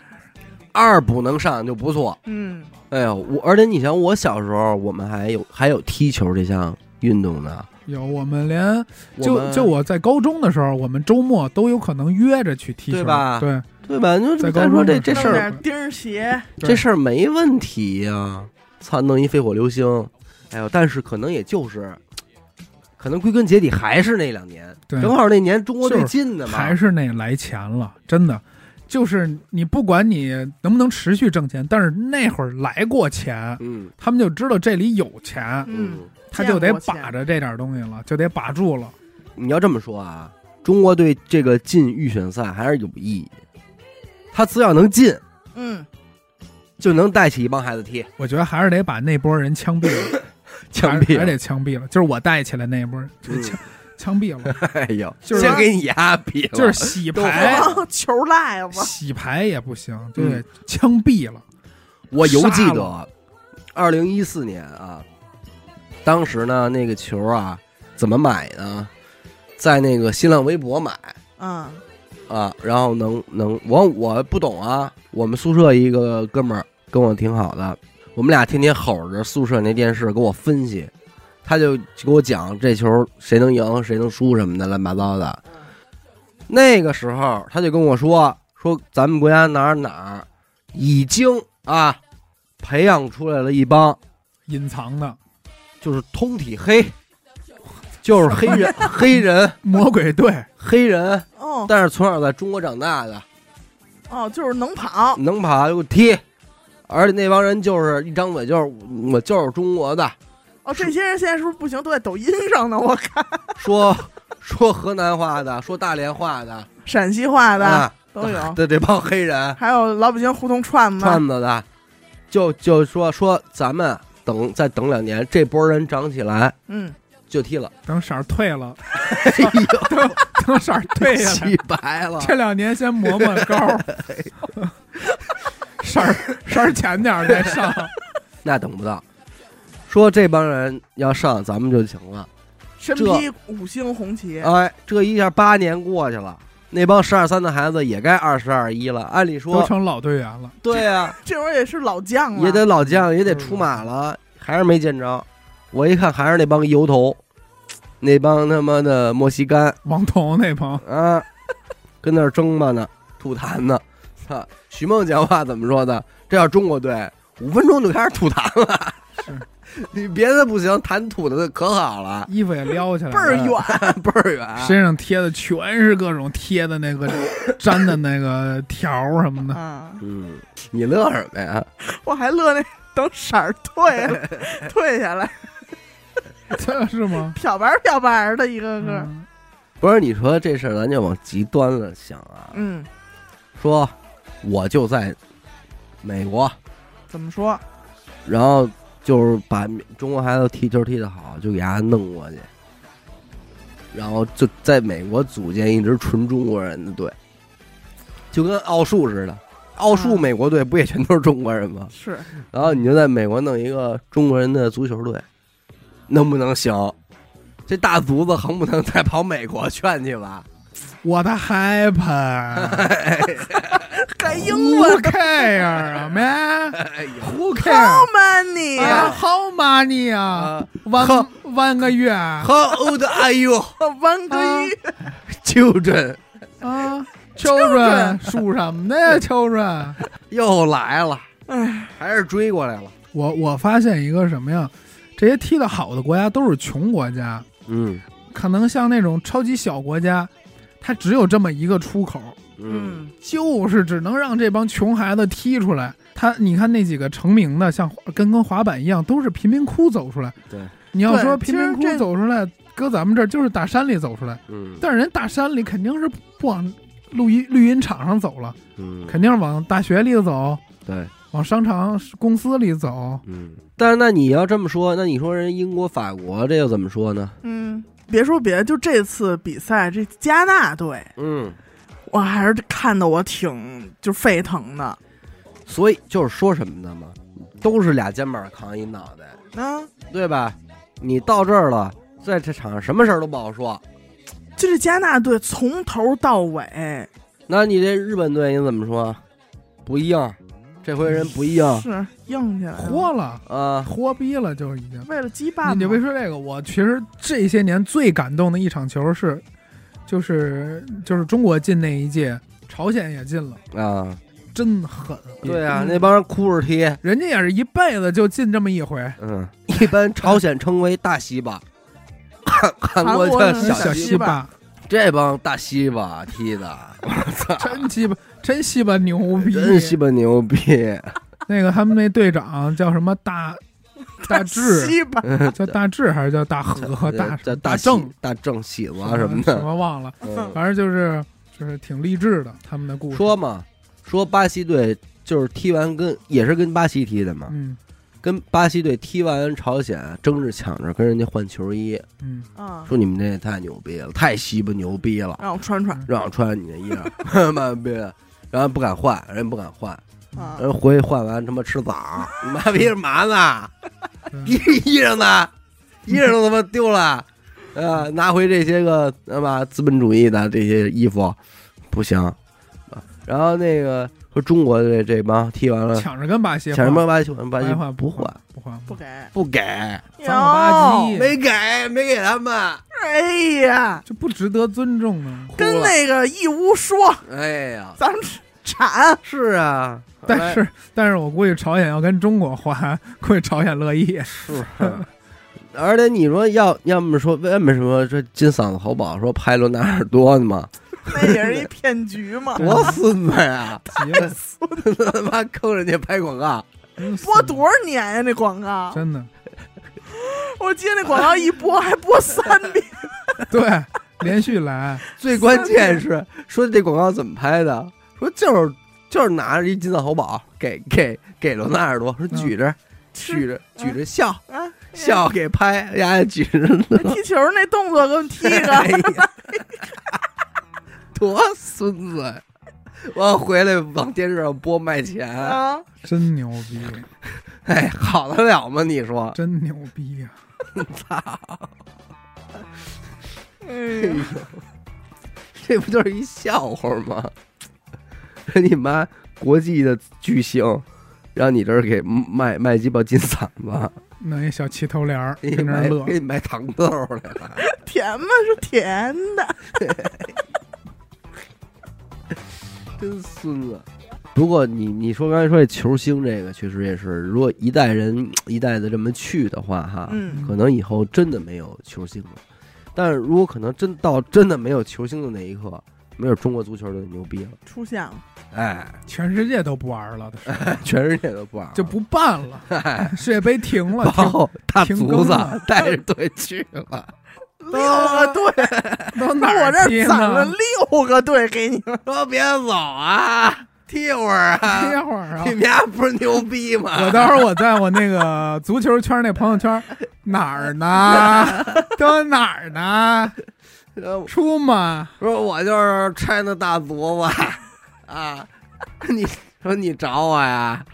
[SPEAKER 1] 二不能上就不错。
[SPEAKER 2] 嗯，
[SPEAKER 1] 哎呦，我而且你想，我小时候我们还有还有踢球这项运动呢，
[SPEAKER 3] 有我们连
[SPEAKER 1] 我
[SPEAKER 3] 就
[SPEAKER 1] 们
[SPEAKER 3] 就我在高中的时候，我们周末都有可能约着去踢球，
[SPEAKER 1] 对吧
[SPEAKER 3] 对，
[SPEAKER 1] 对吧？你说
[SPEAKER 3] 在高
[SPEAKER 1] 咱
[SPEAKER 3] 中
[SPEAKER 1] 说这
[SPEAKER 3] 的
[SPEAKER 1] 这
[SPEAKER 3] 时
[SPEAKER 1] 事
[SPEAKER 2] 弄
[SPEAKER 3] 候
[SPEAKER 1] 儿
[SPEAKER 2] 点钉儿鞋，
[SPEAKER 3] 对
[SPEAKER 1] 这事儿没问题呀、操，弄一飞火流星，哎呦，但是可能也就是，可能归根结底还是那两年，
[SPEAKER 3] 对
[SPEAKER 1] 正好那年中国队
[SPEAKER 3] 就是
[SPEAKER 1] 进的嘛，
[SPEAKER 3] 还是那来钱了，真的。就是你不管你能不能持续挣钱，但是那会儿来过钱，
[SPEAKER 1] 嗯
[SPEAKER 3] 他们就知道这里有钱，
[SPEAKER 2] 嗯，
[SPEAKER 3] 他就得
[SPEAKER 2] 见过钱
[SPEAKER 3] 把着这点东西了，就得把住了。
[SPEAKER 1] 你要这么说啊，中国队这个进预选赛还是有意义，他只要能进，
[SPEAKER 2] 嗯，
[SPEAKER 1] 就能带起一帮孩子踢，
[SPEAKER 3] 我觉得还是得把那波人枪毙了，
[SPEAKER 1] 枪毙
[SPEAKER 3] 还
[SPEAKER 1] 了
[SPEAKER 3] 还得枪毙了，就是我带起来那波人，就
[SPEAKER 1] 嗯
[SPEAKER 3] 枪枪毙了，
[SPEAKER 1] 哎呦，
[SPEAKER 3] 就是
[SPEAKER 1] 先给你压毙了，
[SPEAKER 3] 就是洗牌，
[SPEAKER 2] 然后 球赖吧，
[SPEAKER 3] 洗牌也不行，对，
[SPEAKER 1] 嗯
[SPEAKER 3] 枪毙了，
[SPEAKER 1] 我犹记
[SPEAKER 3] 杀
[SPEAKER 1] 得，二零一四年啊，当时呢那个球啊怎么买呢？在那个新浪微博买
[SPEAKER 2] 嗯
[SPEAKER 1] 啊，然后能能我我不懂啊，我们宿舍一个哥们儿跟我挺好的，我们俩天天吼着宿舍那电视给我分析，他就给我讲这球谁能赢谁能输什么的乱七八糟的。那个时候他就跟我说说咱们国家哪儿哪儿已经啊培养出来了一帮
[SPEAKER 3] 隐藏的
[SPEAKER 1] 就是通体黑，就是黑人黑人
[SPEAKER 3] 魔鬼队，
[SPEAKER 1] 黑人，
[SPEAKER 2] 哦
[SPEAKER 1] 但是从小在中国长大的，
[SPEAKER 2] 哦，就是能跑，
[SPEAKER 1] 能跑又踢，而且那帮人就是一张嘴就是我就是中国的，
[SPEAKER 2] 哦，这些人现在是不是不行？都在抖音上呢，我看
[SPEAKER 1] 说 说河南话的，说大连话的，
[SPEAKER 2] 陕西话的
[SPEAKER 1] 啊，
[SPEAKER 2] 都有，
[SPEAKER 1] 对这帮黑人
[SPEAKER 2] 还有老北京胡同串子，
[SPEAKER 1] 串子的，就就说说咱们等再等两年，这波人长起来
[SPEAKER 2] 嗯，
[SPEAKER 1] 就踢 了，
[SPEAKER 3] 等色儿退了，
[SPEAKER 1] 哎呦，
[SPEAKER 3] 等色儿 退下来
[SPEAKER 1] 洗，白了，
[SPEAKER 3] 这两年先磨磨高儿， 色儿色儿浅点儿再上，
[SPEAKER 1] 那等不到。说这帮人要上咱们就行了。
[SPEAKER 2] 身披五星红旗，
[SPEAKER 1] 哎，这一下八年过去了，那帮十二三的孩子也该二十二一了。按理
[SPEAKER 3] 都
[SPEAKER 1] 说，
[SPEAKER 3] 成老队员了，
[SPEAKER 1] 对啊呀、
[SPEAKER 2] 这会儿也是老将了，
[SPEAKER 1] 也得老将也得出马了，还是没见着。我一看还是那帮油头，那帮他妈的墨西干
[SPEAKER 3] 王彤那帮
[SPEAKER 1] 啊， 跟那儿争吧呢，吐痰呢。操，徐梦讲话怎么说的？这要中国队，五分钟就开始吐痰 了。你别的不行，痰吐的可好了，
[SPEAKER 3] 衣服也撩起来
[SPEAKER 2] 倍儿
[SPEAKER 3] 了。
[SPEAKER 2] 远，
[SPEAKER 1] 倍儿远。
[SPEAKER 3] 身上贴的全是各种贴的那个粘的那个条儿什么的，
[SPEAKER 2] 啊！
[SPEAKER 1] 嗯，你乐什么呀？
[SPEAKER 2] 我还乐那等色儿退了，退下来，
[SPEAKER 3] 这是吗？
[SPEAKER 2] 漂白漂白的一个个，
[SPEAKER 3] 嗯
[SPEAKER 1] 不是，你说这事儿咱就往极端了想啊，
[SPEAKER 2] 嗯，
[SPEAKER 1] 说我就在美国，
[SPEAKER 2] 怎么说？
[SPEAKER 1] 然后就是把中国孩子踢球踢得好，就给他弄过去，然后就在美国组建一支纯中国人的队，就跟奥数似的。奥数
[SPEAKER 2] 啊
[SPEAKER 1] 美国队不也全都是中国人吗？
[SPEAKER 2] 是
[SPEAKER 1] 然后你就在美国弄一个中国人的足球队，能不能行？这大犊子横不能再跑美国劝去吧？
[SPEAKER 3] 我的 happen，Who
[SPEAKER 2] 改英
[SPEAKER 3] 哦
[SPEAKER 2] 文
[SPEAKER 3] care 啊，man，Who
[SPEAKER 1] 哎呦
[SPEAKER 3] care？
[SPEAKER 2] money
[SPEAKER 3] 哎呀，How money 啊？
[SPEAKER 1] 啊！
[SPEAKER 3] 弯弯个月啊
[SPEAKER 1] How old are you,
[SPEAKER 2] 弯个月
[SPEAKER 1] children？
[SPEAKER 3] 啊，Children 属什么的呀，Children？
[SPEAKER 1] 又来了，还是追过来了。
[SPEAKER 3] 我我发现一个什么呀？这些踢得好的国家都是穷国家，
[SPEAKER 1] 嗯
[SPEAKER 3] 可能像那种超级小国家，它只有这么一个出口，
[SPEAKER 2] 嗯，
[SPEAKER 3] 就是只能让这帮穷孩子踢出来。他，你看那几个成名的，像跟跟滑板一样，都是贫民窟走出来。
[SPEAKER 1] 对，
[SPEAKER 3] 你要
[SPEAKER 2] 对
[SPEAKER 3] 说
[SPEAKER 2] 其
[SPEAKER 3] 贫
[SPEAKER 2] 实
[SPEAKER 3] 民
[SPEAKER 2] 这
[SPEAKER 3] 窟走出来，搁咱们这儿就是打山里走出来，
[SPEAKER 1] 嗯
[SPEAKER 3] 但是人打山里肯定是不往录音绿茵场上走了，
[SPEAKER 1] 嗯，
[SPEAKER 3] 肯定是往大学里走，
[SPEAKER 1] 对，
[SPEAKER 3] 往商场、公司里走。
[SPEAKER 1] 嗯。但是那你要这么说，那你说人英国、法国这又怎么说呢？
[SPEAKER 2] 嗯，别说别的，就这次比赛，这加纳队，
[SPEAKER 1] 嗯，
[SPEAKER 2] 我还是看得我挺就沸腾的。
[SPEAKER 1] 所以就是说什么呢嘛，都是俩肩膀扛一脑袋，
[SPEAKER 2] 啊，
[SPEAKER 1] 对吧？你到这儿了，在这场上什么事儿都不好说。
[SPEAKER 2] 就这加纳队从头到尾
[SPEAKER 1] 哎那你这日本队你怎么说？不一样，这回人不一样
[SPEAKER 2] 是硬
[SPEAKER 1] 嗯
[SPEAKER 2] 起来了，
[SPEAKER 3] 豁了，
[SPEAKER 1] 啊！
[SPEAKER 3] 豁逼了，就已经。
[SPEAKER 2] 为了鸡巴嘛，
[SPEAKER 3] 你就别说这个，我其实这些年最感动的一场球是，就是就是中国进那一届，朝鲜也进了，
[SPEAKER 1] 啊，
[SPEAKER 3] 真狠。嗯
[SPEAKER 1] 对啊，那帮人哭着踢，
[SPEAKER 3] 人家也是一辈子就进这么一回。
[SPEAKER 1] 嗯，一般朝鲜称为大西巴，韩
[SPEAKER 2] 韩
[SPEAKER 1] 国叫
[SPEAKER 2] 国人
[SPEAKER 1] 嗯小
[SPEAKER 3] 小
[SPEAKER 2] 小
[SPEAKER 1] 西
[SPEAKER 2] 西
[SPEAKER 1] 巴。
[SPEAKER 2] 巴
[SPEAKER 3] 巴，
[SPEAKER 1] 这帮大西巴踢的，我操，
[SPEAKER 3] 真鸡巴，真西巴牛 逼！
[SPEAKER 1] 真西巴牛 逼！
[SPEAKER 3] 那个他们那队长叫什么大大志，
[SPEAKER 2] 鸡巴
[SPEAKER 3] 叫大志还是叫大和大
[SPEAKER 1] 这
[SPEAKER 3] 大
[SPEAKER 1] 西
[SPEAKER 3] 正
[SPEAKER 1] 大正喜子啊
[SPEAKER 3] 么
[SPEAKER 1] 什么
[SPEAKER 3] 什
[SPEAKER 1] 的，
[SPEAKER 3] 么忘了，
[SPEAKER 1] 嗯
[SPEAKER 3] 反正就是就是挺励志的他们的故事。
[SPEAKER 1] 说嘛，说巴西队就是踢完跟也是跟巴西踢的嘛，
[SPEAKER 3] 嗯
[SPEAKER 1] 跟巴西队踢完朝鲜争着抢着跟人家换球衣，
[SPEAKER 3] 嗯，
[SPEAKER 2] 啊，
[SPEAKER 1] 说你们这也太牛逼了，太西巴牛逼了，
[SPEAKER 2] 让我穿穿
[SPEAKER 1] 让我穿你的衣裳， 妈逼！然后不敢换，人不敢换，
[SPEAKER 2] 啊，
[SPEAKER 1] 人呃回去换完他妈吃枣儿，你妈逼是嘛呢？ 衣
[SPEAKER 3] 对
[SPEAKER 1] 衣裳呢？衣裳都他妈丢了，呃，拿回这些个他妈资本主义的这些衣服，不行。啊然后那个说中国的这帮踢完了，
[SPEAKER 3] 抢着跟巴西
[SPEAKER 1] 嗯抢
[SPEAKER 3] 换
[SPEAKER 1] 什么巴西巴西
[SPEAKER 3] 白话
[SPEAKER 1] 不
[SPEAKER 3] 换
[SPEAKER 1] 换
[SPEAKER 2] 不
[SPEAKER 3] 不换不
[SPEAKER 2] 给，
[SPEAKER 1] 不给，
[SPEAKER 3] 脏了吧唧
[SPEAKER 2] 哟
[SPEAKER 1] 没给没给他们，
[SPEAKER 2] 哎呀，
[SPEAKER 3] 就不值得尊重呢。
[SPEAKER 1] 哭
[SPEAKER 2] 跟
[SPEAKER 1] 了。
[SPEAKER 2] 那个义乌说，
[SPEAKER 1] 哎 呀，
[SPEAKER 2] 咱们铲
[SPEAKER 1] 是啊，
[SPEAKER 3] 但是，但是我估计朝鲜要跟中国换， 估计朝鲜 乐意。
[SPEAKER 1] 是啊。而且你说要要么说为什么这金嗓子喉宝说拍罗纳尔多呢嘛？
[SPEAKER 2] 那也是一骗 局嘛，
[SPEAKER 1] 多孙子呀！
[SPEAKER 3] 急了，
[SPEAKER 1] 他妈坑人家拍广告，
[SPEAKER 3] 真是
[SPEAKER 2] 播多少年呀？那广告，
[SPEAKER 3] 嗯真的，
[SPEAKER 2] 我记得那广告一播还播三遍，
[SPEAKER 3] 对，连续来，
[SPEAKER 1] 最关键是说这广告怎么拍的？说就是就是拿着一金藏喉宝给给给罗纳尔多，说举着、举着举着笑、
[SPEAKER 2] 啊，
[SPEAKER 1] 笑给拍，哎呀举着乐，
[SPEAKER 2] 踢球那 动作给我们踢一
[SPEAKER 1] 哎
[SPEAKER 2] 个，
[SPEAKER 1] 呀，多孙子！我回来往电视上播卖钱，
[SPEAKER 2] 啊，
[SPEAKER 3] 真牛逼，
[SPEAKER 1] 哎，好得了吗？你说，
[SPEAKER 3] 真牛逼啊呀、
[SPEAKER 2] 哎呦
[SPEAKER 1] 这不就是一笑话吗？ 这你妈国际的巨星，让你这儿给卖卖鸡巴金嗓子，
[SPEAKER 3] 弄一小齐头帘儿
[SPEAKER 1] 给
[SPEAKER 2] 哎
[SPEAKER 3] 跟
[SPEAKER 1] 你
[SPEAKER 3] 那儿
[SPEAKER 1] 买
[SPEAKER 3] 乐
[SPEAKER 1] 给，你买糖豆儿来了。
[SPEAKER 2] 甜吗？是甜的，
[SPEAKER 1] 真孙子。如果你你说刚才说这球星这个，确实也是，如果一代人一代的这么去的话，哈，
[SPEAKER 2] 嗯
[SPEAKER 1] 可能以后真的没有球星了。但是如果可能真到真的没有球星的那一刻，没准中国足球就牛逼了，
[SPEAKER 2] 出现了，
[SPEAKER 1] 哎，
[SPEAKER 3] 全世界都不玩了，都是
[SPEAKER 2] 啊
[SPEAKER 1] 全世界都不玩了，
[SPEAKER 3] 就不办了，世界杯 停了，
[SPEAKER 1] 然
[SPEAKER 2] 哦
[SPEAKER 1] 后大
[SPEAKER 3] 停
[SPEAKER 1] 竹
[SPEAKER 3] 更
[SPEAKER 1] 子
[SPEAKER 3] 了
[SPEAKER 1] 带着队去了，
[SPEAKER 2] 六个队，
[SPEAKER 3] 停到哪
[SPEAKER 2] 那我
[SPEAKER 3] 儿啊
[SPEAKER 2] 这儿
[SPEAKER 3] 踢
[SPEAKER 2] 攒了
[SPEAKER 3] 呢？
[SPEAKER 2] 六个队给你们，
[SPEAKER 1] 说别走啊，踢会儿 啊，
[SPEAKER 3] 歇会儿啊
[SPEAKER 1] 你！们家不是牛逼吗？
[SPEAKER 3] 我到时候我在我那个足球圈那朋友圈 哪儿 呢？都哪儿呢？
[SPEAKER 1] 候
[SPEAKER 3] 出吗？
[SPEAKER 1] 说我就是拆那大镯子啊，你说你找我呀？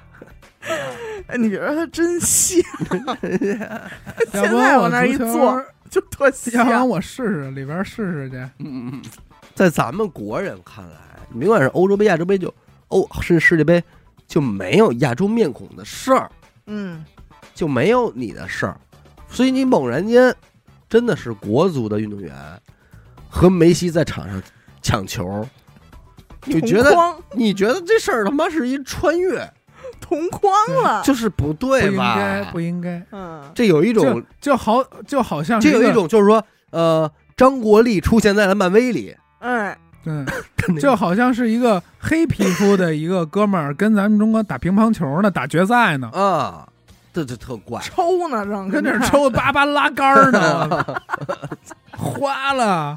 [SPEAKER 2] 哎你觉得他真像？
[SPEAKER 3] 要
[SPEAKER 2] 现
[SPEAKER 3] 不
[SPEAKER 2] 在
[SPEAKER 3] 我
[SPEAKER 2] 往那儿一
[SPEAKER 3] 足球
[SPEAKER 2] 坐，就特
[SPEAKER 3] 要不然
[SPEAKER 2] 像。
[SPEAKER 3] 我试试里边试试去。
[SPEAKER 1] 嗯，在咱们国人看来，你甭管是欧洲杯、亚洲杯就，欧是世界杯，就没有亚洲面孔的事儿，
[SPEAKER 2] 嗯，
[SPEAKER 1] 就没有你的事儿，所以你猛然间真的是国足的运动员和梅西在场上抢球，你觉
[SPEAKER 2] 同
[SPEAKER 1] 得
[SPEAKER 2] 框
[SPEAKER 1] 你觉得这事儿他妈是一穿越，
[SPEAKER 2] 同框了，
[SPEAKER 1] 就是不
[SPEAKER 3] 啊不
[SPEAKER 1] 对
[SPEAKER 3] 应该，
[SPEAKER 1] 吧？
[SPEAKER 3] 不应该。
[SPEAKER 2] 嗯，
[SPEAKER 1] 这有一种
[SPEAKER 3] 就就好，就好像是
[SPEAKER 1] 就有一
[SPEAKER 3] 个，
[SPEAKER 1] 种就是说，呃，张国立出现在了漫威里，
[SPEAKER 2] 哎，
[SPEAKER 3] 嗯， 就好像是一个黑皮肤的一个哥们儿跟咱们中国打乒乓球呢，打决赛呢，
[SPEAKER 1] 啊，这就特怪。
[SPEAKER 2] 抽呢，
[SPEAKER 1] 哦
[SPEAKER 2] 让
[SPEAKER 3] 跟这儿
[SPEAKER 2] 看，
[SPEAKER 3] 抽叭叭拉杆 儿呢，花了。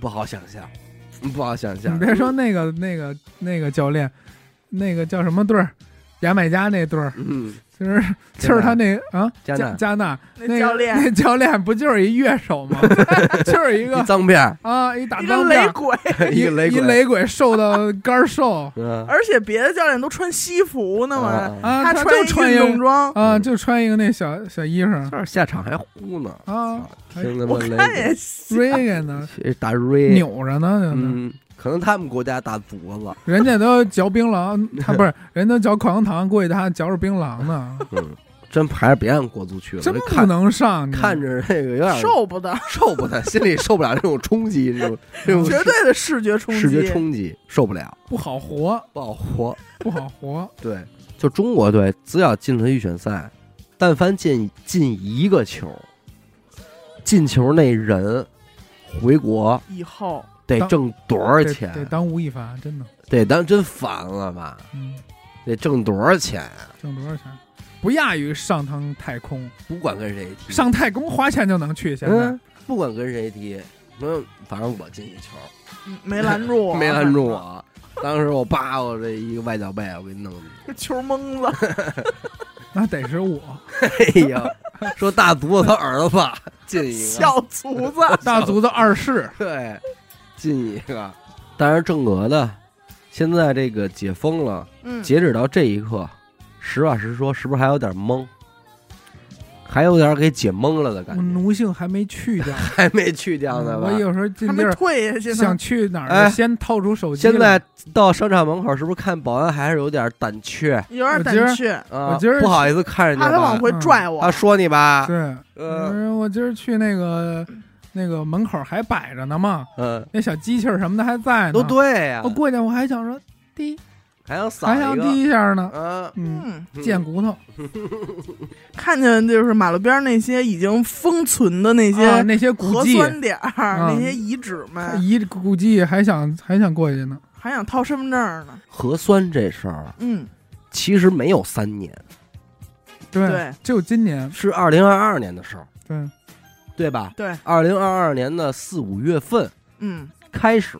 [SPEAKER 1] 不好想象，不好想
[SPEAKER 3] 你
[SPEAKER 1] 象。
[SPEAKER 3] 别说那个那个那个教练，那个叫什么队儿，牙买加那队儿，
[SPEAKER 1] 嗯，
[SPEAKER 3] 就是就是他那啊
[SPEAKER 1] 加纳
[SPEAKER 3] 加加纳
[SPEAKER 2] 那
[SPEAKER 3] 那
[SPEAKER 2] 教
[SPEAKER 3] 个
[SPEAKER 2] 练
[SPEAKER 3] 那教练不就是一乐手吗？ 就是一
[SPEAKER 1] 一
[SPEAKER 3] 个
[SPEAKER 1] 脏辫儿，
[SPEAKER 3] 啊一打
[SPEAKER 2] 一个
[SPEAKER 3] 钢
[SPEAKER 2] 雷
[SPEAKER 3] 片，
[SPEAKER 2] 鬼，
[SPEAKER 1] 一个雷
[SPEAKER 3] 一
[SPEAKER 1] 鬼，
[SPEAKER 3] 雷鬼瘦到杆儿瘦
[SPEAKER 1] 嗯，
[SPEAKER 2] 而且别的教练都穿西服呢嘛，
[SPEAKER 1] 啊，
[SPEAKER 3] 啊，
[SPEAKER 2] 他
[SPEAKER 3] 就
[SPEAKER 2] 穿
[SPEAKER 3] 穿
[SPEAKER 2] 一
[SPEAKER 3] 一
[SPEAKER 2] 运
[SPEAKER 3] 个
[SPEAKER 2] 动装，
[SPEAKER 3] 啊，就穿一个那小小衣裳
[SPEAKER 1] 这下场还呼呢，
[SPEAKER 3] 啊
[SPEAKER 1] 听他
[SPEAKER 2] 我
[SPEAKER 1] 妈雷
[SPEAKER 2] 看也
[SPEAKER 1] 鬼
[SPEAKER 2] 像
[SPEAKER 3] ，Reagan 呢，
[SPEAKER 1] 打瑞，
[SPEAKER 3] 扭着呢，就那
[SPEAKER 1] 嗯，可能他们国家打镯子，
[SPEAKER 3] 人家都嚼槟榔，嗯 他不是人都嚼口香糖，估计他嚼着槟榔呢，
[SPEAKER 1] 嗯，真还是别让国足去了，
[SPEAKER 3] 真
[SPEAKER 1] 这
[SPEAKER 3] 不
[SPEAKER 1] 看
[SPEAKER 3] 能上，你
[SPEAKER 1] 看着那个有点
[SPEAKER 2] 受不得，
[SPEAKER 1] 受不了，心里受不了这种冲击，这种这种
[SPEAKER 2] 绝对的视觉冲
[SPEAKER 1] 视觉
[SPEAKER 2] 击，
[SPEAKER 1] 冲击受不了，
[SPEAKER 3] 不好活，
[SPEAKER 1] 不好活。
[SPEAKER 3] 不好活，
[SPEAKER 1] 对，就中国队只要进了预选赛，但凡进进一个球，进球那人回国
[SPEAKER 2] 以后
[SPEAKER 1] 得
[SPEAKER 3] 当
[SPEAKER 1] 挣多少
[SPEAKER 3] 得
[SPEAKER 1] 钱？啊
[SPEAKER 3] 得当吴亦凡，真的，
[SPEAKER 1] 得当真烦了吧？
[SPEAKER 3] 嗯，
[SPEAKER 1] 得挣多少钱？
[SPEAKER 3] 挣多少钱？不亚于上趟太空，
[SPEAKER 1] 不管跟谁踢，
[SPEAKER 3] 上太空花钱就能去。现在
[SPEAKER 1] 嗯，不管跟谁踢，嗯，反正我进一球，
[SPEAKER 2] 嗯没拦住我，
[SPEAKER 1] 没拦住，我。啊当时我叭，我这一个外脚背，我给弄进去。
[SPEAKER 2] 球蒙子，
[SPEAKER 3] 那得是 我
[SPEAKER 1] 哎呀，说大足他儿子进一个，
[SPEAKER 2] 小卒 子，
[SPEAKER 3] 大足的二世，
[SPEAKER 1] 对，进一个。当然，正格的，现在这个解封了，
[SPEAKER 2] 嗯，
[SPEAKER 1] 截止到这一刻，实话实说，是不是还有点懵？还有点给解懵了的感
[SPEAKER 3] 我
[SPEAKER 1] 觉，嗯
[SPEAKER 3] 奴性还没去 掉，
[SPEAKER 1] 还没去掉呢吧
[SPEAKER 3] 我？有时候
[SPEAKER 2] 还
[SPEAKER 3] 进地
[SPEAKER 2] 没
[SPEAKER 3] 儿
[SPEAKER 2] 退下去呢
[SPEAKER 3] 想，去哪
[SPEAKER 1] 哎
[SPEAKER 3] 儿，先掏出手机来。
[SPEAKER 1] 现在到商场门口，是不是看保安还是有点胆怯
[SPEAKER 2] 有点
[SPEAKER 3] 我今
[SPEAKER 2] 胆
[SPEAKER 3] 儿
[SPEAKER 2] 怯，
[SPEAKER 1] 啊？
[SPEAKER 3] 我今儿
[SPEAKER 1] 不好意思看人
[SPEAKER 2] 怕
[SPEAKER 1] 家
[SPEAKER 2] 他往
[SPEAKER 1] 吧，
[SPEAKER 2] 回
[SPEAKER 3] 嗯
[SPEAKER 2] 拽我
[SPEAKER 3] 啊
[SPEAKER 1] 他，说你吧，
[SPEAKER 3] 对，
[SPEAKER 1] 嗯
[SPEAKER 3] 嗯，我今儿去那个那个门口还摆着呢嘛，
[SPEAKER 1] 嗯，
[SPEAKER 3] 那小机器儿什么的还在呢。
[SPEAKER 1] 都，对呀
[SPEAKER 3] 我，过去我还想说滴，
[SPEAKER 1] 嗯哦还想
[SPEAKER 3] 还
[SPEAKER 1] 撒
[SPEAKER 3] 想
[SPEAKER 1] 一个，
[SPEAKER 3] 滴一下呢。
[SPEAKER 1] 嗯，
[SPEAKER 3] 嗯，
[SPEAKER 2] 嗯，
[SPEAKER 3] 贱骨头，
[SPEAKER 2] 看见就是马路边那些已经封存的那
[SPEAKER 3] 啊
[SPEAKER 2] 些
[SPEAKER 3] 那些古
[SPEAKER 2] 核
[SPEAKER 3] 迹
[SPEAKER 2] 酸点儿，那
[SPEAKER 3] 嗯
[SPEAKER 2] 些遗址
[SPEAKER 1] 啊
[SPEAKER 2] 们，
[SPEAKER 3] 遗古迹还想还想过去呢。
[SPEAKER 2] 还想掏身份证呢，
[SPEAKER 1] 核酸这事儿
[SPEAKER 2] 嗯，
[SPEAKER 1] 其实没有三年，
[SPEAKER 3] 对
[SPEAKER 2] 对，
[SPEAKER 3] 就今年，
[SPEAKER 1] 是二零二二年的事儿，
[SPEAKER 3] 对，
[SPEAKER 1] 对吧？
[SPEAKER 2] 对，
[SPEAKER 1] 二零二二年的四五月份
[SPEAKER 2] 嗯，
[SPEAKER 1] 开始，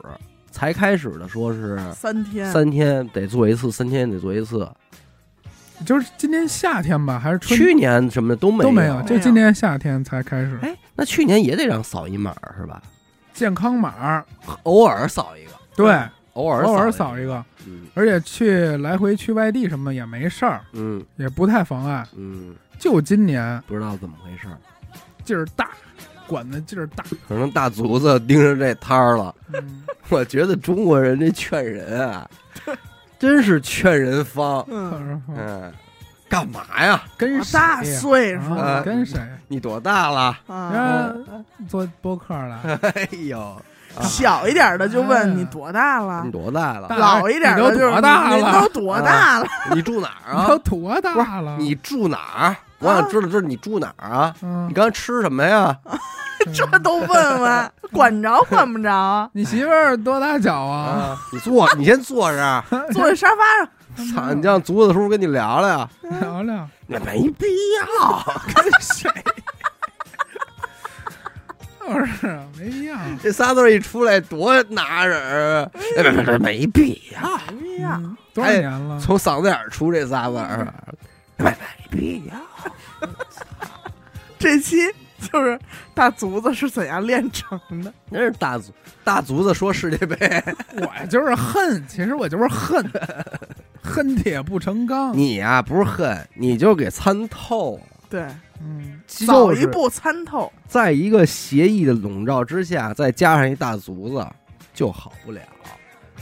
[SPEAKER 1] 才开始的，说是
[SPEAKER 2] 三天，
[SPEAKER 1] 三天得做一次，三天得做一次。
[SPEAKER 3] 就是今年夏天吧，还是春
[SPEAKER 1] 去年什么的都没
[SPEAKER 3] 都没
[SPEAKER 1] 有
[SPEAKER 3] 有，，就今年夏天才开始
[SPEAKER 1] 哎，那去年也得让扫一码是吧？
[SPEAKER 3] 健康码儿。
[SPEAKER 1] 偶尔扫一个，
[SPEAKER 3] 对，
[SPEAKER 1] 偶尔
[SPEAKER 3] 偶尔
[SPEAKER 1] 扫
[SPEAKER 3] 扫
[SPEAKER 1] 一
[SPEAKER 3] 一个，
[SPEAKER 1] 下，嗯
[SPEAKER 3] 而且去来回去外地什么的也没事儿，
[SPEAKER 1] 嗯
[SPEAKER 3] 也不太妨碍。
[SPEAKER 1] 嗯，
[SPEAKER 3] 就今年
[SPEAKER 1] 不知道怎么回事儿，
[SPEAKER 3] 劲儿大，管的劲儿大。
[SPEAKER 1] 可能大竹子盯上这摊儿了。
[SPEAKER 3] 嗯，
[SPEAKER 1] 我觉得中国人这劝人啊，真是劝人方。
[SPEAKER 3] 可
[SPEAKER 2] 嗯，
[SPEAKER 3] 是
[SPEAKER 1] 嗯，干嘛呀？
[SPEAKER 3] 跟
[SPEAKER 2] 多
[SPEAKER 3] 谁呀
[SPEAKER 2] 大岁数
[SPEAKER 3] 啊
[SPEAKER 1] 啊
[SPEAKER 3] 跟谁？
[SPEAKER 1] 你多大了？
[SPEAKER 2] 啊？
[SPEAKER 3] 啊，做播客了，
[SPEAKER 1] 哎呦，
[SPEAKER 3] 啊
[SPEAKER 2] 小一点的就问
[SPEAKER 3] 哎
[SPEAKER 2] 你多大了
[SPEAKER 1] 你，多大了？
[SPEAKER 3] 大
[SPEAKER 2] 老一点的就是
[SPEAKER 3] 你都多大了
[SPEAKER 2] 您都多大了？
[SPEAKER 1] 你住哪儿
[SPEAKER 3] 你
[SPEAKER 1] 啊
[SPEAKER 3] 都？多大了？
[SPEAKER 1] 你住哪儿？啊我想知道这是你住哪儿啊？
[SPEAKER 3] 嗯
[SPEAKER 1] 你，刚吃什么呀？
[SPEAKER 2] 这都问问，管着管不着，
[SPEAKER 3] 你媳妇儿多大脚啊？
[SPEAKER 1] 啊，你坐，你先坐这 儿。
[SPEAKER 2] 坐在沙发上，
[SPEAKER 1] 操，你让竹子叔跟你聊聊，
[SPEAKER 3] 聊聊
[SPEAKER 1] 那没必要。
[SPEAKER 3] 跟谁？就是没一样。
[SPEAKER 1] 这仨字儿一出来多拿人儿，哎没没没必要。
[SPEAKER 2] 没必要。
[SPEAKER 3] 嗯多少年了？
[SPEAKER 1] 哎从嗓子眼儿出这仨字儿，没没必要。
[SPEAKER 2] 这期就是大竹子是怎样练成的？
[SPEAKER 1] 那是大足大足子说世界杯，
[SPEAKER 3] 我就是恨，其实我就是恨，恨铁不成钢。
[SPEAKER 1] 你呀、不是恨，你就给参透了。
[SPEAKER 2] 对，
[SPEAKER 3] 嗯，
[SPEAKER 1] 就
[SPEAKER 2] 早一
[SPEAKER 1] 是
[SPEAKER 2] 步参透，
[SPEAKER 1] 在一个协议的笼罩之下，再加上一大足子，就好不了。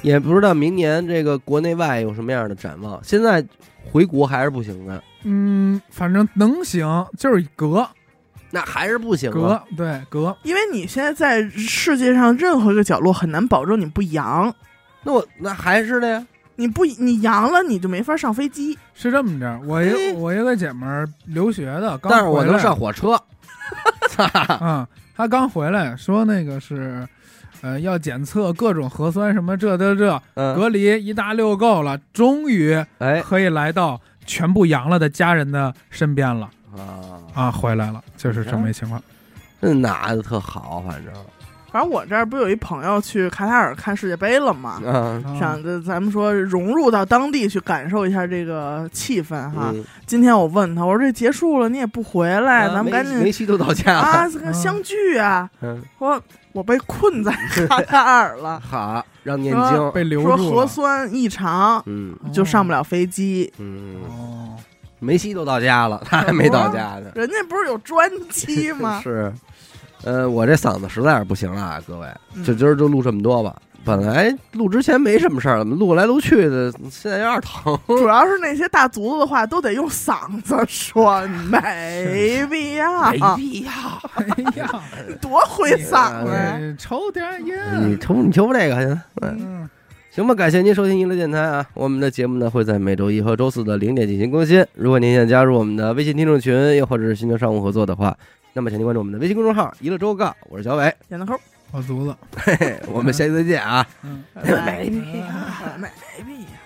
[SPEAKER 1] 也不知道明年这个国内外有什么样的展望。现在回国还是不行的，
[SPEAKER 3] 嗯，反正能行就是隔
[SPEAKER 1] 那还是不行啊。
[SPEAKER 3] 隔，对隔，
[SPEAKER 2] 因为你现在在世界上任何一个角落很难保证你不阳，
[SPEAKER 1] 那我那还是的呀。
[SPEAKER 2] 你不你阳了你就没法上飞机。
[SPEAKER 3] 是这么着。我
[SPEAKER 1] 哎
[SPEAKER 3] 一我一个姐们儿留学的，刚
[SPEAKER 1] 但是我
[SPEAKER 3] 回
[SPEAKER 1] 能
[SPEAKER 3] 来
[SPEAKER 1] 上火车。
[SPEAKER 3] 啊，她刚回来说那个是，呃，要检测各种核酸什么这这这，
[SPEAKER 1] 嗯，
[SPEAKER 3] 隔离一大溜够了，终于
[SPEAKER 1] 哎
[SPEAKER 3] 可以来到全部阳了的家人的身边了
[SPEAKER 1] 啊，
[SPEAKER 3] 啊，回来了，就是这么一情况。
[SPEAKER 1] 这拿的特好，反正
[SPEAKER 2] 反正我这儿不有一朋友去卡塔尔看世界杯了吗？
[SPEAKER 1] 嗯
[SPEAKER 3] 啊
[SPEAKER 2] 想着咱们说融入到当地去感受一下这个气氛哈。
[SPEAKER 1] 嗯
[SPEAKER 2] 今天我问他，我说这结束了你也不回来，
[SPEAKER 1] 啊
[SPEAKER 2] 哎咱们
[SPEAKER 1] 梅
[SPEAKER 2] 赶
[SPEAKER 1] 梅
[SPEAKER 2] 紧
[SPEAKER 1] 西都到家
[SPEAKER 2] 啊
[SPEAKER 1] 了。
[SPEAKER 2] 这个
[SPEAKER 3] 嗯
[SPEAKER 2] 相聚啊！
[SPEAKER 1] 嗯，
[SPEAKER 2] 说我被 困在卡塔尔了，
[SPEAKER 1] 好，让念
[SPEAKER 2] 说
[SPEAKER 1] 经。
[SPEAKER 3] 被留
[SPEAKER 2] 说
[SPEAKER 3] 住
[SPEAKER 2] 核
[SPEAKER 3] 了，
[SPEAKER 2] 酸异常
[SPEAKER 1] 嗯
[SPEAKER 2] 就上不了飞机。
[SPEAKER 1] 嗯，
[SPEAKER 3] 哦，
[SPEAKER 1] 梅西都到家了，他还没到家呢。
[SPEAKER 2] 人家不是有专机吗？
[SPEAKER 1] 是，呃，我这嗓子实在是不行了啊，各位，就
[SPEAKER 2] 嗯
[SPEAKER 1] 今儿就录这么多吧。本来录之前没什么事儿，怎么录来录去的，现在有点疼。
[SPEAKER 2] 主要是那些大卒子的话都得用嗓子说，没必要，
[SPEAKER 1] 必要，
[SPEAKER 3] 哎呀，
[SPEAKER 2] 多毁嗓子呀。
[SPEAKER 3] 你抽点
[SPEAKER 1] 你
[SPEAKER 2] 嗯
[SPEAKER 3] 烟，
[SPEAKER 1] 抽你抽不这个行。
[SPEAKER 3] 嗯，
[SPEAKER 1] 行吧，感谢您收听娱乐电台啊！我们的节目呢会在每周一和周四的零点进行更新。如果您想加入我们的微信听众群，又或者是寻求商务合作的话，那么请您关注我们的微信公众号“娱乐周告”。我是小伟，
[SPEAKER 2] 演的抠，
[SPEAKER 3] 我足了，
[SPEAKER 1] 嘿嘿，我们下期再见啊！
[SPEAKER 3] 嗯。
[SPEAKER 2] 没
[SPEAKER 3] 必要
[SPEAKER 2] 没必要。